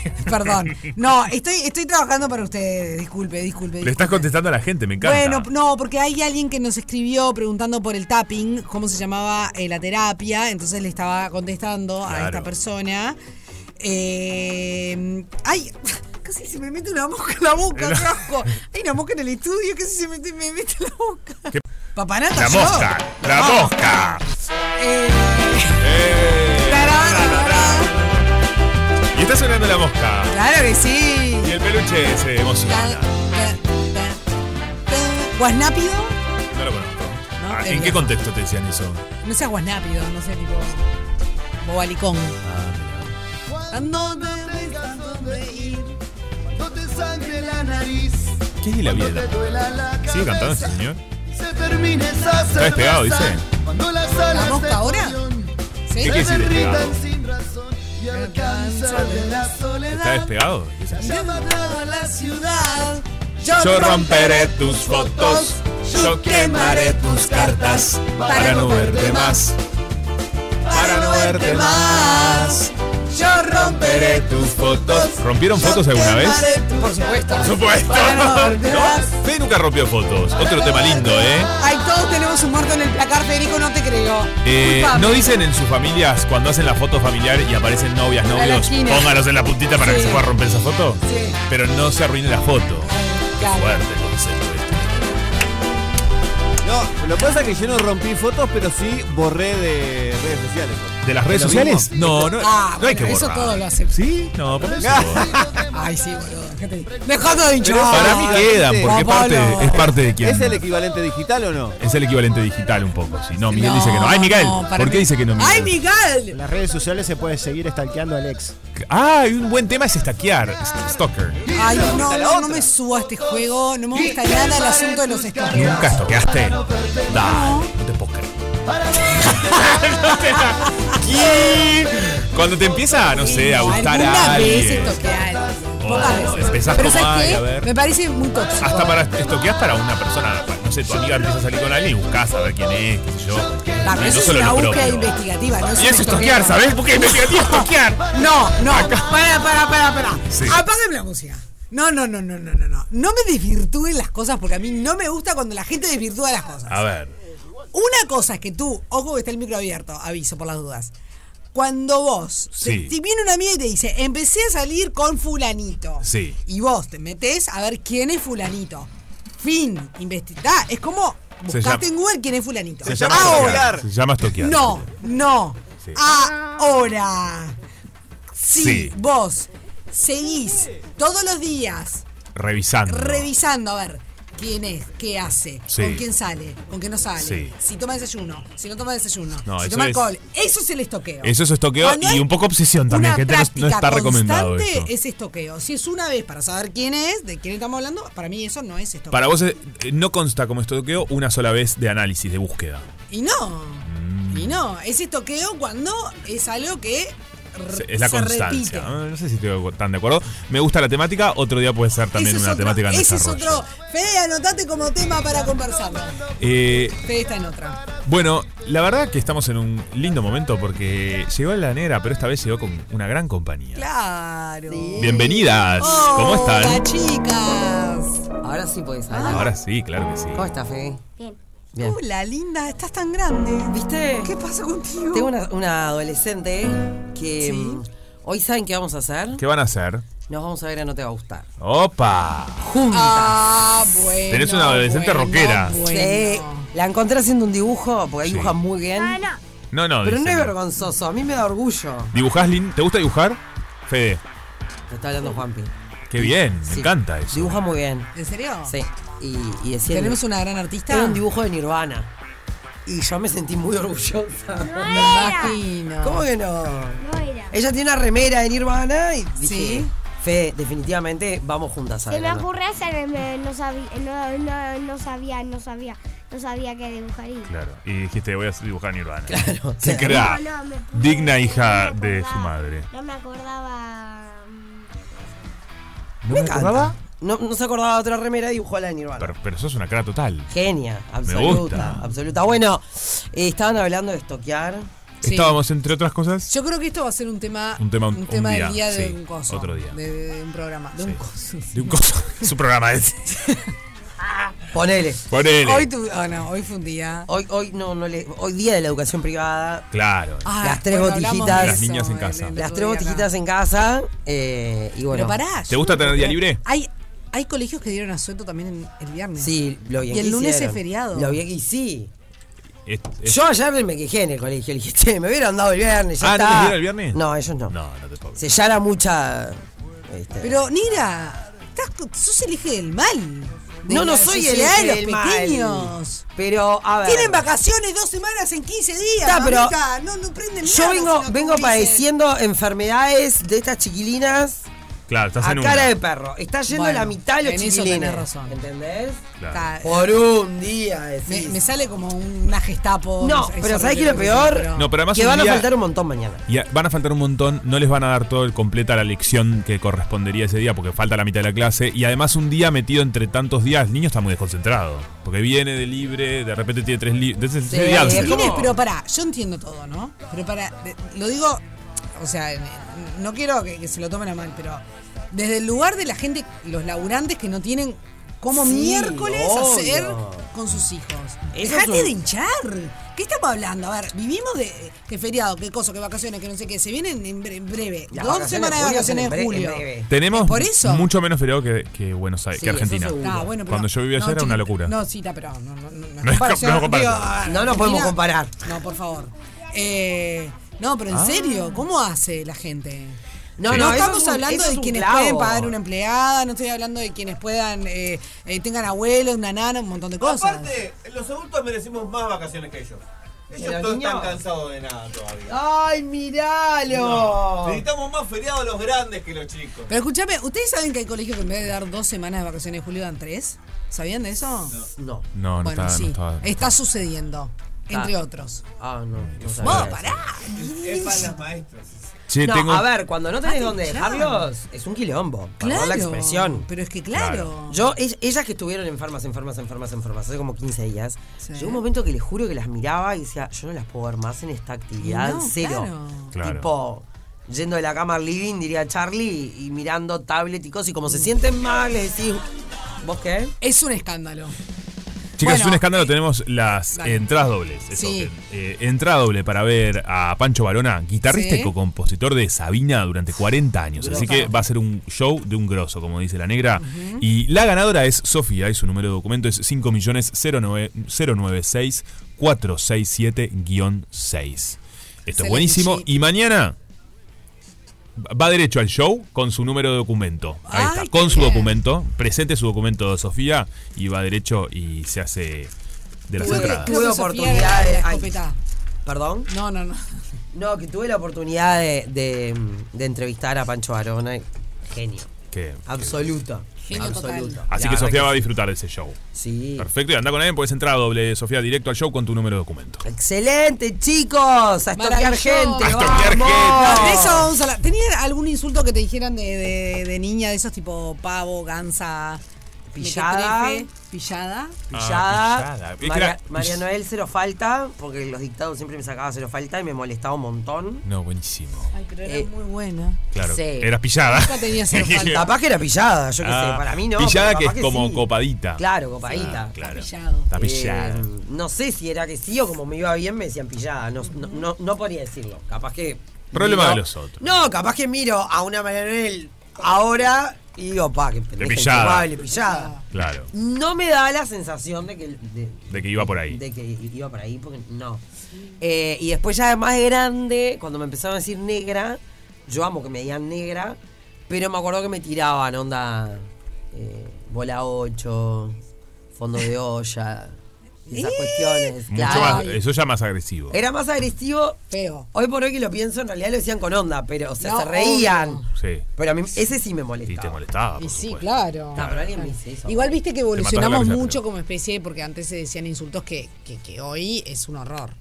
Speaker 4: Eh, perdón. No, estoy, estoy trabajando para ustedes. Disculpe, disculpe.
Speaker 5: Le estás
Speaker 4: disculpe.
Speaker 5: contestando a la gente, me encanta.
Speaker 4: Bueno, no, porque hay alguien que nos escribió preguntando por el tapping, cómo se llamaba eh, la terapia, entonces le estaba contestando a
Speaker 5: Claro.
Speaker 4: esta persona. Eh, ay, casi se me mete una mosca en la boca,
Speaker 5: No.
Speaker 4: qué asco. Hay una mosca en el estudio, casi se mete, me mete la boca.
Speaker 5: ¿Qué-
Speaker 4: Papanata,
Speaker 5: la
Speaker 4: yo.
Speaker 5: mosca, la
Speaker 4: Ah.
Speaker 5: mosca.
Speaker 4: Eh,
Speaker 5: Y está sonando la mosca.
Speaker 4: claro que sí.
Speaker 5: Y el peluche se emociona.
Speaker 4: Guasnápido.
Speaker 5: No lo conozco.
Speaker 4: No,
Speaker 5: Ah,
Speaker 4: el
Speaker 5: ¿En qué
Speaker 4: viejo.
Speaker 5: contexto te decían eso?
Speaker 4: No sea guasnápido, no sé, tipo. Bobalicón.
Speaker 3: ¿Dónde tengas dónde ir? No te sangre la nariz.
Speaker 5: ¿Qué es de la
Speaker 3: No
Speaker 5: vida?
Speaker 3: te duela la
Speaker 5: ¿Sigue cantando
Speaker 3: cabeza.
Speaker 5: ese señor?
Speaker 3: Se termine esa
Speaker 5: Está despegado,
Speaker 3: cerveza.
Speaker 5: dice.
Speaker 3: Cuando las alas
Speaker 4: ¿La mosca
Speaker 3: del
Speaker 4: ahora?
Speaker 3: avión
Speaker 4: ¿Sí?
Speaker 5: ¿Qué
Speaker 3: Se
Speaker 5: quiere decir
Speaker 3: derritan
Speaker 5: despegado?
Speaker 3: sin razón y alcanzarle la
Speaker 5: ¿Está
Speaker 3: soledad.
Speaker 5: despegado? ¿Qué es eso?
Speaker 3: Ya me ha hablado la ciudad.
Speaker 5: Yo romperé tus fotos, yo quemaré tus cartas para no verte más, para no verte más.
Speaker 3: Yo romperé
Speaker 5: tus fotos. ¿Rompieron fotos alguna vez?
Speaker 4: Por supuesto.
Speaker 5: Por supuesto. No, Fede nunca rompió fotos. Otro tema lindo, ¿eh?
Speaker 4: Ay, todos tenemos un muerto en el placar, Federico, no te creo.
Speaker 5: Eh,
Speaker 4: Disculpame.
Speaker 5: ¿No dicen en sus familias cuando hacen la foto familiar y aparecen novias,
Speaker 4: la
Speaker 5: novios?
Speaker 4: esquina.
Speaker 5: Pónganos en la puntita para que se pueda romper esa foto.
Speaker 4: Sí.
Speaker 5: Pero no se arruine la foto.
Speaker 4: Claro.
Speaker 5: Fuerte el concepto este.
Speaker 6: No, lo que pasa es que yo no rompí fotos, pero sí borré de redes sociales.
Speaker 5: ¿De las redes
Speaker 6: ¿Lo
Speaker 5: sociales?
Speaker 6: mismo?
Speaker 5: No, no,
Speaker 4: Ah,
Speaker 5: no hay que
Speaker 4: bueno, eso
Speaker 5: borrar.
Speaker 4: todo lo hace.
Speaker 5: ¿Sí? No, por eso.
Speaker 4: Ay, sí, boludo. déjate. Dejando de hinchar.
Speaker 5: Pero para mí quedan, porque parte- es parte de quien-
Speaker 6: ¿Es el equivalente digital o no?
Speaker 5: Es el equivalente digital un poco, sí. No, Miguel
Speaker 6: No,
Speaker 5: dice que no. ¡Ay, Miguel!
Speaker 6: no, para
Speaker 5: ¿Por qué
Speaker 6: mí-
Speaker 5: dice que no, Miguel?
Speaker 4: ¡Ay, Miguel!
Speaker 18: En las redes sociales se puede seguir stalkeando al ex.
Speaker 5: Ah, y un buen tema es estaquear. Stalker.
Speaker 4: Ay, no, no, no me suba a este juego. No me gusta nada el asunto de los stalkers.
Speaker 5: ¿Nunca estoqueaste? Dale, no te puedo creer. No te la- ¿Quién? Cuando te empieza, no sé, a gustar a
Speaker 4: Alguna vez
Speaker 5: alguien.
Speaker 4: estoqueé a alguien. Pocas
Speaker 5: o
Speaker 4: veces.
Speaker 5: empezás
Speaker 4: Pero
Speaker 5: como,
Speaker 4: ¿sabes
Speaker 5: ay,
Speaker 4: qué?
Speaker 5: a ver.
Speaker 4: Me parece muy tóxico.
Speaker 5: Hasta para estoqueas para una persona, no sé, tu amiga empieza a salir con alguien y buscas a ver quién es, qué sé yo.
Speaker 4: La
Speaker 5: Y
Speaker 4: es
Speaker 5: no solo
Speaker 4: una
Speaker 5: lo
Speaker 4: búsqueda
Speaker 5: propio.
Speaker 4: investigativa, no
Speaker 5: Y es estoquear, ¿sabes? Porque investigativa es estoquear.
Speaker 4: No, no, para, para, para, para.
Speaker 5: Sí.
Speaker 4: Apáguenme la música. No, no, no, no, no, no, no. No me desvirtúen las cosas porque a mí no me gusta cuando la gente desvirtúa las cosas.
Speaker 5: A ver.
Speaker 4: Una cosa es que tú, ojo que está el micro abierto, aviso por las dudas. Cuando vos,
Speaker 5: Sí.
Speaker 4: te- si viene una amiga y te dice, empecé a salir con fulanito,
Speaker 5: Sí.
Speaker 4: y vos te metés a ver quién es fulanito. Fin, investigá. Es como
Speaker 5: Se
Speaker 4: buscaste
Speaker 5: llama-
Speaker 4: en Google quién es fulanito.
Speaker 5: Se llama
Speaker 4: Ahora.
Speaker 5: estoquear. Se llama estoquear.
Speaker 4: No, no.
Speaker 5: Sí.
Speaker 4: Ahora. Si
Speaker 5: Sí.
Speaker 4: vos seguís todos los días
Speaker 5: Revisando.
Speaker 4: revisando a ver quién es, qué hace,
Speaker 5: Sí.
Speaker 4: con quién sale, con quién no sale,
Speaker 5: Sí.
Speaker 4: si toma desayuno, si no toma desayuno,
Speaker 5: No,
Speaker 4: si
Speaker 5: eso
Speaker 4: toma
Speaker 5: es-
Speaker 4: alcohol, eso es el estoqueo.
Speaker 5: Eso es estoqueo
Speaker 4: Cuando
Speaker 5: y
Speaker 4: hay
Speaker 5: un poco obsesión también,
Speaker 4: una
Speaker 5: que te- no- no
Speaker 4: práctica
Speaker 5: está recomendado
Speaker 4: constante,
Speaker 5: eso.
Speaker 4: es estoqueo. Si es una vez para saber quién es, de quién estamos hablando, para mí eso no es estoqueo.
Speaker 5: Para vos eh, no consta como estoqueo una sola vez de análisis, de búsqueda.
Speaker 4: Y no.
Speaker 5: Mm.
Speaker 4: Y no. Es estoqueo cuando es algo que
Speaker 5: Se-
Speaker 4: r-
Speaker 5: Es la
Speaker 4: se repite.
Speaker 5: constancia. Ah, No sé si estoy tan de acuerdo. Me gusta la temática, otro día puede ser también
Speaker 4: Ese es
Speaker 5: una
Speaker 4: otro-
Speaker 5: temática en
Speaker 4: Ese es
Speaker 5: desarrollo.
Speaker 4: otro. Fede, anotate como tema para conversar.
Speaker 5: Eh,
Speaker 4: Fede está en otra.
Speaker 5: bueno, la verdad que estamos en un lindo momento porque llegó la negra, pero esta vez llegó con una gran compañía.
Speaker 4: Claro. Oh,
Speaker 5: Bienvenidas. ¿Cómo están?
Speaker 4: Hola, chicas.
Speaker 15: Ahora sí podés hablar.
Speaker 5: Ahora sí, claro que sí.
Speaker 15: ¿Cómo estás, Fede?
Speaker 5: Bien.
Speaker 15: Bien.
Speaker 4: Hola, linda, estás tan grande.
Speaker 15: ¿Viste?
Speaker 4: ¿Qué pasa contigo?
Speaker 15: Tengo una, una adolescente que mm, hoy saben qué vamos a hacer.
Speaker 5: ¿Qué van a hacer?
Speaker 15: Nos vamos a ver a No Te Va a Gustar.
Speaker 5: ¡Opa!
Speaker 15: Juntas.
Speaker 4: Ah, bueno.
Speaker 5: Tenés una adolescente
Speaker 4: bueno,
Speaker 5: rockera.
Speaker 15: Sí. Eh, La encontré haciendo un dibujo, porque
Speaker 5: Sí.
Speaker 15: dibuja muy bien.
Speaker 5: No, no,
Speaker 15: Pero no
Speaker 5: dice,
Speaker 15: es vergonzoso, a mí me da orgullo.
Speaker 5: ¿Dibujás, Lin? ¿Te gusta dibujar? Fede,
Speaker 15: Te está hablando Juanpi.
Speaker 5: qué bien, me encanta eso.
Speaker 15: Dibuja muy bien.
Speaker 4: ¿En serio?
Speaker 15: Sí. Y, y decía.
Speaker 4: ¿Tenemos una gran artista?
Speaker 15: Era un dibujo de Nirvana. Y yo me sentí muy orgullosa.
Speaker 4: imagino.
Speaker 15: ¿Cómo que no? Ella tiene una remera de Nirvana y dije,
Speaker 19: Sí.
Speaker 15: Fe, definitivamente vamos juntas a
Speaker 19: Se me
Speaker 15: verla".
Speaker 19: ocurrió hacerme, me- no sabía, no, no, no sabía, no sabía, no sabía qué dibujaría.
Speaker 5: Claro. Y dijiste, voy a dibujar Nirvana.
Speaker 15: Claro.
Speaker 5: Se crea
Speaker 19: No, no, me pude-
Speaker 5: digna hija de su madre.
Speaker 19: No me acordaba. mm.
Speaker 5: ¿No
Speaker 15: me acordaba? No, no se acordaba de otra remera y dibujó la de Nirvana.
Speaker 5: Pero, pero sos una cara total.
Speaker 15: Genia, absoluta,
Speaker 5: gusta.
Speaker 15: absoluta. Bueno, eh, estaban hablando de estoquear.
Speaker 4: Sí.
Speaker 5: Estábamos, entre otras cosas,
Speaker 4: Yo creo que esto va a ser un tema,
Speaker 5: Un tema un- un
Speaker 4: tema
Speaker 5: día,
Speaker 4: del día de
Speaker 5: sí,
Speaker 4: un coso.
Speaker 5: otro día.
Speaker 4: De, de un programa. De un coso.
Speaker 5: de un coso. su programa es.
Speaker 15: Ponele.
Speaker 5: Ponele.
Speaker 4: Hoy, tu- ah, no, hoy fue un día.
Speaker 15: Hoy, hoy no, no le, hoy día de la educación privada.
Speaker 5: Claro.
Speaker 4: Ah,
Speaker 15: las tres
Speaker 4: bueno, hablamos
Speaker 15: botijitas.
Speaker 4: de
Speaker 5: Las niñas en casa.
Speaker 15: Las tres botijitas en casa. eh, y bueno.
Speaker 4: Pero pará.
Speaker 5: ¿Te
Speaker 4: yo
Speaker 5: gusta
Speaker 4: no
Speaker 5: tener día
Speaker 4: puedo creer.
Speaker 5: libre?
Speaker 4: Hay, hay colegios que dieron asueto también en- el viernes.
Speaker 15: Sí, lo bien
Speaker 4: Y el
Speaker 15: que
Speaker 4: lunes
Speaker 15: hicieron.
Speaker 4: es feriado.
Speaker 15: Lo bien que- y sí.
Speaker 5: Es- es-
Speaker 15: Yo ayer me quejé en el colegio. Le dije, che, me hubieran dado el viernes. Ya
Speaker 5: Ah, ¿no
Speaker 15: está.
Speaker 5: les dieron el viernes?
Speaker 15: No, ellos no.
Speaker 5: No, no te puedo.
Speaker 15: Se llama mucha. este,
Speaker 4: Pero, Nira, estás co- sos el eje del mal. De
Speaker 15: no, no
Speaker 4: la
Speaker 15: soy el
Speaker 4: sociedad de
Speaker 15: héroe
Speaker 4: los
Speaker 15: del
Speaker 4: pequeños.
Speaker 15: mal. Pero, a ver.
Speaker 4: Tienen vacaciones dos semanas en 15 días.
Speaker 15: Está, pero
Speaker 4: mamita. no, no prenden
Speaker 15: Yo
Speaker 4: nada
Speaker 15: vengo,
Speaker 4: si no
Speaker 15: vengo
Speaker 4: cubrís
Speaker 15: padeciendo enfermedades de estas chiquilinas
Speaker 5: Claro, estás
Speaker 15: a
Speaker 5: en
Speaker 15: cara
Speaker 5: una.
Speaker 15: de perro. Está yendo
Speaker 4: Bueno,
Speaker 15: la mitad de los
Speaker 4: en eso
Speaker 15: chiquilines.
Speaker 4: tenés razón.
Speaker 15: ¿Entendés?
Speaker 5: Claro.
Speaker 4: Está- eh,
Speaker 15: Por un día.
Speaker 4: Me,
Speaker 15: decís.
Speaker 4: me sale como una gestapo.
Speaker 15: No,
Speaker 4: es- es
Speaker 15: pero ¿sabés qué es lo
Speaker 4: horrible que
Speaker 15: peor?
Speaker 4: sí, pero-
Speaker 5: No, pero además
Speaker 15: que
Speaker 5: un
Speaker 15: van
Speaker 5: día-
Speaker 15: a faltar un montón mañana.
Speaker 5: Y a- van a faltar un montón, no les van a dar todo el completa la lección que correspondería ese día porque falta la mitad de la clase y además un día metido entre tantos días, el niño está muy desconcentrado porque viene de libre, de repente tiene tres libros,
Speaker 4: Sí, chiquilines, pero pará, yo entiendo todo, ¿no? Pero para, lo digo, o sea, n- no quiero que, que se lo tomen a mal, pero desde el lugar de la gente, los laburantes que no tienen como
Speaker 15: Sí,
Speaker 4: miércoles
Speaker 15: obvio.
Speaker 4: hacer con sus hijos.
Speaker 15: Eso
Speaker 4: Dejate
Speaker 15: es un-
Speaker 4: de hinchar. ¿Qué estamos hablando? A ver, vivimos de que feriado, que cosa, que vacaciones, que no sé qué. Se vienen en bre- en breve.
Speaker 15: Las
Speaker 4: Dos
Speaker 15: vacaciones
Speaker 4: semanas de
Speaker 15: de julio
Speaker 4: vacaciones
Speaker 15: son
Speaker 4: en
Speaker 15: en bre-
Speaker 4: julio.
Speaker 15: en breve.
Speaker 5: Tenemos
Speaker 4: Por eso.
Speaker 5: mucho menos feriado que, que Buenos Aires,
Speaker 15: Sí,
Speaker 5: que
Speaker 15: eso
Speaker 5: Argentina.
Speaker 15: seguro.
Speaker 4: Ah, bueno, pero-
Speaker 5: Cuando yo vivía allá
Speaker 4: no,
Speaker 5: era una
Speaker 4: chiquita-
Speaker 5: locura.
Speaker 4: No, sí, está, pero no, no, no, no.
Speaker 5: No es
Speaker 4: comparación,
Speaker 5: com- no es
Speaker 4: digo,
Speaker 5: comparación.
Speaker 15: No, no podemos
Speaker 4: Argentina-
Speaker 15: comparar.
Speaker 4: No, por favor. Eh, no, pero en
Speaker 15: Ah.
Speaker 4: serio, ¿cómo hace la gente?
Speaker 15: No,
Speaker 4: No,
Speaker 15: no, eso
Speaker 4: estamos
Speaker 15: es un-
Speaker 4: hablando
Speaker 15: eso es
Speaker 4: de
Speaker 15: un
Speaker 4: quienes
Speaker 15: clavo.
Speaker 4: pueden pagar una empleada, no estoy hablando de quienes puedan, eh, eh, tengan abuelos, una nana, un montón de cosas.
Speaker 20: Aparte, los adultos merecemos más vacaciones que ellos. Ellos
Speaker 15: Pero,
Speaker 20: todos están
Speaker 15: niño.
Speaker 20: cansados de nada todavía.
Speaker 15: ¡Ay, miralo!
Speaker 20: No, necesitamos más feriados los grandes que los chicos.
Speaker 4: Pero escúchame, ¿ustedes saben que hay colegios que en vez de dar dos semanas de vacaciones de julio dan tres? ¿Sabían de eso?
Speaker 15: No.
Speaker 5: No, no
Speaker 4: bueno,
Speaker 5: estaba- no
Speaker 4: sí,
Speaker 5: estaba- no
Speaker 4: está sucediendo,
Speaker 15: Está.
Speaker 4: entre otros.
Speaker 15: Ah, no. no sabía
Speaker 4: Vos,
Speaker 15: eso.
Speaker 4: pará.
Speaker 20: Es para los maestros.
Speaker 5: Che,
Speaker 15: no,
Speaker 5: tengo-
Speaker 15: a ver, cuando no tenés
Speaker 4: Ah,
Speaker 15: dónde
Speaker 4: claro.
Speaker 15: dejarlos, es un quilombo. Perdón la expresión.
Speaker 4: Pero es que claro.
Speaker 15: Yo, ell- ellas que estuvieron enfermas, enfermas, enfermas, enfermas, hace como 15 días,
Speaker 4: Sí.
Speaker 15: llegó un momento que les juro que las miraba y decía, yo no las puedo ver más en esta actividad,
Speaker 4: No,
Speaker 15: cero.
Speaker 4: claro.
Speaker 5: Claro.
Speaker 15: Tipo, yendo de la cama al living, diría Charlie, y mirando tablet y cosas, y como se sienten mal, les decís, ¿vos qué?
Speaker 4: Es un escándalo.
Speaker 5: Chicas, es
Speaker 4: Bueno, eh,
Speaker 5: un escándalo. Tenemos las
Speaker 4: dale.
Speaker 5: entradas dobles. eso,
Speaker 4: Sí.
Speaker 5: que, eh, entrada doble para ver a Pancho Barona, guitarrista
Speaker 4: Sí.
Speaker 5: y compositor de Sabina durante 40 años. Así que va a ser un show de un grosso, como dice la negra. Y la ganadora es Sofía y su número de documento es 5.096.467-6. Esto es
Speaker 4: Excelente,
Speaker 5: buenísimo.
Speaker 4: sí.
Speaker 5: Y mañana va derecho al show con su número de documento. Ahí
Speaker 4: Ay,
Speaker 5: está,
Speaker 4: qué
Speaker 5: con su
Speaker 4: bien.
Speaker 5: documento. Presente su documento, Sofía, y va derecho y se hace de las
Speaker 15: Tuve-
Speaker 5: entradas.
Speaker 15: tuve
Speaker 4: Creo que
Speaker 15: oportunidades.
Speaker 4: Sofía era la
Speaker 15: Ay.
Speaker 4: escopeta.
Speaker 15: ¿Perdón?
Speaker 4: No, no, no.
Speaker 15: No, que tuve la oportunidad de, de- de entrevistar a Pancho eh. Barona, y- genio.
Speaker 5: Qué-
Speaker 15: Absoluto.
Speaker 4: Genio
Speaker 15: absoluto.
Speaker 4: total.
Speaker 5: Así
Speaker 15: La
Speaker 5: que
Speaker 15: verdad
Speaker 5: Sofía va a
Speaker 15: sí.
Speaker 5: disfrutar de ese show.
Speaker 15: Sí.
Speaker 5: Perfecto, y anda con alguien, puedes entrar doble, Sofía, directo al show con tu número de documento.
Speaker 15: Excelente, chicos. A estoquear
Speaker 4: Maravilloso.
Speaker 15: gente.
Speaker 4: A
Speaker 5: estoquear
Speaker 15: vamos.
Speaker 5: gente.
Speaker 4: No, de eso vamos a hablar. ¿Tenías algún insulto que te dijeran de, de- de niña, de esos tipo pavo, gansa?
Speaker 15: Pillada.
Speaker 4: Mequetrefe, Pillada.
Speaker 15: Pillada.
Speaker 5: Ah, pillada. Es que
Speaker 15: María,
Speaker 5: era-
Speaker 15: María Noel cero falta, porque los dictados siempre me sacaba cero falta y me molestaba un montón.
Speaker 5: No, buenísimo.
Speaker 4: Ay, pero
Speaker 15: era Eh,
Speaker 4: muy buena.
Speaker 5: Claro. Era pillada.
Speaker 4: Nunca tenía cero falta.
Speaker 15: Capaz que era pillada, yo qué
Speaker 5: Ah,
Speaker 15: sé, para mí no.
Speaker 5: Pillada
Speaker 15: pero
Speaker 5: que es
Speaker 15: capaz
Speaker 5: como
Speaker 15: sí.
Speaker 5: copadita.
Speaker 15: Claro, copadita.
Speaker 5: Ah, claro.
Speaker 4: Pillado.
Speaker 5: Está pillada.
Speaker 15: Eh, no sé si era que sí o como me iba bien me decían pillada. No, no, no, no podía decirlo. Capaz que.
Speaker 5: Problema
Speaker 15: miro-
Speaker 5: de los otros.
Speaker 15: No, capaz que miro a una María Noel ahora y digo, pa, que pendeja
Speaker 5: pillada.
Speaker 15: infumable, pillada.
Speaker 5: Claro.
Speaker 15: No me da la sensación de que, de-
Speaker 5: De que iba por ahí.
Speaker 15: de que iba por ahí, porque no. Eh, y después ya de más grande, cuando me empezaron a decir negra, yo amo que me digan negra, pero me acuerdo que me tiraban onda eh, bola 8, fondo de olla, y esas cuestiones.
Speaker 5: Mucho
Speaker 15: claro.
Speaker 5: más, eso ya más agresivo.
Speaker 15: Era más agresivo.
Speaker 4: Feo.
Speaker 15: Hoy por hoy que lo pienso, en realidad lo decían con onda, pero o sea,
Speaker 4: No,
Speaker 15: se reían.
Speaker 5: Sí.
Speaker 15: Pero a mí ese sí me molestaba.
Speaker 5: Y te molestaba.
Speaker 4: Y sí, claro.
Speaker 15: No, pero alguien me dice eso.
Speaker 4: Igual viste que
Speaker 5: matás la
Speaker 4: evolucionamos
Speaker 5: risa,
Speaker 4: mucho como especie porque antes se decían insultos que, que, que hoy es un horror.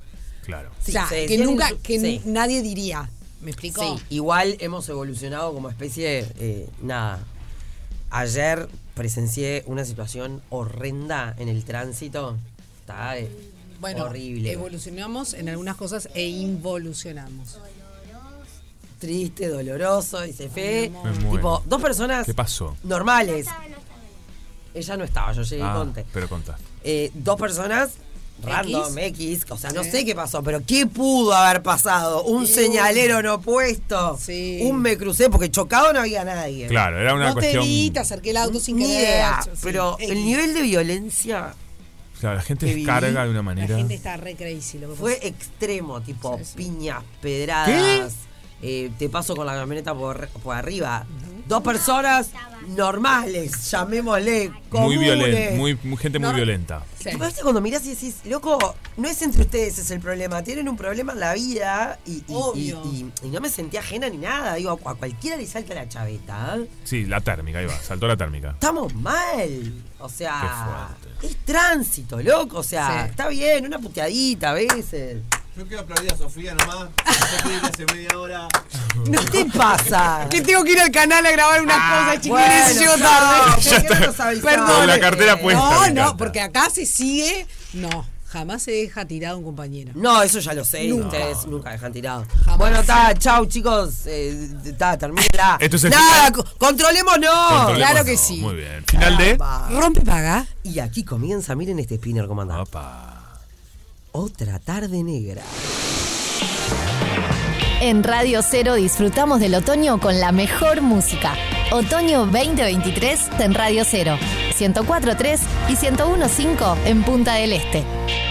Speaker 5: Claro.
Speaker 4: o sea,
Speaker 15: se
Speaker 4: que
Speaker 15: decían
Speaker 4: nunca,
Speaker 15: insu-
Speaker 4: que
Speaker 15: sí.
Speaker 4: nadie diría. ¿Me explico?
Speaker 15: Sí, igual hemos evolucionado como especie, eh, nada. Ayer presencié una situación horrenda en el tránsito. Está eh,
Speaker 4: Bueno,
Speaker 15: horrible.
Speaker 4: evolucionamos en algunas cosas e involucionamos.
Speaker 15: Triste, doloroso, dice Fe.
Speaker 5: Me muero.
Speaker 15: Tipo, dos personas
Speaker 5: ¿Qué pasó?
Speaker 15: normales. Ella no estaba, yo llegué y
Speaker 5: Ah,
Speaker 15: conté.
Speaker 5: pero contá.
Speaker 15: Eh, dos personas random X, o sea, no sé qué pasó, pero ¿qué pudo haber pasado? Un señalero no puesto, un me crucé, porque chocado no había nadie.
Speaker 5: Claro, era una
Speaker 4: no
Speaker 5: cuestión.
Speaker 4: te vi, te acerqué el auto sin
Speaker 15: Ni
Speaker 4: querer.
Speaker 15: idea,
Speaker 4: Sí,
Speaker 15: pero
Speaker 4: X.
Speaker 15: el nivel de violencia
Speaker 5: O sea, la gente
Speaker 15: que viví,
Speaker 5: descarga de una manera.
Speaker 4: La gente está re crazy. Lo que
Speaker 15: fue
Speaker 4: pasa.
Speaker 15: extremo, tipo piñas, pedradas, eh, te paso con la camioneta por, por arriba. Dos personas normales, llamémosle,
Speaker 5: Muy
Speaker 15: comunes.
Speaker 5: violenta. Muy, muy- gente muy violenta.
Speaker 15: Y tipo, ¿viste cuando mirás y decís, loco, no es entre ustedes es el problema, tienen un problema en la vida y, y- y-
Speaker 4: Obvio.
Speaker 15: y- y no me sentía ajena ni nada. Digo, a cualquiera le salta la chaveta. ¿eh?
Speaker 5: Sí, la térmica, ahí va. Saltó la térmica.
Speaker 15: Estamos mal. O sea, es tránsito, loco. O sea,
Speaker 5: Sí.
Speaker 15: está bien, una puteadita a veces.
Speaker 20: Yo quiero aplaudir a Sofía nomás. Yo pedí hace media hora.
Speaker 15: No te pasa.
Speaker 4: Que tengo que ir al canal a grabar unas cosas, chiquilines,
Speaker 20: bueno,
Speaker 4: y llego
Speaker 20: no,
Speaker 15: Ah,
Speaker 4: tarde.
Speaker 20: Ya ¿por qué no está. nos avisaron?
Speaker 4: Perdón.
Speaker 5: Con la cartera puesta, me
Speaker 4: No, no,
Speaker 5: encanta.
Speaker 4: porque acá se sigue. No, jamás se deja tirado un compañero.
Speaker 15: No, eso ya lo sé.
Speaker 4: Nunca.
Speaker 15: Ustedes nunca dejan tirado. Bueno, está, chau, chicos. Eh, Está, termínala.
Speaker 5: Esto es el
Speaker 15: Nada,
Speaker 5: final.
Speaker 15: Ah, co- controlémonos.
Speaker 5: Controlémonos. Muy bien. Final de.
Speaker 15: Ah.
Speaker 4: Rompe paga.
Speaker 15: Y aquí comienza, miren este spinner, cómo anda. Otra tarde negra.
Speaker 1: En Radio Cero disfrutamos del otoño con la mejor música. Otoño 2023 en Radio Cero, 104.3 y 101.5 en Punta del Este.